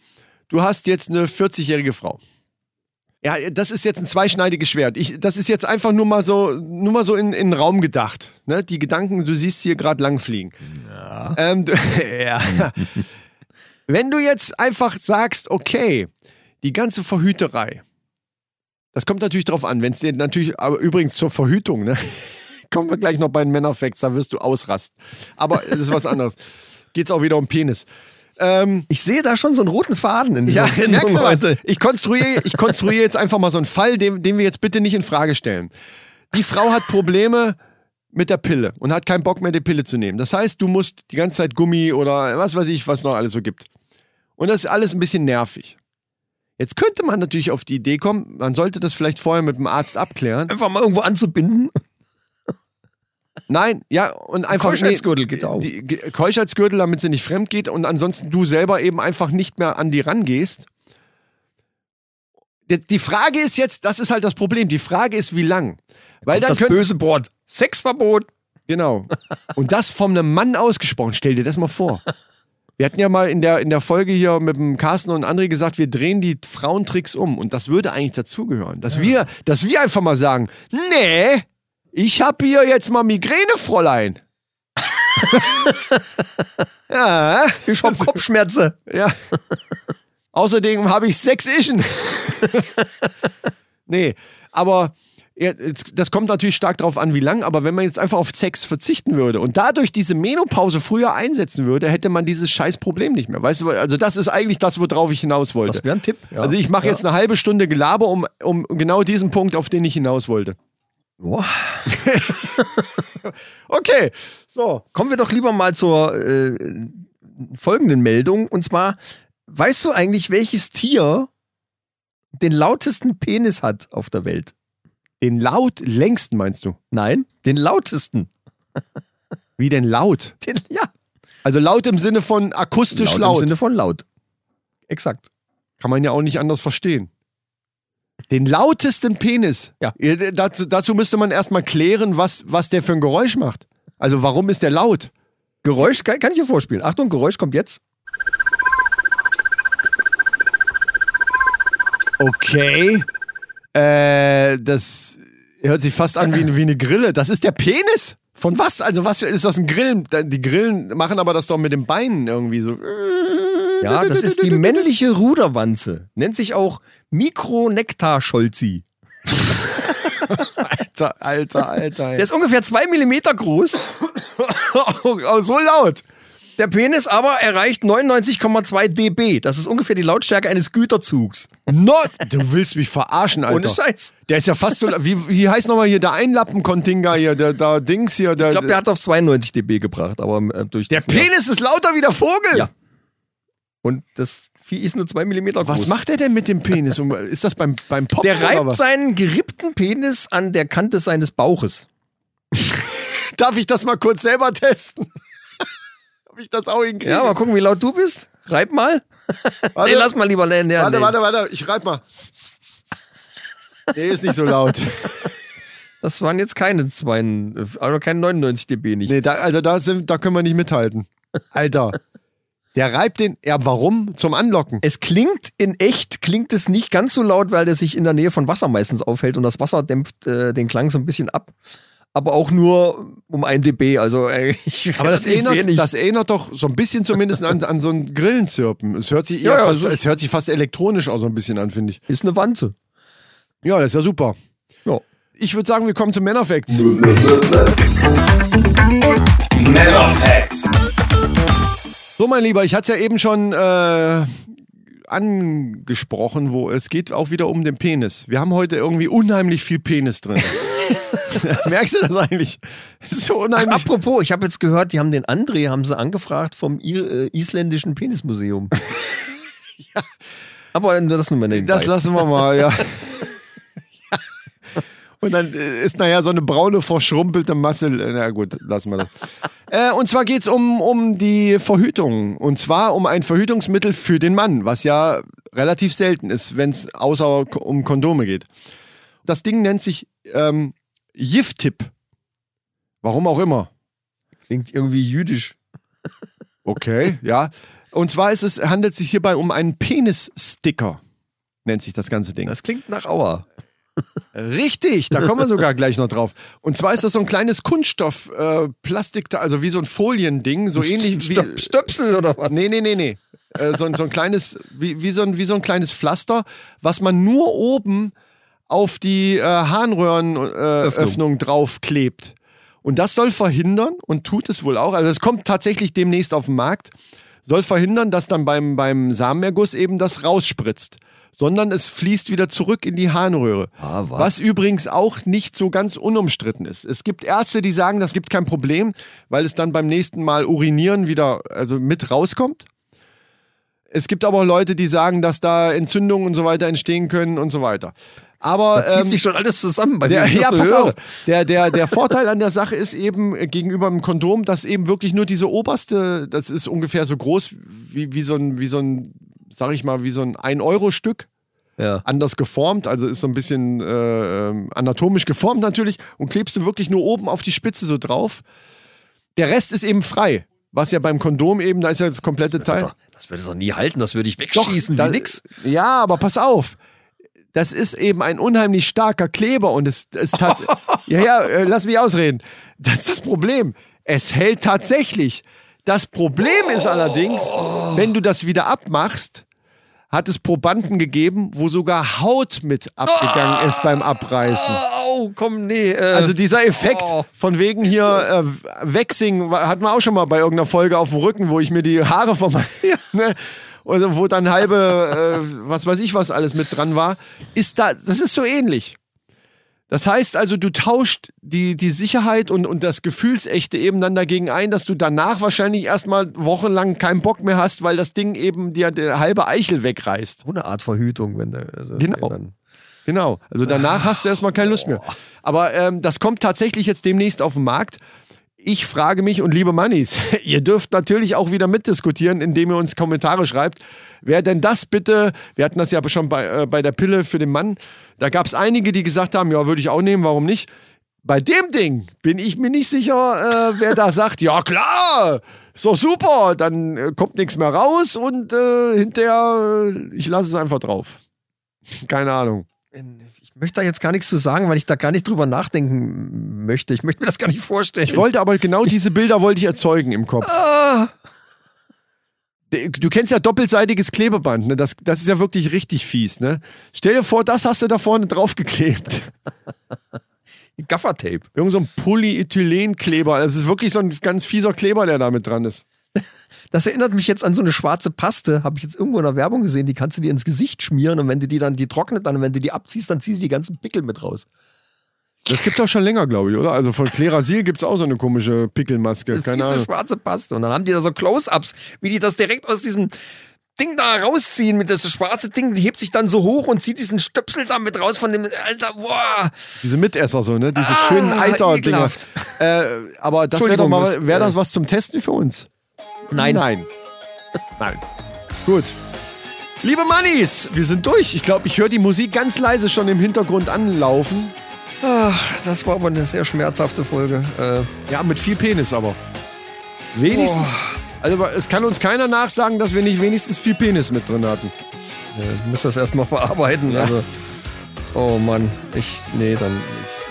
[SPEAKER 1] du hast jetzt eine 40-jährige Frau. Ja, das ist jetzt ein zweischneidiges Schwert. Ich, das ist jetzt einfach nur mal so, nur mal so in, in den Raum gedacht. Ne? Die Gedanken, du siehst hier gerade lang fliegen. Ja. Ähm, du, ja. Wenn du jetzt einfach sagst, okay, die ganze Verhüterei, das kommt natürlich drauf an, wenn es dir natürlich, aber übrigens zur Verhütung, ne? kommen wir gleich noch bei den Männerfacts, da wirst du ausrasten. Aber das ist was anderes. Geht's auch wieder um Penis. Ähm,
[SPEAKER 2] Ich sehe da schon so einen roten Faden in dieser
[SPEAKER 1] ja,
[SPEAKER 2] Sendung
[SPEAKER 1] merkst du was?
[SPEAKER 2] heute.
[SPEAKER 1] Ich konstruiere, ich konstruiere jetzt einfach mal so einen Fall, den, den wir jetzt bitte nicht in Frage stellen. Die Frau hat Probleme mit der Pille und hat keinen Bock mehr, die Pille zu nehmen. Das heißt, du musst die ganze Zeit Gummi oder was weiß ich, was noch alles so gibt. Und das ist alles ein bisschen nervig. Jetzt könnte man natürlich auf die Idee kommen, man sollte das vielleicht vorher mit dem Arzt abklären.
[SPEAKER 2] Einfach mal irgendwo anzubinden.
[SPEAKER 1] Nein, ja, und einfach.
[SPEAKER 2] Keuschheitsgürtel geht auch.
[SPEAKER 1] Die Ge- Keuschheitsgürtel, damit sie nicht fremd geht und ansonsten du selber eben einfach nicht mehr an die rangehst. Die- Die Frage ist jetzt, das ist halt das Problem, die Frage ist, wie lang. Weil dann
[SPEAKER 2] das
[SPEAKER 1] können,
[SPEAKER 2] böse Wort. Sexverbot.
[SPEAKER 1] genau. Und das von einem Mann ausgesprochen, stell dir das mal vor. Wir hatten ja mal in der, in der Folge hier mit dem Carsten und André gesagt, wir drehen die Frauentricks um. Und das würde eigentlich dazugehören. Dass, wir, dass wir einfach mal sagen, nee, ich habe hier jetzt mal Migräne, Fräulein. ja,
[SPEAKER 2] Ich hab Kopfschmerzen.
[SPEAKER 1] ja. Außerdem habe ich sechs Ischen. nee, aber ja, jetzt- das kommt natürlich stark darauf an, wie lang, aber wenn man jetzt einfach auf Sex verzichten würde und dadurch diese Menopause früher einsetzen würde, hätte man dieses scheiß Problem nicht mehr. Weißt du, also das ist eigentlich das, worauf ich hinaus wollte.
[SPEAKER 2] Das wäre ein Tipp. Ja.
[SPEAKER 1] Also ich mache
[SPEAKER 2] ja.
[SPEAKER 1] jetzt eine halbe Stunde Gelaber um, um genau diesen Punkt, auf den ich hinaus wollte.
[SPEAKER 2] Boah.
[SPEAKER 1] Okay, so.
[SPEAKER 2] Kommen wir doch lieber mal zur äh, folgenden Meldung. Und zwar, weißt du eigentlich, welches Tier den lautesten Penis hat auf der Welt?
[SPEAKER 1] Den laut längsten meinst du?
[SPEAKER 2] Nein, den lautesten.
[SPEAKER 1] Wie denn laut?
[SPEAKER 2] Den, ja,
[SPEAKER 1] Also laut im Sinne von akustisch
[SPEAKER 2] laut, im
[SPEAKER 1] laut.
[SPEAKER 2] Sinne von laut. Exakt.
[SPEAKER 1] Kann man ja auch nicht anders verstehen. Den lautesten Penis.
[SPEAKER 2] Ja.
[SPEAKER 1] Dazu, dazu müsste man erstmal klären, was, was der für ein Geräusch macht. Also warum ist der laut?
[SPEAKER 2] Geräusch kann, kann ich dir vorspielen. Achtung, Geräusch kommt jetzt.
[SPEAKER 1] Okay. Äh, das hört sich fast an wie, eine- wie eine Grille. Das ist der Penis. Von was? Also was für- ist das ein Grillen? Da- Die Grillen machen aber das doch mit den Beinen irgendwie so.
[SPEAKER 2] Ja, das ist die männliche Ruderwanze. Nennt sich auch Mikronektarscholzi.
[SPEAKER 1] Alter, alter, alter.
[SPEAKER 2] Der
[SPEAKER 1] ey.
[SPEAKER 2] ist ungefähr zwei Millimeter groß.
[SPEAKER 1] Oh, oh, so laut.
[SPEAKER 2] Der Penis aber erreicht 99,2 dB. Das ist ungefähr die Lautstärke eines Güterzugs.
[SPEAKER 1] Not. Du willst mich verarschen, Alter.
[SPEAKER 2] Ohne Scheiß.
[SPEAKER 1] Der ist ja fast so. Wie, wie heißt nochmal hier der Einlappen-Kontinger hier, der, der Dings hier? Der,
[SPEAKER 2] Ich glaube, der hat auf 92 dB gebracht, aber äh,
[SPEAKER 1] Also
[SPEAKER 2] durch
[SPEAKER 1] der
[SPEAKER 2] das- ja.
[SPEAKER 1] Penis ist lauter wie der Vogel.
[SPEAKER 2] Ja. Und das Vieh ist nur zwei Millimeter groß.
[SPEAKER 1] Was macht er denn mit dem Penis? Und Ist das beim, beim Pop
[SPEAKER 2] Der
[SPEAKER 1] oder
[SPEAKER 2] reibt
[SPEAKER 1] was?
[SPEAKER 2] seinen gerippten Penis an der Kante seines Bauches.
[SPEAKER 1] Darf ich das mal kurz selber testen? Ob ich das auch hinkriege?
[SPEAKER 2] Ja, mal gucken, wie laut du bist. Reib mal.
[SPEAKER 1] warte,
[SPEAKER 2] nee, lass mal lieber. Nee, nee,
[SPEAKER 1] warte,
[SPEAKER 2] nee.
[SPEAKER 1] warte, warte, ich reib mal. Der ist nicht so laut.
[SPEAKER 2] Das waren jetzt keine zwei, also keine 99 dB nicht.
[SPEAKER 1] Nee, da, also da, sind, da können wir nicht mithalten. Alter. Der reibt den, ja, warum? Zum Anlocken.
[SPEAKER 2] Es klingt in echt, klingt es nicht ganz so laut, weil der sich in der Nähe von Wasser meistens aufhält und das Wasser dämpft äh, den Klang so ein bisschen ab. Aber auch nur um ein dB, also äh, ich
[SPEAKER 1] Aber das
[SPEAKER 2] relativ
[SPEAKER 1] erinnert,
[SPEAKER 2] wenig.
[SPEAKER 1] das erinnert doch so ein bisschen zumindest an, an so ein Grillenzirpen. Es hört sich eher
[SPEAKER 2] Ja, ja,
[SPEAKER 1] fast,
[SPEAKER 2] es ist-
[SPEAKER 1] es hört sich fast elektronisch auch so ein bisschen an, finde ich.
[SPEAKER 2] ist eine Wanze.
[SPEAKER 1] Ja, das ist ja super.
[SPEAKER 2] Ja.
[SPEAKER 1] Ich würde sagen, wir kommen zu Männerfacts.
[SPEAKER 7] Männer Facts.
[SPEAKER 1] So, mein Lieber, ich hatte es ja eben schon äh, angesprochen, wo es geht auch wieder um den Penis. Wir haben heute irgendwie unheimlich viel Penis drin. Merkst du das eigentlich? Das ist so unheimlich.
[SPEAKER 2] Apropos, ich habe jetzt gehört, die haben den André, haben sie angefragt vom I äh, isländischen Penismuseum. Aber das nun mal nebenbei.
[SPEAKER 1] Das lassen wir mal, ja. Ja. Und dann äh, ist naja so eine braune, verschrumpelte Masse. äh, Na gut, lassen wir das. Äh, und zwar geht es um, um die Verhütung. Und zwar um ein Verhütungsmittel für den Mann, was ja relativ selten ist, wenn es außer Ko- um Kondome geht. Das Ding nennt sich ähm, Gift-Tipp. Warum auch immer.
[SPEAKER 2] Klingt irgendwie jüdisch.
[SPEAKER 1] Okay, ja. Und zwar ist es, handelt es sich hierbei um einen Penis-Sticker, nennt sich das ganze Ding.
[SPEAKER 2] Das klingt nach Auer.
[SPEAKER 1] Richtig, da kommen wir sogar gleich noch drauf. Und zwar ist das so ein kleines Kunststoff, äh, Plastik, also wie so ein Foliending, so ähnlich wie.
[SPEAKER 2] Stöp Stöpsel oder was?
[SPEAKER 1] Nee, nee, nee, nee. Äh, so, ein- so ein kleines, wie, wie, so ein, wie so ein kleines Pflaster, was man nur oben auf die äh, Harnröhrenöffnung äh, Öffnung draufklebt. Und das soll verhindern und tut es wohl auch. Also es kommt tatsächlich demnächst auf den Markt. Soll verhindern, dass dann beim, beim Samenerguss eben das rausspritzt, sondern es fließt wieder zurück in die Harnröhre.
[SPEAKER 2] Ah, was?
[SPEAKER 1] Was übrigens auch nicht so ganz unumstritten ist. Es gibt Ärzte, die sagen, das gibt kein Problem, weil es dann beim nächsten Mal urinieren wieder also mit rauskommt. Es gibt aber auch Leute, die sagen, dass da Entzündungen und so weiter entstehen können und so weiter. Aber
[SPEAKER 2] Da zieht
[SPEAKER 1] ähm,
[SPEAKER 2] sich schon alles zusammen bei
[SPEAKER 1] der,
[SPEAKER 2] dem.
[SPEAKER 1] ja,
[SPEAKER 2] Also das
[SPEAKER 1] pass
[SPEAKER 2] höre.
[SPEAKER 1] auf. Der, der, der Vorteil an der Sache ist eben äh, gegenüber dem Kondom, dass eben wirklich nur diese oberste, das ist ungefähr so groß wie, wie so ein, wie so ein, sag ich mal, wie so ein 1-Euro-Stück.
[SPEAKER 2] Ja.
[SPEAKER 1] Anders geformt, also ist so ein bisschen äh, ähm, anatomisch geformt natürlich und klebst du wirklich nur oben auf die Spitze so drauf. Der Rest ist eben frei. Was ja beim Kondom eben, da ist ja das komplette Teil.
[SPEAKER 2] Das würde es doch nie halten, das würde ich
[SPEAKER 1] Doch,
[SPEAKER 2] wegschießen
[SPEAKER 1] da-
[SPEAKER 2] wie nix.
[SPEAKER 1] Ja, aber pass auf. Das ist eben ein unheimlich starker Kleber und es, es tats- ja, ja, äh, lass mich ausreden. Das ist das Problem. Es hält tatsächlich. Das Problem ist allerdings, wenn du das wieder abmachst, hat es Probanden gegeben, wo sogar Haut mit abgegangen ist beim Abreißen.
[SPEAKER 2] Au, komm, nee. Äh,
[SPEAKER 1] Also dieser Effekt
[SPEAKER 2] Oh.
[SPEAKER 1] von wegen hier äh, Waxing wa- hatten wir auch schon mal bei irgendeiner Folge auf dem Rücken, wo ich mir die Haare vom ne, oder wo dann halbe äh, was weiß ich was alles mit dran war, ist da das ist so ähnlich. Das heißt also, du tauscht die, die Sicherheit und, und das Gefühlsechte eben dann dagegen ein, dass du danach wahrscheinlich erstmal wochenlang keinen Bock mehr hast, weil das Ding eben dir die halbe Eichel wegreißt.
[SPEAKER 2] so eine Art Verhütung, wenn der. Also,
[SPEAKER 1] Genau.
[SPEAKER 2] wenn dann-
[SPEAKER 1] Genau. Also danach hast du erstmal keine Lust mehr. Aber ähm, das kommt tatsächlich jetzt demnächst auf den Markt. Ich frage mich und liebe Mannis, ihr dürft natürlich auch wieder mitdiskutieren, indem ihr uns Kommentare schreibt. Wer denn das bitte? Wir hatten das ja schon bei, äh, bei der Pille für den Mann. Da gab es einige, die gesagt haben, ja, würde ich auch nehmen, warum nicht? Bei dem Ding bin ich mir nicht sicher, äh, wer da sagt, ja klar, ist doch super, dann äh, kommt nichts mehr raus und äh, hinterher, äh, ich lasse es einfach drauf. Keine Ahnung.
[SPEAKER 2] Ich möchte da jetzt gar nichts zu sagen, weil ich da gar nicht drüber nachdenken möchte. Ich möchte mir das gar nicht vorstellen.
[SPEAKER 1] Ich wollte aber genau diese Bilder wollte ich erzeugen im Kopf.
[SPEAKER 2] Ah.
[SPEAKER 1] Du kennst ja doppelseitiges Klebeband, ne? Das, das ist ja wirklich richtig fies, ne? Stell dir vor, das hast du da vorne draufgeklebt.
[SPEAKER 2] Gaffertape.
[SPEAKER 1] Irgend so ein Polyethylenkleber. Das ist wirklich so ein ganz fieser Kleber, der da mit dran ist.
[SPEAKER 2] Das erinnert mich jetzt an so eine schwarze Paste, habe ich jetzt irgendwo in der Werbung gesehen, die kannst du dir ins Gesicht schmieren und wenn du die dann, die trocknet dann und wenn du die abziehst, dann ziehst du die ganzen Pickel mit raus.
[SPEAKER 1] Das gibt auch schon länger, glaube ich, oder? Also von Klerasil gibt es auch so eine komische Pickelmaske.
[SPEAKER 2] Das
[SPEAKER 1] Keine
[SPEAKER 2] ist diese
[SPEAKER 1] Ahnung.
[SPEAKER 2] schwarze Paste. Und dann haben die da so Close-Ups, wie die das direkt aus diesem Ding da rausziehen mit das schwarze Ding, die hebt sich dann so hoch und zieht diesen Stöpsel damit raus von dem, alter, boah.
[SPEAKER 1] Diese Mitesser so, ne? Diese
[SPEAKER 2] Ah,
[SPEAKER 1] schönen Eiter-Dinger.
[SPEAKER 2] ekelhaft.
[SPEAKER 1] Äh, aber das wäre doch
[SPEAKER 2] Entschuldigung,
[SPEAKER 1] mal, wäre
[SPEAKER 2] das- äh,
[SPEAKER 1] das was zum Testen für uns?
[SPEAKER 2] Nein.
[SPEAKER 1] Nein. Nein. Gut. Liebe Mannis, wir sind durch. Ich glaube, ich höre die Musik ganz leise schon im Hintergrund anlaufen.
[SPEAKER 2] Ach, Ah, das war aber eine sehr schmerzhafte Folge. Äh,
[SPEAKER 1] Ja, mit viel Penis aber. Wenigstens. Also es kann uns keiner nachsagen, dass wir nicht wenigstens viel Penis mit drin hatten.
[SPEAKER 2] Ich muss das erstmal verarbeiten. Also. Oh Mann, ich, nee, dann,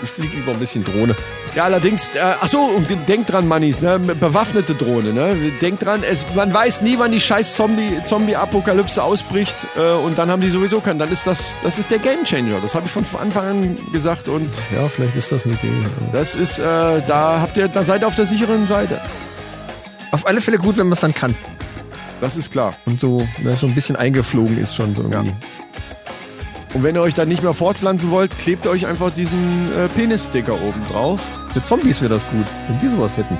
[SPEAKER 2] ich, ich fliege lieber ein bisschen Drohne.
[SPEAKER 1] Ja, allerdings, äh, achso, und ge- denkt dran, Mannis, ne? bewaffnete Drohne, ne? Denkt dran, es, man weiß nie, wann die scheiß Zombie- Zombie-Apokalypse ausbricht äh, und dann haben die sowieso keinen. Dann ist das, das ist der Gamechanger. Das habe ich von Anfang an gesagt und
[SPEAKER 2] Ja, vielleicht ist das eine Idee.
[SPEAKER 1] das ist, äh, da habt ihr, da seid ihr auf der sicheren Seite.
[SPEAKER 2] Auf alle Fälle gut, wenn man es dann kann.
[SPEAKER 1] Das ist klar.
[SPEAKER 2] Und so, ne, so ein bisschen eingeflogen ist schon so irgendwie.
[SPEAKER 1] Und wenn ihr euch dann nicht mehr fortpflanzen wollt, klebt euch einfach diesen äh, Penis-Sticker oben drauf.
[SPEAKER 2] Für Zombies wäre das gut, wenn die sowas hätten.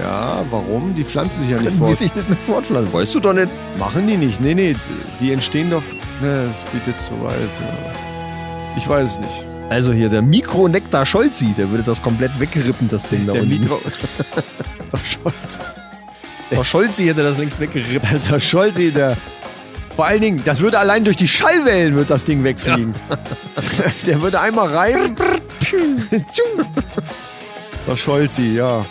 [SPEAKER 1] Ja, warum? Die pflanzen sich ja nicht
[SPEAKER 2] Könnten die
[SPEAKER 1] fort.
[SPEAKER 2] sich nicht mehr fortpflanzen, weißt du doch nicht.
[SPEAKER 1] Machen die nicht. Nee, nee, die entstehen doch. Ne, es geht jetzt so weit. ja. Ich weiß es nicht.
[SPEAKER 2] Also hier, der Mikronektar Scholzi, der würde das komplett wegrippen, das Ding da
[SPEAKER 1] Der
[SPEAKER 2] unten.
[SPEAKER 1] Mikro.
[SPEAKER 2] Mikronektar Scholzi. Der Scholzi hätte das längst weggerippt.
[SPEAKER 1] Der Scholzi, der. Vor allen Dingen, das würde allein durch die Schallwellen wird das Ding wegfliegen. der würde einmal rein. Der Scholzi, ja.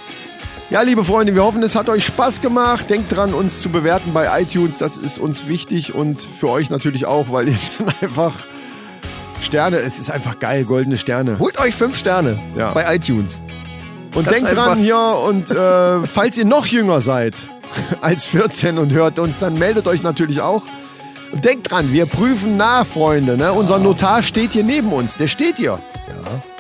[SPEAKER 1] Ja, liebe Freunde, wir hoffen, es hat euch Spaß gemacht. Denkt dran, uns zu bewerten bei iTunes. Das ist uns wichtig und für euch natürlich auch, weil ihr dann einfach Sterne, es ist einfach geil, goldene Sterne.
[SPEAKER 2] Holt euch fünf Sterne
[SPEAKER 1] Ja.
[SPEAKER 2] bei iTunes.
[SPEAKER 1] Und
[SPEAKER 2] Ganz
[SPEAKER 1] denkt
[SPEAKER 2] einfach.
[SPEAKER 1] dran, ja, und äh, falls ihr noch jünger seid als 14 und hört uns, dann meldet euch natürlich auch. Und denkt dran, wir prüfen nach, Freunde. Ne? Unser Notar steht hier neben uns. Der steht hier.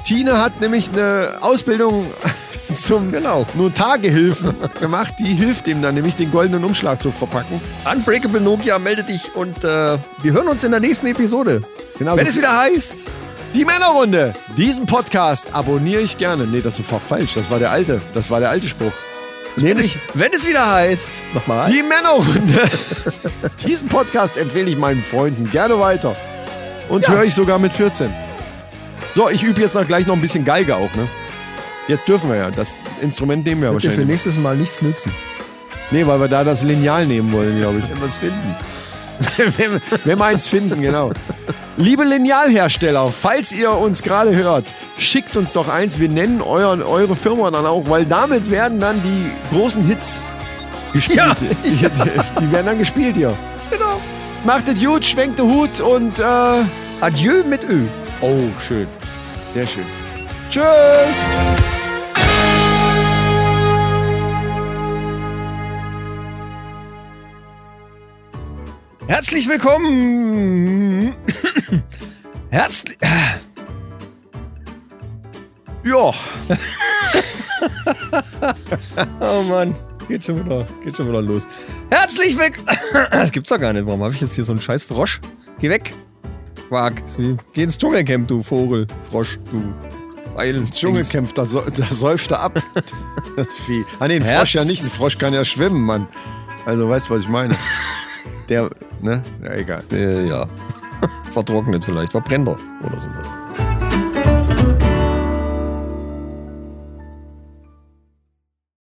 [SPEAKER 1] Tine hat nämlich eine Ausbildung zum
[SPEAKER 2] Genau.
[SPEAKER 1] Notargehilfen gemacht. Die hilft ihm dann nämlich, den goldenen Umschlag zu verpacken.
[SPEAKER 2] Unbreakable Nokia, melde dich und äh, wir hören uns in der nächsten Episode.
[SPEAKER 1] Genau.
[SPEAKER 2] Wenn es wieder heißt.
[SPEAKER 1] Die Männerrunde. Diesen Podcast abonniere ich gerne. Nee, das war falsch. Das war der alte. Das war der alte Spruch. Nämlich
[SPEAKER 2] Wenn es wieder heißt. Nochmal.
[SPEAKER 1] Die Männerrunde. Diesen Podcast empfehle ich meinen Freunden gerne weiter. Und höre ich sogar mit 14. So, ich übe jetzt noch gleich noch ein bisschen Geige auch, ne? Jetzt dürfen wir ja. Das Instrument nehmen wir ja
[SPEAKER 2] Wird dir für
[SPEAKER 1] wahrscheinlich.
[SPEAKER 2] nächstes Mal nichts nützen.
[SPEAKER 1] Nee, weil wir da das Lineal nehmen wollen, glaube ich.
[SPEAKER 2] Wenn wir es finden.
[SPEAKER 1] wenn, wenn wir eins finden, genau. Liebe Linealhersteller, falls ihr uns gerade hört, schickt uns doch eins. Wir nennen euren, eure Firma dann auch, weil damit werden dann die großen Hits gespielt.
[SPEAKER 2] Ja.
[SPEAKER 1] Die, die, die werden dann gespielt hier.
[SPEAKER 2] Genau.
[SPEAKER 1] Macht es gut, schwenkt den Hut und äh,
[SPEAKER 2] Adieu mit Ö.
[SPEAKER 1] oh, schön. Sehr schön. Tschüss!
[SPEAKER 2] Herzlich willkommen. Herzlich.
[SPEAKER 1] Ja.
[SPEAKER 2] Oh Mann. Geht schon wieder, geht schon wieder los. Herzlich willkommen. Das gibt's doch gar nicht. Warum habe ich jetzt hier so einen scheiß Frosch? Geh weg. Quark. Ist wie- Geh ins Dschungelcamp, du Vogel. Frosch, du. Pfeilen.
[SPEAKER 1] Dschungelkämpft, da, so- da säuft er ab. Das Vieh. Ah nee, ein Frosch ja nicht. Ein Frosch kann ja schwimmen, Mann. Also weißt du, was ich meine? Der, ne? Ja, egal.
[SPEAKER 2] Äh, ja. Vertrocknet vielleicht. Verbrennt er. Oder sowas.